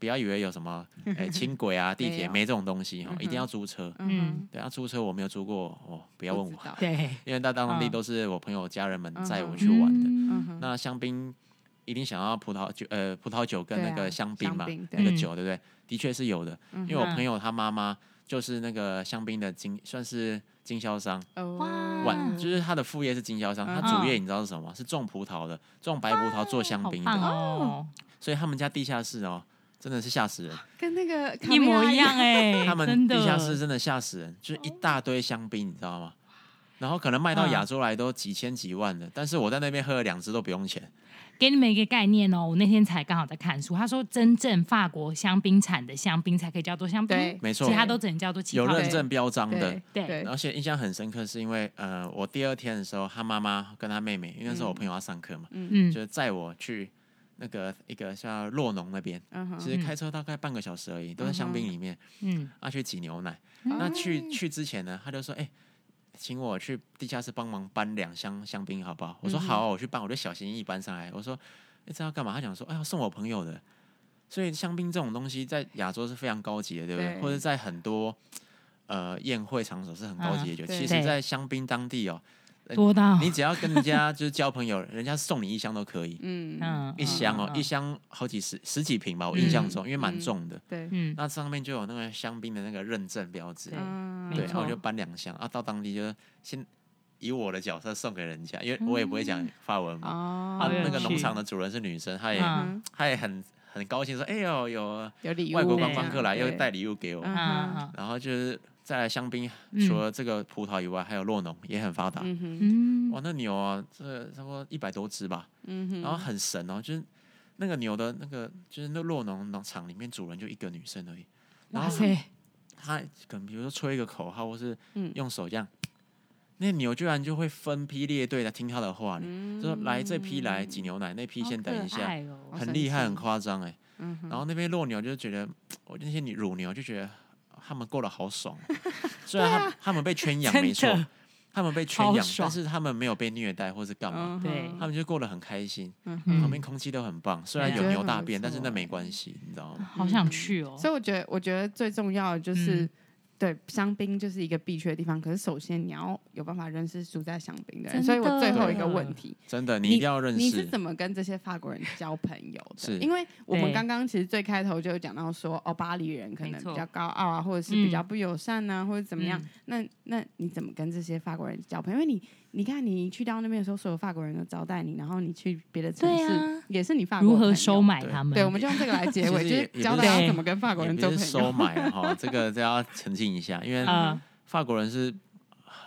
[SPEAKER 2] 不要以为有 什么诶、轻轨啊、地
[SPEAKER 4] 没
[SPEAKER 2] 铁
[SPEAKER 4] 有
[SPEAKER 2] 没这种东西哦，一定要租车。
[SPEAKER 4] 嗯
[SPEAKER 2] 对啊，租车我没有租过哦，不
[SPEAKER 4] 哼，
[SPEAKER 2] 要问
[SPEAKER 4] 不
[SPEAKER 2] 我
[SPEAKER 4] 知，道，
[SPEAKER 3] 对，
[SPEAKER 2] 因为到当地
[SPEAKER 3] 嗯
[SPEAKER 2] 都是我朋友家人们
[SPEAKER 4] 嗯
[SPEAKER 2] 载我
[SPEAKER 4] 哼
[SPEAKER 2] 去玩的。
[SPEAKER 4] 嗯
[SPEAKER 3] 嗯
[SPEAKER 4] 哼，
[SPEAKER 2] 那香槟一定想要葡萄酒，呃，葡萄酒跟
[SPEAKER 4] 对
[SPEAKER 2] 那
[SPEAKER 4] 啊
[SPEAKER 2] 个香槟
[SPEAKER 4] 香
[SPEAKER 2] 嘛，
[SPEAKER 4] 槟
[SPEAKER 2] 那个
[SPEAKER 3] 对
[SPEAKER 2] 酒对不对？的确是有的，
[SPEAKER 3] 嗯
[SPEAKER 2] 因为我朋友他妈妈就是那个香槟的经，算是经销商，
[SPEAKER 4] 哦
[SPEAKER 3] 哇
[SPEAKER 2] 晚就是他的副业是经销商，
[SPEAKER 4] 嗯
[SPEAKER 2] 他主业你知道是什么？是种葡萄的，种白葡萄做香
[SPEAKER 3] 啊好
[SPEAKER 2] 槟
[SPEAKER 3] 棒
[SPEAKER 2] 的，
[SPEAKER 3] 哦，
[SPEAKER 2] 所以他们家地下室哦，真的是吓死人，
[SPEAKER 4] 跟那个卡
[SPEAKER 3] 一
[SPEAKER 4] 蜜
[SPEAKER 3] 模
[SPEAKER 4] 拉
[SPEAKER 3] 一样哎，
[SPEAKER 2] 他们
[SPEAKER 3] 真的
[SPEAKER 2] 地下室真的吓死人，就是一大堆香槟，你知道吗？然后可能卖到
[SPEAKER 3] 嗯
[SPEAKER 2] 亚洲来都几千几万的，但是我在那边喝了两支都不用钱，
[SPEAKER 3] 给你们一个概念哦，我那天才刚好在看书，他说真正法国香槟产的香槟才可以叫做香
[SPEAKER 4] 对
[SPEAKER 3] 槟，
[SPEAKER 2] 没错
[SPEAKER 3] 其，他都只能叫做气
[SPEAKER 2] 有
[SPEAKER 3] 泡
[SPEAKER 4] 人
[SPEAKER 2] 认
[SPEAKER 3] 水。
[SPEAKER 2] 证标章的，
[SPEAKER 4] 对
[SPEAKER 3] 对
[SPEAKER 4] 对
[SPEAKER 2] 而且印象很深刻，是因为呃，我第二天的时候，他妈妈跟他妹妹，因为那时候我朋友要上课嘛，
[SPEAKER 3] 嗯
[SPEAKER 2] 就载我去那个一个叫洛农那边，
[SPEAKER 4] 嗯哼
[SPEAKER 2] 其实开车大概半个小时而已，都在香槟里面，
[SPEAKER 3] 嗯，
[SPEAKER 2] 啊去挤牛奶。那去去之前呢，他就说，哎、请我去地下室帮忙搬两箱香槟，好不好？我说好啊、我去搬，我就小心翼翼搬上来。我说，哎、这要干嘛？他讲说，哎，要送我朋友的。所以香槟这种东西在亚洲是非常高级的，对不对？
[SPEAKER 5] 对
[SPEAKER 2] 或者在很多呃宴会场所是很高级的酒。
[SPEAKER 5] 对
[SPEAKER 2] 其
[SPEAKER 3] 对
[SPEAKER 2] 实，在香槟当地哦，
[SPEAKER 3] 多到
[SPEAKER 2] 你只要跟人家就是交朋友，人家送你一箱都可以，
[SPEAKER 5] 嗯
[SPEAKER 3] 嗯
[SPEAKER 2] 一箱哦，一箱好几十十几瓶吧，我印象中，因为蛮
[SPEAKER 5] 嗯
[SPEAKER 2] 重的。
[SPEAKER 5] 对，
[SPEAKER 3] 嗯
[SPEAKER 2] 那上面就有那个香槟的那个认证标志，
[SPEAKER 3] 对
[SPEAKER 5] 嗯
[SPEAKER 3] 没
[SPEAKER 2] 对，然后我
[SPEAKER 3] 错
[SPEAKER 2] 就搬两箱啊，到当地就是先以我的角色送给人家，因为我也不会讲法文嘛。
[SPEAKER 5] 哦
[SPEAKER 2] 啊，
[SPEAKER 3] 好有
[SPEAKER 2] 那个农
[SPEAKER 3] 趣
[SPEAKER 2] 场的主人是女生，她也
[SPEAKER 3] 嗯
[SPEAKER 2] 她也很很高兴说，哎呦，有
[SPEAKER 5] 有礼物，
[SPEAKER 2] 外国
[SPEAKER 3] 对
[SPEAKER 2] 观光客来又
[SPEAKER 5] 对
[SPEAKER 2] 带礼物给我，
[SPEAKER 5] 嗯
[SPEAKER 3] 嗯
[SPEAKER 2] 然后就是再来香槟，
[SPEAKER 3] 嗯
[SPEAKER 2] 除了这个葡萄以外，还有洛农也很发达。
[SPEAKER 5] 嗯哼，
[SPEAKER 3] 嗯，
[SPEAKER 2] 哇，那牛啊，这差不多一百多只吧，
[SPEAKER 5] 嗯哼，
[SPEAKER 2] 然后很神哦，就是那个牛的那个，就是那洛农农场里面主人就一个女生而已，然
[SPEAKER 3] 哇
[SPEAKER 2] 后
[SPEAKER 3] 塞，
[SPEAKER 2] 他可能比如说吹一个口号，或是
[SPEAKER 5] 嗯
[SPEAKER 2] 用手这样，那牛居然就会分批列队来听他的话呢，就说来这批来挤牛奶，那批先等一下，
[SPEAKER 3] 爱哦，
[SPEAKER 2] 很
[SPEAKER 5] 神
[SPEAKER 2] 厉害，
[SPEAKER 5] 奇
[SPEAKER 2] 很夸张哎。
[SPEAKER 5] 嗯
[SPEAKER 2] 然后那边落牛就觉得，我那些女乳牛就觉得他们过得好爽哦，虽然他们他们被圈养
[SPEAKER 3] 真
[SPEAKER 2] 没错
[SPEAKER 3] 的，
[SPEAKER 2] 他们被圈
[SPEAKER 3] 超
[SPEAKER 2] 养，但
[SPEAKER 3] 爽
[SPEAKER 2] 是他们没有被虐待或是干
[SPEAKER 4] 嗯
[SPEAKER 2] 嘛，
[SPEAKER 3] 对
[SPEAKER 2] 他们就过得很开心，
[SPEAKER 5] 嗯
[SPEAKER 3] 嗯
[SPEAKER 2] 旁边空气都很棒，虽然
[SPEAKER 3] 对
[SPEAKER 2] 有
[SPEAKER 5] 觉得
[SPEAKER 2] 牛
[SPEAKER 5] 很
[SPEAKER 2] 大
[SPEAKER 5] 不
[SPEAKER 2] 便，但是
[SPEAKER 5] 错
[SPEAKER 2] 那没
[SPEAKER 5] 哎
[SPEAKER 2] 关系，你知道吗？
[SPEAKER 3] 好想去哦，
[SPEAKER 4] 所以我觉得，我觉得最重要的就是，
[SPEAKER 3] 嗯
[SPEAKER 4] 对香槟就是一个必去的地方。可是首先你要有办法认识住在香槟的
[SPEAKER 3] 真的
[SPEAKER 4] 人，所以我最后一个问题，
[SPEAKER 2] 真的，你
[SPEAKER 4] 你
[SPEAKER 2] 一定要认
[SPEAKER 4] 你是
[SPEAKER 2] 识，
[SPEAKER 4] 怎么跟这些法国人交朋友的
[SPEAKER 2] 是？
[SPEAKER 4] 因为我们
[SPEAKER 3] 对
[SPEAKER 4] 刚刚其实最开头就有讲到说，哦，巴黎人可
[SPEAKER 3] 没
[SPEAKER 4] 能
[SPEAKER 3] 错
[SPEAKER 4] 比较高傲啊，或者是
[SPEAKER 3] 嗯
[SPEAKER 4] 比较不友善啊，或者怎么样
[SPEAKER 3] 嗯。
[SPEAKER 4] 那那你怎么跟这些法国人交朋友？因为你你看，你去到那边的时候，所有法国人都招待你，然后你去别的城
[SPEAKER 3] 对
[SPEAKER 4] 市
[SPEAKER 3] 啊，
[SPEAKER 4] 也是你法国
[SPEAKER 3] 如
[SPEAKER 4] 朋
[SPEAKER 3] 何
[SPEAKER 4] 友
[SPEAKER 3] 收？买他们？
[SPEAKER 4] 对，我们就用这个来结 尾，
[SPEAKER 2] 其
[SPEAKER 4] 就
[SPEAKER 2] 实也
[SPEAKER 4] 是教大
[SPEAKER 3] 也不
[SPEAKER 4] 家
[SPEAKER 3] 是
[SPEAKER 4] 怎么跟法国
[SPEAKER 2] 也
[SPEAKER 4] 人
[SPEAKER 2] 不
[SPEAKER 4] 交
[SPEAKER 2] 是
[SPEAKER 4] 朋友嗯
[SPEAKER 2] 收。买了哈，这个这要澄清一下，因为
[SPEAKER 3] 啊，
[SPEAKER 2] 法国人是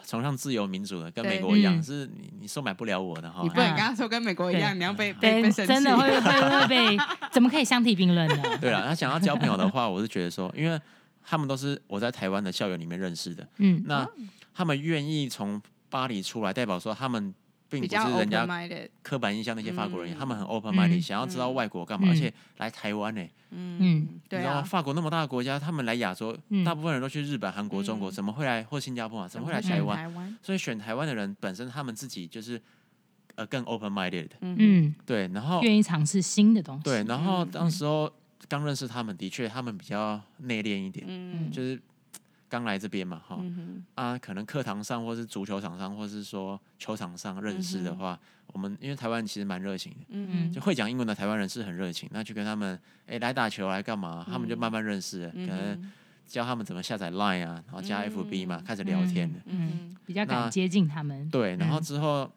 [SPEAKER 2] 崇尚自由民主的，跟
[SPEAKER 4] 对
[SPEAKER 2] 美国一样，
[SPEAKER 3] 嗯
[SPEAKER 2] 是你你收买不了我的哈
[SPEAKER 4] 你。不能跟他说跟美国一样，你要被
[SPEAKER 3] 对，
[SPEAKER 4] 被被生气。
[SPEAKER 3] 哎真的会会会 被，怎么可以相提并论呢？
[SPEAKER 2] 对了，他想要交朋友的话，我是觉得说，因为他们都是我在台湾的校园里面认识的，
[SPEAKER 3] 嗯，
[SPEAKER 2] 那他们愿意从巴黎出来，代表说他们并
[SPEAKER 4] 比
[SPEAKER 2] 不
[SPEAKER 4] 较
[SPEAKER 2] 是
[SPEAKER 4] open
[SPEAKER 2] 人家
[SPEAKER 4] minded，
[SPEAKER 2] 刻板印象那些法国人，
[SPEAKER 4] 嗯
[SPEAKER 2] 他们很 open minded，、
[SPEAKER 3] 嗯
[SPEAKER 2] 想要知道外国干嘛，
[SPEAKER 3] 嗯
[SPEAKER 2] 而且来台湾呢、
[SPEAKER 4] 嗯，
[SPEAKER 2] 你
[SPEAKER 4] 对
[SPEAKER 2] 知道吗？
[SPEAKER 4] 啊，
[SPEAKER 2] 法国那么大的国家，他们来亚洲，
[SPEAKER 3] 嗯
[SPEAKER 2] 大部分人都去日本、韩国、中国，
[SPEAKER 4] 嗯
[SPEAKER 2] 怎么会来或新加坡啊？怎么会来
[SPEAKER 3] 怎么
[SPEAKER 2] 台
[SPEAKER 3] 会
[SPEAKER 2] 湾？
[SPEAKER 4] 台湾，
[SPEAKER 2] 所以选台湾的人本身他们自己就是呃更 open minded 的，
[SPEAKER 4] 嗯
[SPEAKER 3] 嗯，
[SPEAKER 2] 对，然后
[SPEAKER 3] 愿意尝试新的东西，
[SPEAKER 2] 对，然后
[SPEAKER 4] 嗯
[SPEAKER 2] 当时候刚认识他们，的确他们比较内敛一点，
[SPEAKER 4] 嗯
[SPEAKER 2] 就是刚来这边嘛，哈、
[SPEAKER 4] 嗯
[SPEAKER 2] 啊，可能课堂上或是足球场上，或是说球场上认识的
[SPEAKER 4] 嗯哼
[SPEAKER 2] 话，我们因为台湾其实蛮热情的，
[SPEAKER 4] 嗯
[SPEAKER 2] 就会讲英文的台湾人是很热情，那就跟他们哎、来打球来干嘛，他们
[SPEAKER 4] 嗯
[SPEAKER 2] 就慢慢认识了，可能教他们怎么下载 Line 啊，然后加 FB
[SPEAKER 4] 嗯
[SPEAKER 2] 嘛，开始聊天了，
[SPEAKER 3] 嗯，比较敢接近他们，
[SPEAKER 2] 对，然后
[SPEAKER 3] 嗯
[SPEAKER 2] 之后、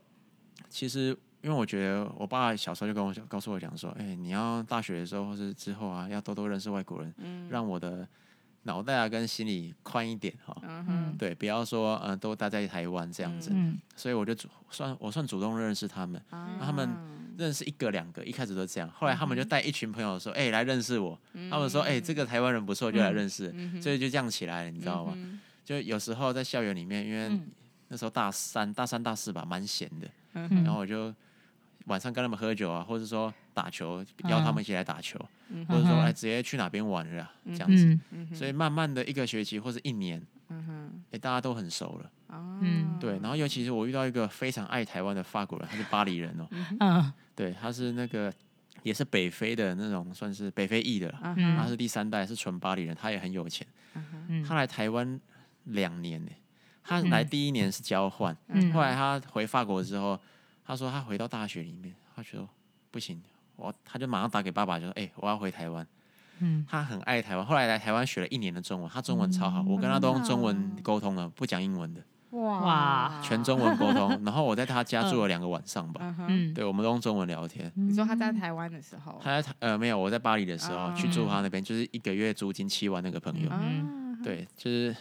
[SPEAKER 2] 其实。因为我觉得我爸小时候就跟我讲，告诉我讲说，哎、你要大学的时候或是之后啊，要多多认识外国人，
[SPEAKER 3] 嗯
[SPEAKER 2] 让我的脑袋啊跟心里宽一点哈、
[SPEAKER 4] 嗯
[SPEAKER 3] 嗯
[SPEAKER 4] 哼，
[SPEAKER 2] 对，不要说呃都待在台湾这样子，
[SPEAKER 3] 嗯
[SPEAKER 2] 所以我就主算我算主动认识他们，
[SPEAKER 4] 啊
[SPEAKER 2] 他
[SPEAKER 3] 嗯
[SPEAKER 2] 们认识一个两个，一开始都这样，后来他们就带一群朋友说，哎、来认识我，
[SPEAKER 4] 嗯
[SPEAKER 2] 他们说，
[SPEAKER 3] 嗯
[SPEAKER 2] 哎、这个台湾人不错，就来认识，所以就这样起来了，你知道吗？
[SPEAKER 4] 嗯
[SPEAKER 2] 就有时候在校园里面，因为
[SPEAKER 3] 嗯
[SPEAKER 2] 那时候大三、大三、大四吧，蛮闲的，
[SPEAKER 3] 嗯
[SPEAKER 2] 然后我就。晚上跟他们喝酒啊，或者说打球，
[SPEAKER 3] 嗯
[SPEAKER 2] 邀他们一起来打球，或者说哎直接去哪边玩了啊、这样子。
[SPEAKER 3] 嗯
[SPEAKER 2] 所以慢慢的一个学期或者一年，
[SPEAKER 4] 嗯
[SPEAKER 2] 哎、大家都很熟了。
[SPEAKER 4] 哦
[SPEAKER 3] 嗯
[SPEAKER 2] 对，然后尤其是我遇到一个非常爱台湾的法国人，他是巴黎人哦，
[SPEAKER 3] 嗯
[SPEAKER 2] 对，他是那个也是北非的那种，算是北非裔的啦，他
[SPEAKER 3] 嗯
[SPEAKER 2] 是第三代，是纯巴黎人，他也很有钱，
[SPEAKER 3] 嗯
[SPEAKER 2] 他来台湾两年呢，他来
[SPEAKER 3] 嗯
[SPEAKER 2] 第一年是交换，
[SPEAKER 3] 嗯
[SPEAKER 2] 后来他回法国之后，他说他回到大学里面，他觉得不行，我他就马上打给爸爸，就说，哎、我要回台湾，
[SPEAKER 3] 嗯
[SPEAKER 2] 他很爱台湾，后来来台湾学了一年的中文，他中文超好，我跟他都
[SPEAKER 3] 嗯
[SPEAKER 2] 用中文沟通了，不讲英文的。
[SPEAKER 4] 嗯
[SPEAKER 3] 哇
[SPEAKER 2] 全中文沟 通，然后我在他家住了两个晚上吧，
[SPEAKER 4] 嗯哼，
[SPEAKER 3] 啊嗯，
[SPEAKER 2] 对，我们都用中文聊天。
[SPEAKER 4] 你说他在台湾的时候，
[SPEAKER 2] 他在台呃没有，我在巴黎的时候
[SPEAKER 4] 啊
[SPEAKER 2] 去住他那边，就是一个月租金七万那个朋友，
[SPEAKER 3] 嗯
[SPEAKER 4] 啊
[SPEAKER 2] 对，就是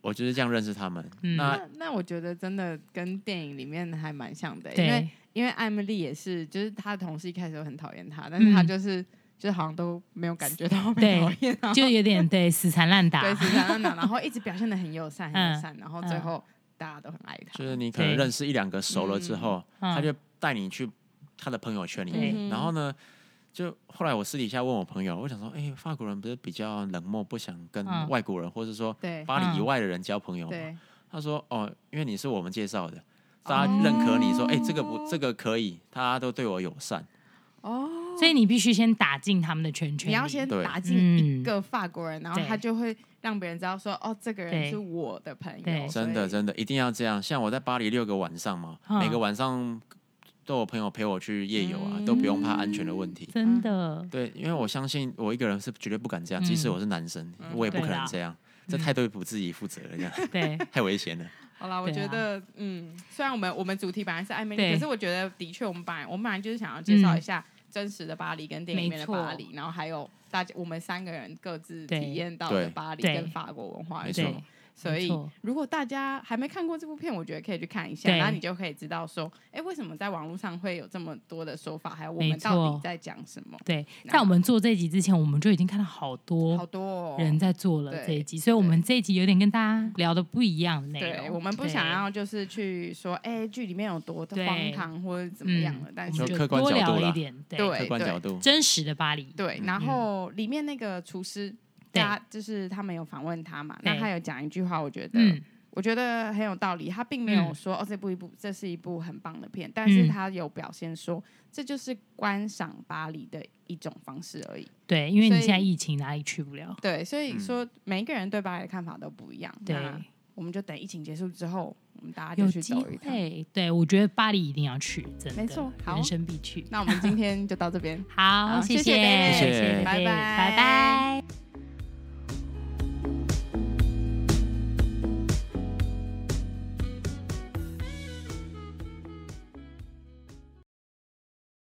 [SPEAKER 2] 我就是这样认识他们。
[SPEAKER 3] 嗯
[SPEAKER 2] 那
[SPEAKER 4] 那那我觉得真的跟电影里面还蛮像的，欸因为
[SPEAKER 3] 对，
[SPEAKER 4] 因为艾米丽也是，就是她的同事一开始都很讨厌她，但是她就是就是好像都没有感觉到被讨厌啊，
[SPEAKER 3] 就有点对死缠烂打，
[SPEAKER 4] 对，是然后然后一直表现的很友善，很友善，然后最后大家都很爱他。
[SPEAKER 2] 就是你可能
[SPEAKER 3] 对
[SPEAKER 2] 认识一两个熟了之后，
[SPEAKER 3] 嗯
[SPEAKER 2] 他就带你去他的朋友圈里面，
[SPEAKER 4] 对
[SPEAKER 2] 然后呢。就后来我私底下问我朋友，我想说，哎、法国人不是比较冷漠，不想跟
[SPEAKER 3] 嗯
[SPEAKER 2] 外国人、或是说
[SPEAKER 4] 对
[SPEAKER 2] 巴黎以
[SPEAKER 3] 嗯
[SPEAKER 2] 外的人交朋友吗？
[SPEAKER 4] 对，
[SPEAKER 2] 他说：“哦，因为你是我们介绍的，大家认可你说，哎、这个不，这个可以，大家都对我友善。”哦，
[SPEAKER 3] 所以你必须先打进他们的圈圈里。
[SPEAKER 4] 你要先
[SPEAKER 2] 对
[SPEAKER 4] 打进一
[SPEAKER 3] 嗯
[SPEAKER 4] 个法国人，然后
[SPEAKER 3] 对
[SPEAKER 4] 他就会让别人知道说，哦，这个人
[SPEAKER 3] 对
[SPEAKER 4] 是我的朋友。
[SPEAKER 3] 对
[SPEAKER 2] 真的
[SPEAKER 4] 所以
[SPEAKER 2] 真的一定要这样。像我在巴黎六个晚上嘛，
[SPEAKER 3] 嗯
[SPEAKER 2] 每个晚上都有朋友陪我去夜游
[SPEAKER 3] 嗯
[SPEAKER 2] 啊，都不用怕安全的问题。
[SPEAKER 4] 嗯
[SPEAKER 3] 真的，
[SPEAKER 2] 对，因为我相信我一个人是绝对不敢这样，即使我是男生，我也不可能这样，这太对不自己负责了，这样
[SPEAKER 3] 对，
[SPEAKER 2] 太危险了。
[SPEAKER 4] 好啦，我
[SPEAKER 3] 对啊
[SPEAKER 4] 觉得，嗯，虽然我们我们主题本来是暧昧力，
[SPEAKER 3] 对嗯
[SPEAKER 4] 可是我觉得的确，我们本来我们本来就是想要介绍一下真实的巴黎跟电影里面的
[SPEAKER 3] 没错
[SPEAKER 4] 巴黎，然后还有大家我们三个人各自
[SPEAKER 3] 对
[SPEAKER 4] 体验到的
[SPEAKER 2] 对
[SPEAKER 4] 巴黎
[SPEAKER 3] 对
[SPEAKER 4] 跟法国文化
[SPEAKER 2] 没
[SPEAKER 4] 有
[SPEAKER 2] 错
[SPEAKER 4] 什么
[SPEAKER 3] 对，
[SPEAKER 4] 所
[SPEAKER 3] 没
[SPEAKER 4] 以
[SPEAKER 3] 错，
[SPEAKER 4] 如果大家还没看过这部片，我觉得可以去看一下，
[SPEAKER 3] 对
[SPEAKER 4] 那你就可以知道说，哎、为什么在网络上会有这么多的说法，还有我
[SPEAKER 3] 没
[SPEAKER 4] 们
[SPEAKER 3] 错
[SPEAKER 4] 到底在讲什么？
[SPEAKER 3] 对，
[SPEAKER 4] 那
[SPEAKER 3] 在我们做这一集之前，我们就已经看到好
[SPEAKER 4] 好
[SPEAKER 3] 多
[SPEAKER 4] 多、哦、
[SPEAKER 3] 人在做了
[SPEAKER 4] 对
[SPEAKER 3] 这一集，所以我们这一集有点跟大家聊的不一样的内
[SPEAKER 4] 对，
[SPEAKER 3] 容。
[SPEAKER 4] 我们不
[SPEAKER 3] 对
[SPEAKER 4] 想要就是去说，哎、剧里面有多
[SPEAKER 3] 对嗯
[SPEAKER 4] 荒唐或者怎么样的，但
[SPEAKER 3] 我
[SPEAKER 4] 是
[SPEAKER 3] 们
[SPEAKER 2] 就
[SPEAKER 3] 就
[SPEAKER 2] 客观
[SPEAKER 3] 多
[SPEAKER 2] 角
[SPEAKER 3] 聊
[SPEAKER 2] 度
[SPEAKER 3] 了一
[SPEAKER 2] 啦
[SPEAKER 3] 点，对
[SPEAKER 4] 对
[SPEAKER 2] 客观
[SPEAKER 4] 哎对
[SPEAKER 2] 角度，
[SPEAKER 3] 真实的巴黎，
[SPEAKER 4] 对，然后里面那个厨师，
[SPEAKER 3] 对
[SPEAKER 4] 他就是他们有访问他嘛，
[SPEAKER 3] 对
[SPEAKER 4] 那他有讲一句话，我觉得、
[SPEAKER 3] 嗯，
[SPEAKER 4] 我觉得很有道理。他并没有说、哦，这部一部这是一部很棒的片，但是
[SPEAKER 3] 嗯
[SPEAKER 4] 他有表现说，这就是观赏巴黎的一种方式而已。
[SPEAKER 3] 对，因为你
[SPEAKER 4] 所以
[SPEAKER 3] 现在疫情哪里去不了，
[SPEAKER 4] 对，所以
[SPEAKER 2] 嗯
[SPEAKER 4] 说每一个人对巴黎的看法都不一样。
[SPEAKER 3] 对，
[SPEAKER 4] 那我们就等疫情结束之后，我们大家
[SPEAKER 3] 有
[SPEAKER 4] 就去
[SPEAKER 3] 机
[SPEAKER 4] 走一趟。
[SPEAKER 3] 会，对我觉得巴黎一定要去，真的，
[SPEAKER 4] 没错好
[SPEAKER 3] 人生必去。
[SPEAKER 4] 那我们今天就到这边。
[SPEAKER 3] 好，
[SPEAKER 4] 好
[SPEAKER 3] 谢
[SPEAKER 4] 谢谢
[SPEAKER 3] 谢
[SPEAKER 4] David，
[SPEAKER 2] 谢谢
[SPEAKER 3] 拜
[SPEAKER 4] 拜拜
[SPEAKER 3] 拜拜。